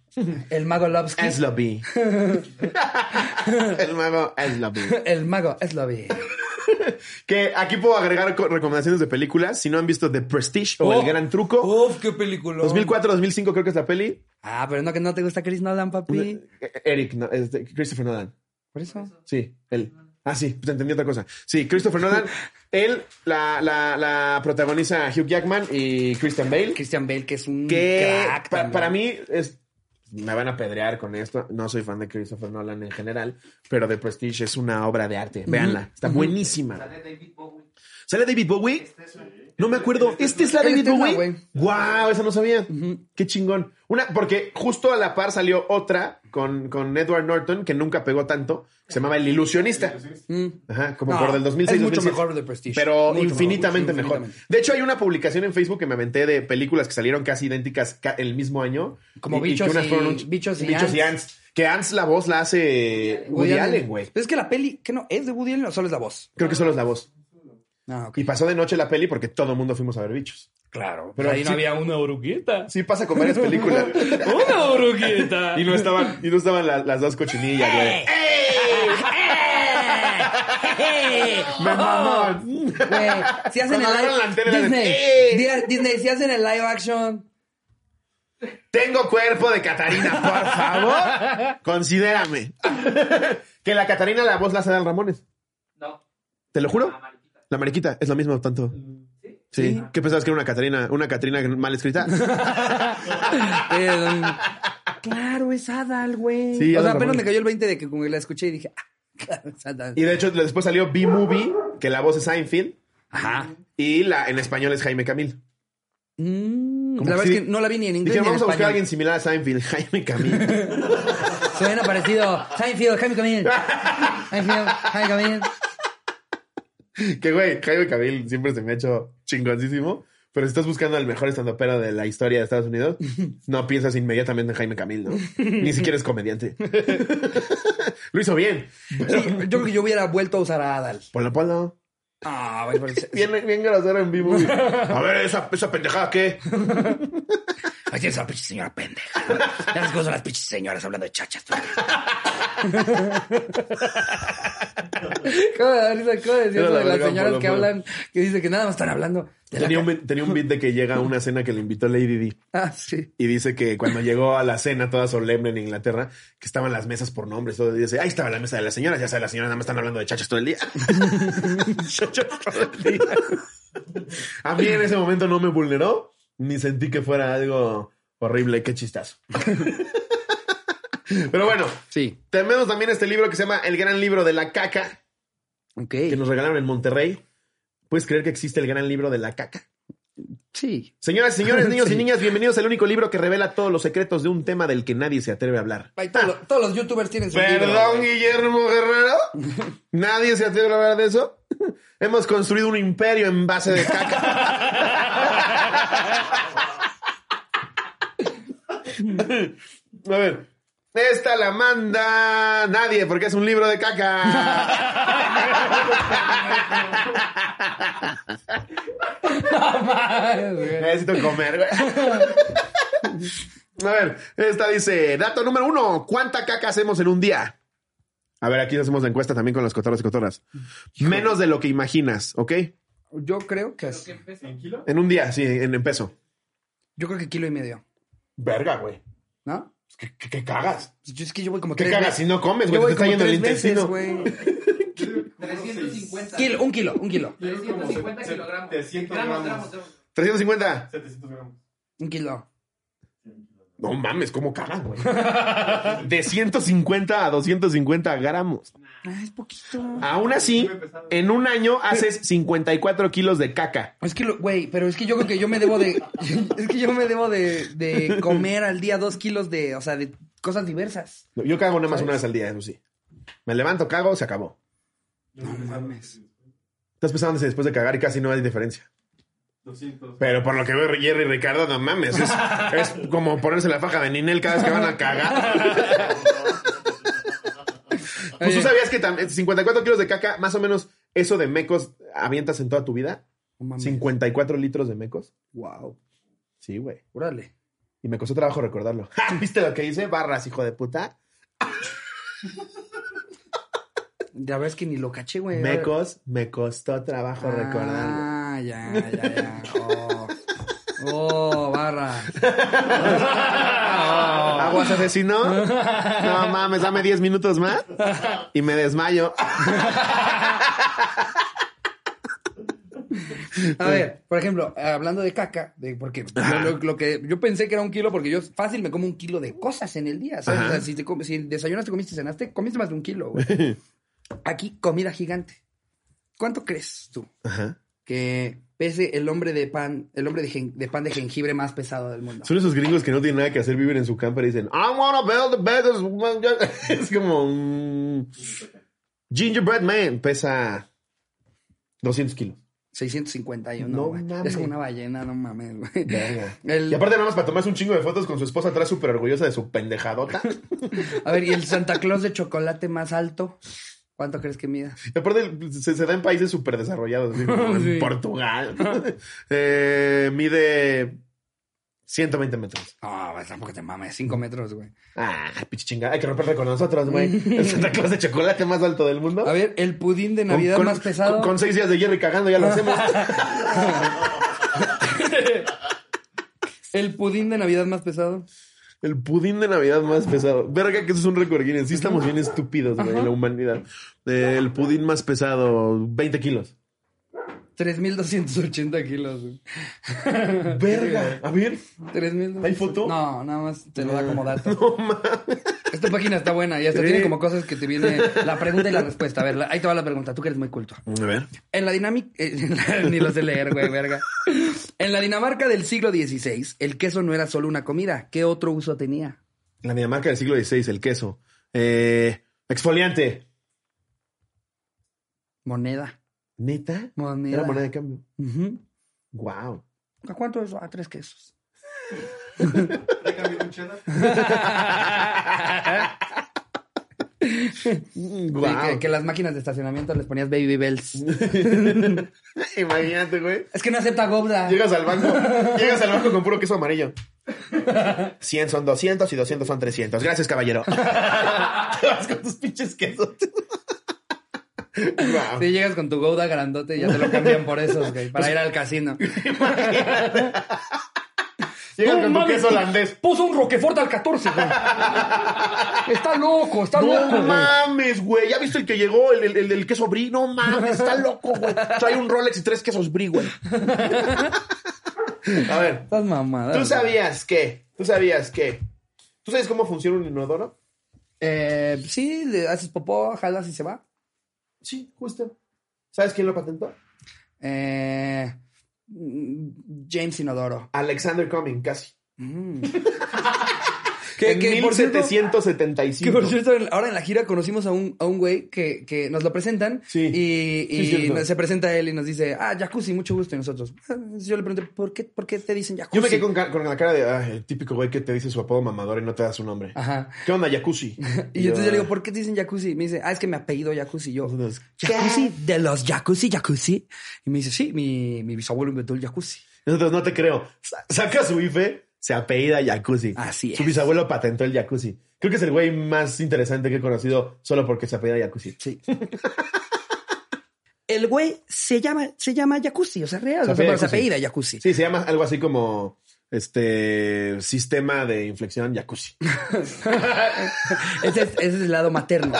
Speaker 1: El mago Lobsky.
Speaker 2: Eslobi. el mago Eslobi.
Speaker 1: El mago Eslovi.
Speaker 2: Que aquí puedo agregar co- recomendaciones de películas. Si no han visto The Prestige o
Speaker 1: Oh.
Speaker 2: El Gran Truco,
Speaker 1: Uf, qué película.
Speaker 2: 2004-2005 creo que es la peli.
Speaker 1: Ah, pero no que no te gusta Chris Nolan, papi.
Speaker 2: Eh, Eric, no, es de Christopher Nolan.
Speaker 1: Por eso.
Speaker 2: Sí, él. Ah, sí, pues entendí otra cosa. Sí, Christopher Nolan, él la, la, la protagoniza Hugh Jackman y Christian Bale.
Speaker 1: Christian Bale, que es un
Speaker 2: Que
Speaker 1: crack
Speaker 2: pa-
Speaker 1: también.
Speaker 2: para mí es. Me van a pedrear con esto. No soy fan de Christopher Nolan en general, pero The Prestige es una obra de arte. Véanla. Está buenísima. Sale David Bowie. ¿Sale David Bowie? No me acuerdo. ¿Este es la
Speaker 1: Esta
Speaker 2: David
Speaker 1: es la,
Speaker 2: Bowie?
Speaker 1: güey.
Speaker 2: ¡Guau! esa no sabía. Qué chingón. Una, porque justo a la par salió otra con, con Edward Norton, que nunca pegó tanto, que se llamaba El Ilusionista. Ajá, como
Speaker 1: Mm. No,
Speaker 2: por del 2006.
Speaker 1: es mucho
Speaker 2: 2007.
Speaker 1: mejor The Prestige.
Speaker 2: Pero
Speaker 1: Mucho
Speaker 2: infinitamente
Speaker 1: mejor,
Speaker 2: mejor.
Speaker 1: infinitamente.
Speaker 2: De hecho, hay una publicación en Facebook que me aventé de películas que salieron casi idénticas ca- el mismo año.
Speaker 1: Como
Speaker 2: que
Speaker 1: Bichos
Speaker 2: unas
Speaker 1: y-
Speaker 2: fueron
Speaker 1: Bichos y Ants.
Speaker 2: Ants. Que Ants la voz la hace Woody Allen, güey.
Speaker 1: Pero es que la peli, que no, es de Woody Allen o solo es la voz.
Speaker 2: Creo que solo es la voz.
Speaker 1: Ah, ok.
Speaker 2: Y pasó de noche la peli porque todo el mundo fuimos a ver bichos.
Speaker 1: Claro,
Speaker 2: pero
Speaker 1: pero ahí
Speaker 2: sí-
Speaker 1: no había una oruguita.
Speaker 2: Sí pasa con varias películas.
Speaker 1: ¡Una oruguita!
Speaker 2: Y no estaban, y no estaban la- las dos cochinillas, güey.
Speaker 5: ¡Eh! ¡Oh!
Speaker 2: ¡Me mamón!
Speaker 1: Oh, Güey, si hacen
Speaker 2: Cuando
Speaker 1: el
Speaker 2: agarran la antena,
Speaker 1: live Disney,
Speaker 2: ¡Eh!
Speaker 1: Di- Disney, si hacen el live action.
Speaker 2: Tengo cuerpo de Catarina, por favor. Considérame. que la Catarina la voz la hace Dan Ramones.
Speaker 5: No,
Speaker 2: ¿Te lo juro?
Speaker 5: la mariquita.
Speaker 2: La mariquita, es lo mismo tanto.
Speaker 5: ¿Sí?
Speaker 2: Sí. ¿Qué pensabas que era una Catarina, una Catarina mal escrita?
Speaker 1: Eh, claro, es Adal, güey.
Speaker 2: Sí,
Speaker 1: o sea,
Speaker 2: Adal
Speaker 1: apenas
Speaker 2: Ramón.
Speaker 1: me cayó el 20 de que como que la escuché y dije, ah, claro, es Adal.
Speaker 2: y de hecho, después salió B-Movie, que la voz es Seinfeld,
Speaker 1: Ajá.
Speaker 2: y la en español es Jaime Camil.
Speaker 1: Mm,
Speaker 2: Como
Speaker 1: la
Speaker 2: que
Speaker 1: verdad
Speaker 2: sí.
Speaker 1: es que no la vi ni en inglés
Speaker 2: Dijeron,
Speaker 1: ni en
Speaker 2: vamos a buscar a
Speaker 1: español.
Speaker 2: alguien similar a Seinfeld, Jaime Camil.
Speaker 1: Suena parecido. Seinfeld, Jaime Camil. Seinfeld, Jaime Camil.
Speaker 2: Que güey, Jaime Cavill siempre se me ha hecho chingoncísimo. Pero si estás buscando al mejor estandopero de la historia de Estados Unidos, no piensas inmediatamente en Jaime Camil, ¿no? Ni siquiera es comediante. Lo hizo bien.
Speaker 1: Sí, yo creo que yo hubiera vuelto a usar a Adal.
Speaker 2: Ponlo, ponlo.
Speaker 1: Ah, güey, pero se-
Speaker 2: Bien, bien grosero en vivo. A ver, esa, esa pendejada, ¿qué?
Speaker 1: Ahí tienes a la pinche señora pendeja. Ya sabes cómo son las pinches señoras hablando de chachas. ¿Cómo de risa? ¿Cómo decía
Speaker 2: Era
Speaker 1: eso
Speaker 2: la
Speaker 1: de las
Speaker 2: verga,
Speaker 1: señoras
Speaker 2: polo,
Speaker 1: que
Speaker 2: polo.
Speaker 1: hablan, que dicen que nada más están hablando? De la
Speaker 2: Tenía
Speaker 1: ca-
Speaker 2: un, tenía un beat de que llega a una cena que le invitó Lady D.
Speaker 1: Ah, sí.
Speaker 2: Y dice que cuando llegó a la cena toda solemne en Inglaterra, que estaban las mesas por nombres, todo, y dice, ahí estaba la mesa de las señoras, ya sabes, las señoras nada más están hablando de chachas todo el día. chachas todo el día. A mí en ese momento no me vulneró, ni sentí que fuera algo horrible, qué chistazo. Pero bueno,
Speaker 1: Sí.
Speaker 2: tenemos también este libro que se llama El Gran Libro de la Caca,
Speaker 1: Ok.
Speaker 2: que nos regalaron en Monterrey. ¿Puedes creer que existe el Gran Libro de la Caca?
Speaker 1: Sí.
Speaker 2: Señoras, señores, niños y
Speaker 1: Sí.
Speaker 2: niñas, bienvenidos al único libro que revela todos los secretos de un tema del que nadie se atreve a hablar.
Speaker 1: Ay, todos, los, todos los youtubers tienen su libro,
Speaker 2: Perdón,
Speaker 1: güey.
Speaker 2: Guillermo Guerrero. ¿Nadie se atreve a hablar de eso? Hemos construido un imperio en base de caca. A ver. Esta la manda nadie porque es un libro de caca.
Speaker 1: Ay, güey.
Speaker 2: Necesito comer, güey. A ver, esta dice, dato número uno, ¿cuánta caca hacemos en un día? A ver, aquí hacemos la encuesta también con las cotorras y cotorras. Menos de lo que imaginas, ¿ok?
Speaker 1: Yo creo que es.
Speaker 5: ¿En kilo?
Speaker 2: En un día, sí, en, en peso.
Speaker 1: Yo creo que kilo y medio.
Speaker 2: Verga, güey.
Speaker 1: ¿no?
Speaker 2: ¿Qué, qué- qué cagas?
Speaker 1: Yo es que yo voy como
Speaker 2: ¿Qué
Speaker 1: tres
Speaker 2: cagas
Speaker 1: veces.
Speaker 2: si no comes,
Speaker 1: Yo
Speaker 2: güey? Te
Speaker 1: voy
Speaker 2: está
Speaker 1: como
Speaker 2: yendo el
Speaker 1: tres veces,
Speaker 2: intestino.
Speaker 1: güey.
Speaker 5: 350.
Speaker 1: Kilo, un kilo, un kilo.
Speaker 5: 350 kilogramos.
Speaker 6: 300
Speaker 5: gramos.
Speaker 6: gramos.
Speaker 5: gramos, gramos.
Speaker 2: 350.
Speaker 6: 700 gramos.
Speaker 1: Un kilo.
Speaker 2: No mames, ¿cómo cagas, güey? De 150 a 250 gramos.
Speaker 1: Ah, es poquito.
Speaker 2: Aún así, en un año haces 54 kilos de caca.
Speaker 1: Es que, lo- güey, pero es que yo creo que yo me debo de. es que yo me debo de, de comer al día dos kilos de. O sea, de cosas diversas.
Speaker 2: No, Yo cago nada más una vez al día, eso sí. Me levanto, cago, se acabó.
Speaker 6: No mames.
Speaker 2: Estás pensando desde después de cagar y casi no hay diferencia.
Speaker 6: 200.
Speaker 2: Pero por lo que veo Jerry y Ricardo, no mames. Es, es como ponerse la faja de Ninel cada vez que van a cagar. Pues tú
Speaker 1: Oye,
Speaker 2: sabías que tam- 54 kilos de caca, más o menos eso de mecos avientas en toda tu vida.
Speaker 1: no Oh, mames.
Speaker 2: 54 litros de mecos.
Speaker 1: Wow.
Speaker 2: Sí, güey.
Speaker 1: Órale.
Speaker 2: Y me costó trabajo recordarlo. ¡Ja! ¿Viste lo que hice? Barras, hijo de puta.
Speaker 1: La verdad es que ni lo caché, güey.
Speaker 2: Mecos, me costó trabajo recordarlo.
Speaker 1: Ah, ya, ya, ya. Oh, oh barra.
Speaker 2: Ah, paraguas asesino.
Speaker 1: Oh.
Speaker 2: No mames, dame 10 minutos más y me desmayo.
Speaker 1: A ver, por ejemplo, hablando de caca, de, porque yo, lo, lo que, yo pensé que era un kilo porque yo fácil me como un kilo de cosas en el día. ¿sabes? O sea, si, te com- si desayunaste, comiste, cenaste, comiste más de un kilo. güey. Aquí, comida gigante. ¿Cuánto crees tú
Speaker 2: Ajá.
Speaker 1: que pese el hombre de pan, el hombre de, gen- de pan de jengibre más pesado del mundo?
Speaker 2: Son esos gringos que no tienen nada que hacer, viven en su camper y dicen, I wanna build the best. Es como un gingerbread man. Pesa 200 kilos.
Speaker 1: 651,
Speaker 2: No
Speaker 1: güey.
Speaker 2: mames.
Speaker 1: Es como una ballena, no mames, güey.
Speaker 2: Verga.
Speaker 1: El-
Speaker 2: Y aparte nada más para tomarse un chingo de fotos con su esposa atrás súper orgullosa de su pendejadota.
Speaker 1: A ver, ¿y el Santa Claus de chocolate más alto? ¿Cuánto crees que mida?
Speaker 2: Y aparte se, se da en países súper desarrollados, así como en
Speaker 1: Sí.
Speaker 2: Portugal. Eh, mide 120 metros.
Speaker 1: Ah, pues tampoco te mames, 5 metros, güey.
Speaker 2: Ah, pinche chingada. Hay que romperle con nosotros, güey. El Santa Claus de chocolate más alto del mundo.
Speaker 1: A ver, el pudín de
Speaker 2: Con-
Speaker 1: Navidad
Speaker 2: con-
Speaker 1: más pesado.
Speaker 2: Con, con seis días de Jerry cagando ya lo hacemos.
Speaker 1: El pudín de Navidad más pesado.
Speaker 2: El pudín de Navidad más pesado. Verga que eso es un récord Guinness. Sí estamos bien estúpidos, güey, la humanidad. Eh, el pudín más pesado, 20 kilos.
Speaker 1: 3.280 kilos, güey.
Speaker 2: Verga. A ver.
Speaker 1: 3.000.
Speaker 2: ¿Hay foto?
Speaker 1: No, nada más te lo da como dato.
Speaker 2: No mames.
Speaker 1: Esta página está buena y hasta
Speaker 2: Sí.
Speaker 1: tiene como cosas que te viene la pregunta y la respuesta. A ver, la- ahí te va la pregunta. Tú que eres muy culto.
Speaker 2: A ver.
Speaker 1: En la dinámica... ni lo sé leer, güey, verga. En la Dinamarca del siglo XVI, el queso no era solo una comida. ¿Qué otro uso tenía?
Speaker 2: La Dinamarca del siglo XVI, el queso. Eh, exfoliante.
Speaker 1: Moneda.
Speaker 2: ¿Neta?
Speaker 1: Moneda.
Speaker 2: Era moneda de cambio.
Speaker 1: Ujú.
Speaker 2: Wow.
Speaker 1: ¿A cuánto es? A tres quesos.
Speaker 6: ¿Te cambió un cheddar?
Speaker 1: Sí, que, que las máquinas de estacionamiento les ponías baby bells.
Speaker 2: Imagínate, güey.
Speaker 1: Es que no acepta gobla.
Speaker 2: Llegas al banco, llegas al banco con puro queso amarillo. 100 son 200 y 200 son 300. Pues Gracias, caballero. Te vas con tus pinches quesos. Guau.
Speaker 1: Sí, llegas con tu gouda grandote y ya te lo cambian por esos, güey,
Speaker 2: Pues,
Speaker 1: para ir al casino.
Speaker 2: Llegas
Speaker 1: No
Speaker 2: con tu
Speaker 1: mames,
Speaker 2: queso
Speaker 1: pu-
Speaker 2: holandés.
Speaker 1: Puso un Roquefort al 14, güey. Está loco, está loco.
Speaker 2: No
Speaker 1: güey.
Speaker 2: mames, güey. ¿Ya viste el que llegó? El, el, el, el queso brie. No mames, está loco, güey. Trae un Rolex y tres quesos brie, güey. A ver,
Speaker 1: Estás mamada.
Speaker 2: ¿tú
Speaker 1: güey.
Speaker 2: sabías qué? ¿Tú sabías qué? ¿Tú sabes cómo funciona un inodoro?
Speaker 1: Eh, sí, le haces popó, jalas y se va.
Speaker 2: Sí, justo. ¿Sabes quién lo patentó?
Speaker 1: Eh, mm, James Inodoro.
Speaker 2: Alexander Cumming, casi.
Speaker 1: Mm.
Speaker 2: en
Speaker 1: por cierto-
Speaker 2: 1775.
Speaker 1: Que por cierto, en- ahora en la gira conocimos a un, a un güey que, que nos lo presentan
Speaker 2: Sí.
Speaker 1: y, y
Speaker 2: Sí, es cierto.
Speaker 1: nos- se presenta él y nos dice, ah, jacuzzi, mucho gusto. Y nosotros, "Ah", yo le pregunté, ¿por qué, ¿por qué te dicen jacuzzi?
Speaker 2: Yo me quedé con, ca- con la cara de "Ay, el típico güey que te dice su apodo mamador y no te da su nombre.
Speaker 1: Ajá.
Speaker 2: ¿Qué onda, Jacuzzi?
Speaker 1: Y entonces yo le digo,
Speaker 2: "Ah,
Speaker 1: ¿por qué te dicen jacuzzi? Y me dice, ah, es que me apellido jacuzzi. Y Yo,
Speaker 2: Entonces,
Speaker 1: ¿jacuzzi? ¿De los jacuzzi, jacuzzi? Y me dice, sí, mi, mi bisabuelo inventó el jacuzzi.
Speaker 2: Nosotros no te creo. Sa- Saca su IFE, se apellida Jacuzzi.
Speaker 1: Así
Speaker 2: Su
Speaker 1: es.
Speaker 2: bisabuelo patentó el Jacuzzi. Creo que es el güey más interesante que he conocido solo porque se apellida Jacuzzi.
Speaker 1: Sí. El güey se llama, se llama jacuzzi, o sea, real.
Speaker 2: Se
Speaker 1: o sea, pero Se
Speaker 2: apellida
Speaker 1: apellida jacuzzi.
Speaker 2: Sí, se llama algo así como este sistema de inflexión Jacuzzi.
Speaker 1: Ese, es, ese es el lado materno.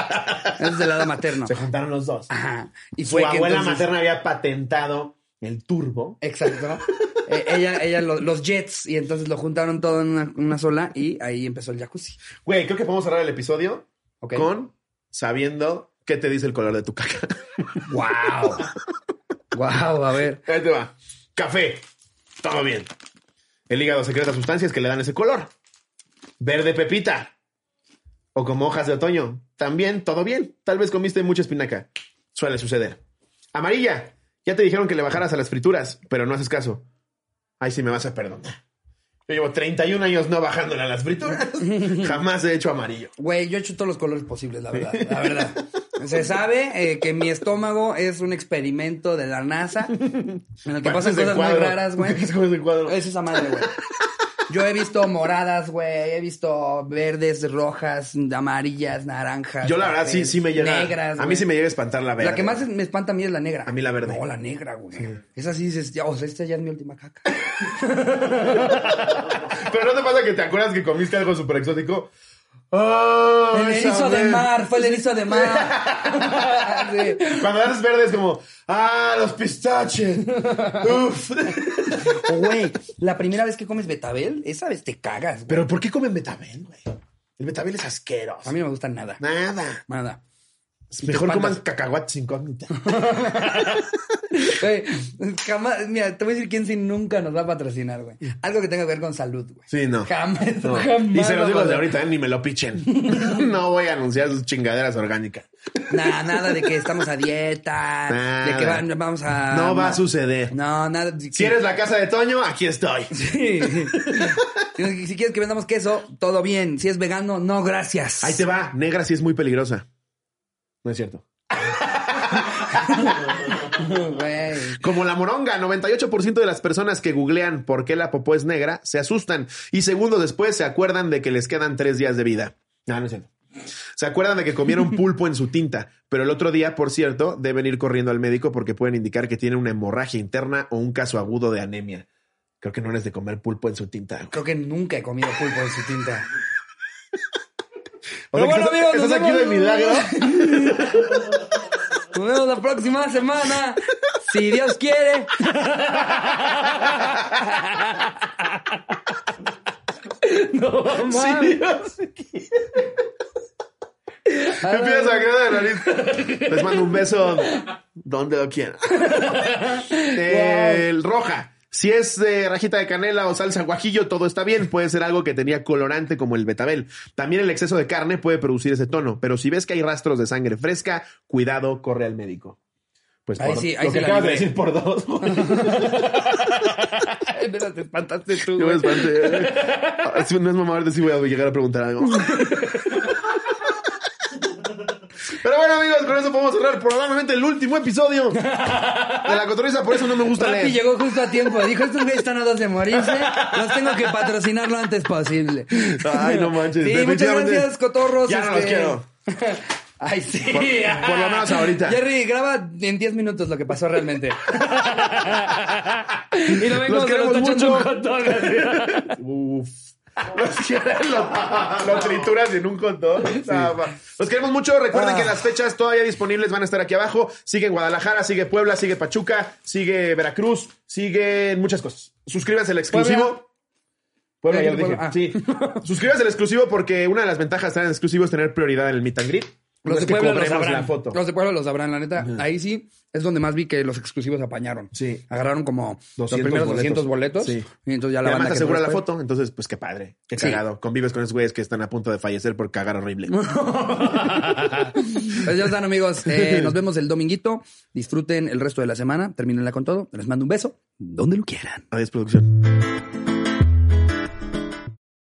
Speaker 1: Ese es el lado materno.
Speaker 2: Se juntaron los dos.
Speaker 1: Ajá. Y
Speaker 2: Su
Speaker 1: fue que
Speaker 2: abuela
Speaker 1: entonces-
Speaker 2: materna había patentado el turbo.
Speaker 1: Exacto. Eh, ella, ella lo- los jets, y entonces lo juntaron todo en una, una sola y ahí empezó el jacuzzi.
Speaker 2: Güey, creo que podemos cerrar el episodio
Speaker 1: Ok.
Speaker 2: con sabiendo qué te dice el color de tu caca.
Speaker 1: ¡Wow! ¡Wow! A ver.
Speaker 2: Ahí te va. Café. Todo bien. El hígado secreta sustancias que le dan ese color. Verde pepita. O como hojas de otoño. También todo bien. Tal vez comiste mucha espinaca. Suele suceder. Amarilla. Ya te dijeron que le bajaras a las frituras, pero no haces caso. Ahí sí me vas a perdonar. Yo llevo 31 años no bajándole a las frituras. Jamás he hecho amarillo.
Speaker 1: Güey, yo he hecho todos los colores posibles, la verdad. La verdad. Se sabe eh, que mi estómago es un experimento de la NASA en el que pasan
Speaker 2: Pareces de
Speaker 1: cosas muy
Speaker 2: cuadro.
Speaker 1: raras, güey.
Speaker 2: Pareces de cuadro.
Speaker 1: Es esa madre, güey. Yo he visto moradas, güey. He visto verdes, rojas, amarillas, naranjas.
Speaker 2: Yo la verdad sí,
Speaker 1: cafés,
Speaker 2: sí me llega.
Speaker 1: Negras.
Speaker 2: a mí
Speaker 1: güey.
Speaker 2: sí me llega a espantar la verde.
Speaker 1: La que más me espanta a mí es la negra.
Speaker 2: A mí la verde.
Speaker 1: No, la negra, güey. Esa sí dices, ya, o sea, esta ya es mi última caca.
Speaker 2: Pero no te pasa que te acuerdas que comiste algo súper exótico. Ah,
Speaker 1: el
Speaker 2: esa
Speaker 1: erizo de
Speaker 2: verde.
Speaker 1: mar, fue el erizo de mar. Sí.
Speaker 2: Cuando das verde es como, ah, los pistaches. Uf.
Speaker 1: O, Güey, la primera vez que comes betabel, esa vez te cagas, güey.
Speaker 2: Pero ¿por qué comen betabel, güey? El betabel es asqueroso.
Speaker 1: A mí no me gusta nada.
Speaker 2: Nada.
Speaker 1: Nada.
Speaker 2: Mejor
Speaker 1: te
Speaker 2: coman
Speaker 1: espantas.
Speaker 2: cacahuates incógnita.
Speaker 1: Güey, jamás, mira, te voy a decir quién sí nunca nos va a patrocinar, güey. Algo que tenga que ver con salud, güey.
Speaker 2: Sí, no.
Speaker 1: Jamás,
Speaker 2: No.
Speaker 1: jamás
Speaker 2: Y se
Speaker 1: va a
Speaker 2: los digo
Speaker 1: pasar.
Speaker 2: de ahorita, ¿eh? ni me lo pichen. No voy a anunciar sus chingaderas orgánicas.
Speaker 1: Nada, nada de que estamos a dieta,
Speaker 2: Nada.
Speaker 1: de que van- vamos a...
Speaker 2: No va a suceder.
Speaker 1: No, nada.
Speaker 2: Si eres la casa de Toño, aquí estoy.
Speaker 1: Sí. si, si quieres que vendamos queso, todo bien. Si es vegano, no, gracias.
Speaker 2: Ahí te va. Negra sí es muy peligrosa. No es cierto.
Speaker 1: Güey.
Speaker 2: Como la moronga, 98% de las personas que googlean por qué la popó es negra se asustan y segundos después se acuerdan de que les quedan tres días de vida. Ah, No, no es cierto. Se acuerdan de que comieron pulpo en su tinta, pero el otro día, por cierto, deben ir corriendo al médico porque pueden indicar que tienen una hemorragia interna o un caso agudo de anemia. Creo que no eres de comer pulpo en su tinta. güey.
Speaker 1: Creo que nunca he comido pulpo en su tinta.
Speaker 2: O sea,
Speaker 1: Pero
Speaker 2: que
Speaker 1: bueno,
Speaker 2: estás-
Speaker 1: amigos, nos
Speaker 2: estás aquí de
Speaker 1: vemos.
Speaker 2: milagro.
Speaker 1: Nos vemos la próxima semana. Si Dios quiere. No,
Speaker 2: Sí,
Speaker 1: mames.
Speaker 2: Dios.
Speaker 1: Ah.
Speaker 2: Empiezas a creer de la nariz. Les mando un beso donde lo quieran. El roja. Si es de rajita de canela o salsa guajillo, todo está bien. Puede ser algo que tenía colorante como el betabel. También el exceso de carne puede producir ese tono. Pero si ves que hay rastros de sangre fresca, cuidado, corre al médico. Pues
Speaker 1: Ahí
Speaker 2: por-
Speaker 1: sí, ahí
Speaker 2: lo
Speaker 1: sí
Speaker 2: que
Speaker 1: la
Speaker 2: acabas de
Speaker 1: libré.
Speaker 2: decir por dos. güey.
Speaker 1: Ay, mira, te espantaste tú.
Speaker 2: Yo me
Speaker 1: güey.
Speaker 2: espanté. Ah, sí, No es mamador decir voy a llegar a preguntar algo. Pero bueno, amigos, con eso podemos cerrar probablemente el último episodio de La Cotorriza. Por eso no me gusta
Speaker 1: Rappi
Speaker 2: leer.
Speaker 1: llegó justo a tiempo. Dijo, estos güeyes están a dos de morirse. Los tengo que patrocinar lo antes posible.
Speaker 2: Ay, no manches.
Speaker 1: Sí, muchas
Speaker 2: Definitivamente.
Speaker 1: gracias, cotorros. este.
Speaker 2: Ya no los quiero.
Speaker 1: Ay, sí.
Speaker 2: Por- por lo menos ahorita.
Speaker 1: Jerry, graba en 10 minutos lo que pasó realmente. y lo vengo
Speaker 2: Los
Speaker 1: se
Speaker 2: queremos
Speaker 1: está echando
Speaker 2: mucho.
Speaker 1: un hot dog así.
Speaker 2: Uf. Los quieren, lo, lo trituras en un contón. Los queremos mucho. Recuerden
Speaker 1: Ah.
Speaker 2: que las fechas todavía disponibles van a estar aquí abajo. Sigue en Guadalajara, sigue Puebla, sigue Pachuca, sigue Veracruz, sigue muchas cosas. Suscríbanse al exclusivo. Puebla, ya lo dije.
Speaker 1: Ah.
Speaker 2: Sí. Suscríbanse al exclusivo porque una de las ventajas de estar en exclusivo es tener prioridad en el meet and greet. No
Speaker 1: Los de
Speaker 2: es que
Speaker 1: Puebla lo
Speaker 2: cobremos
Speaker 1: sabrán.
Speaker 2: la foto.
Speaker 1: Los de Puebla lo sabrán, la neta. Ahí sí es donde más vi que los exclusivos apañaron.
Speaker 2: Sí.
Speaker 1: Agarraron como
Speaker 2: 200
Speaker 1: los primeros
Speaker 2: boletos.
Speaker 1: 200 boletos.
Speaker 2: Sí.
Speaker 1: Y entonces ya
Speaker 2: Y
Speaker 1: la banda
Speaker 2: además te
Speaker 1: que
Speaker 2: asegura
Speaker 1: no
Speaker 2: la
Speaker 1: los puede-
Speaker 2: foto, entonces pues qué padre, qué
Speaker 1: Sí. Mm.
Speaker 2: cagado. Convives con esos güeyes que están a punto de fallecer por cagar horrible.
Speaker 1: Pues ya están, amigos. Eh, nos vemos el dominguito. Disfruten el resto de la semana. Termínenla con todo. Les mando un beso. Donde lo quieran.
Speaker 2: Adiós, producción.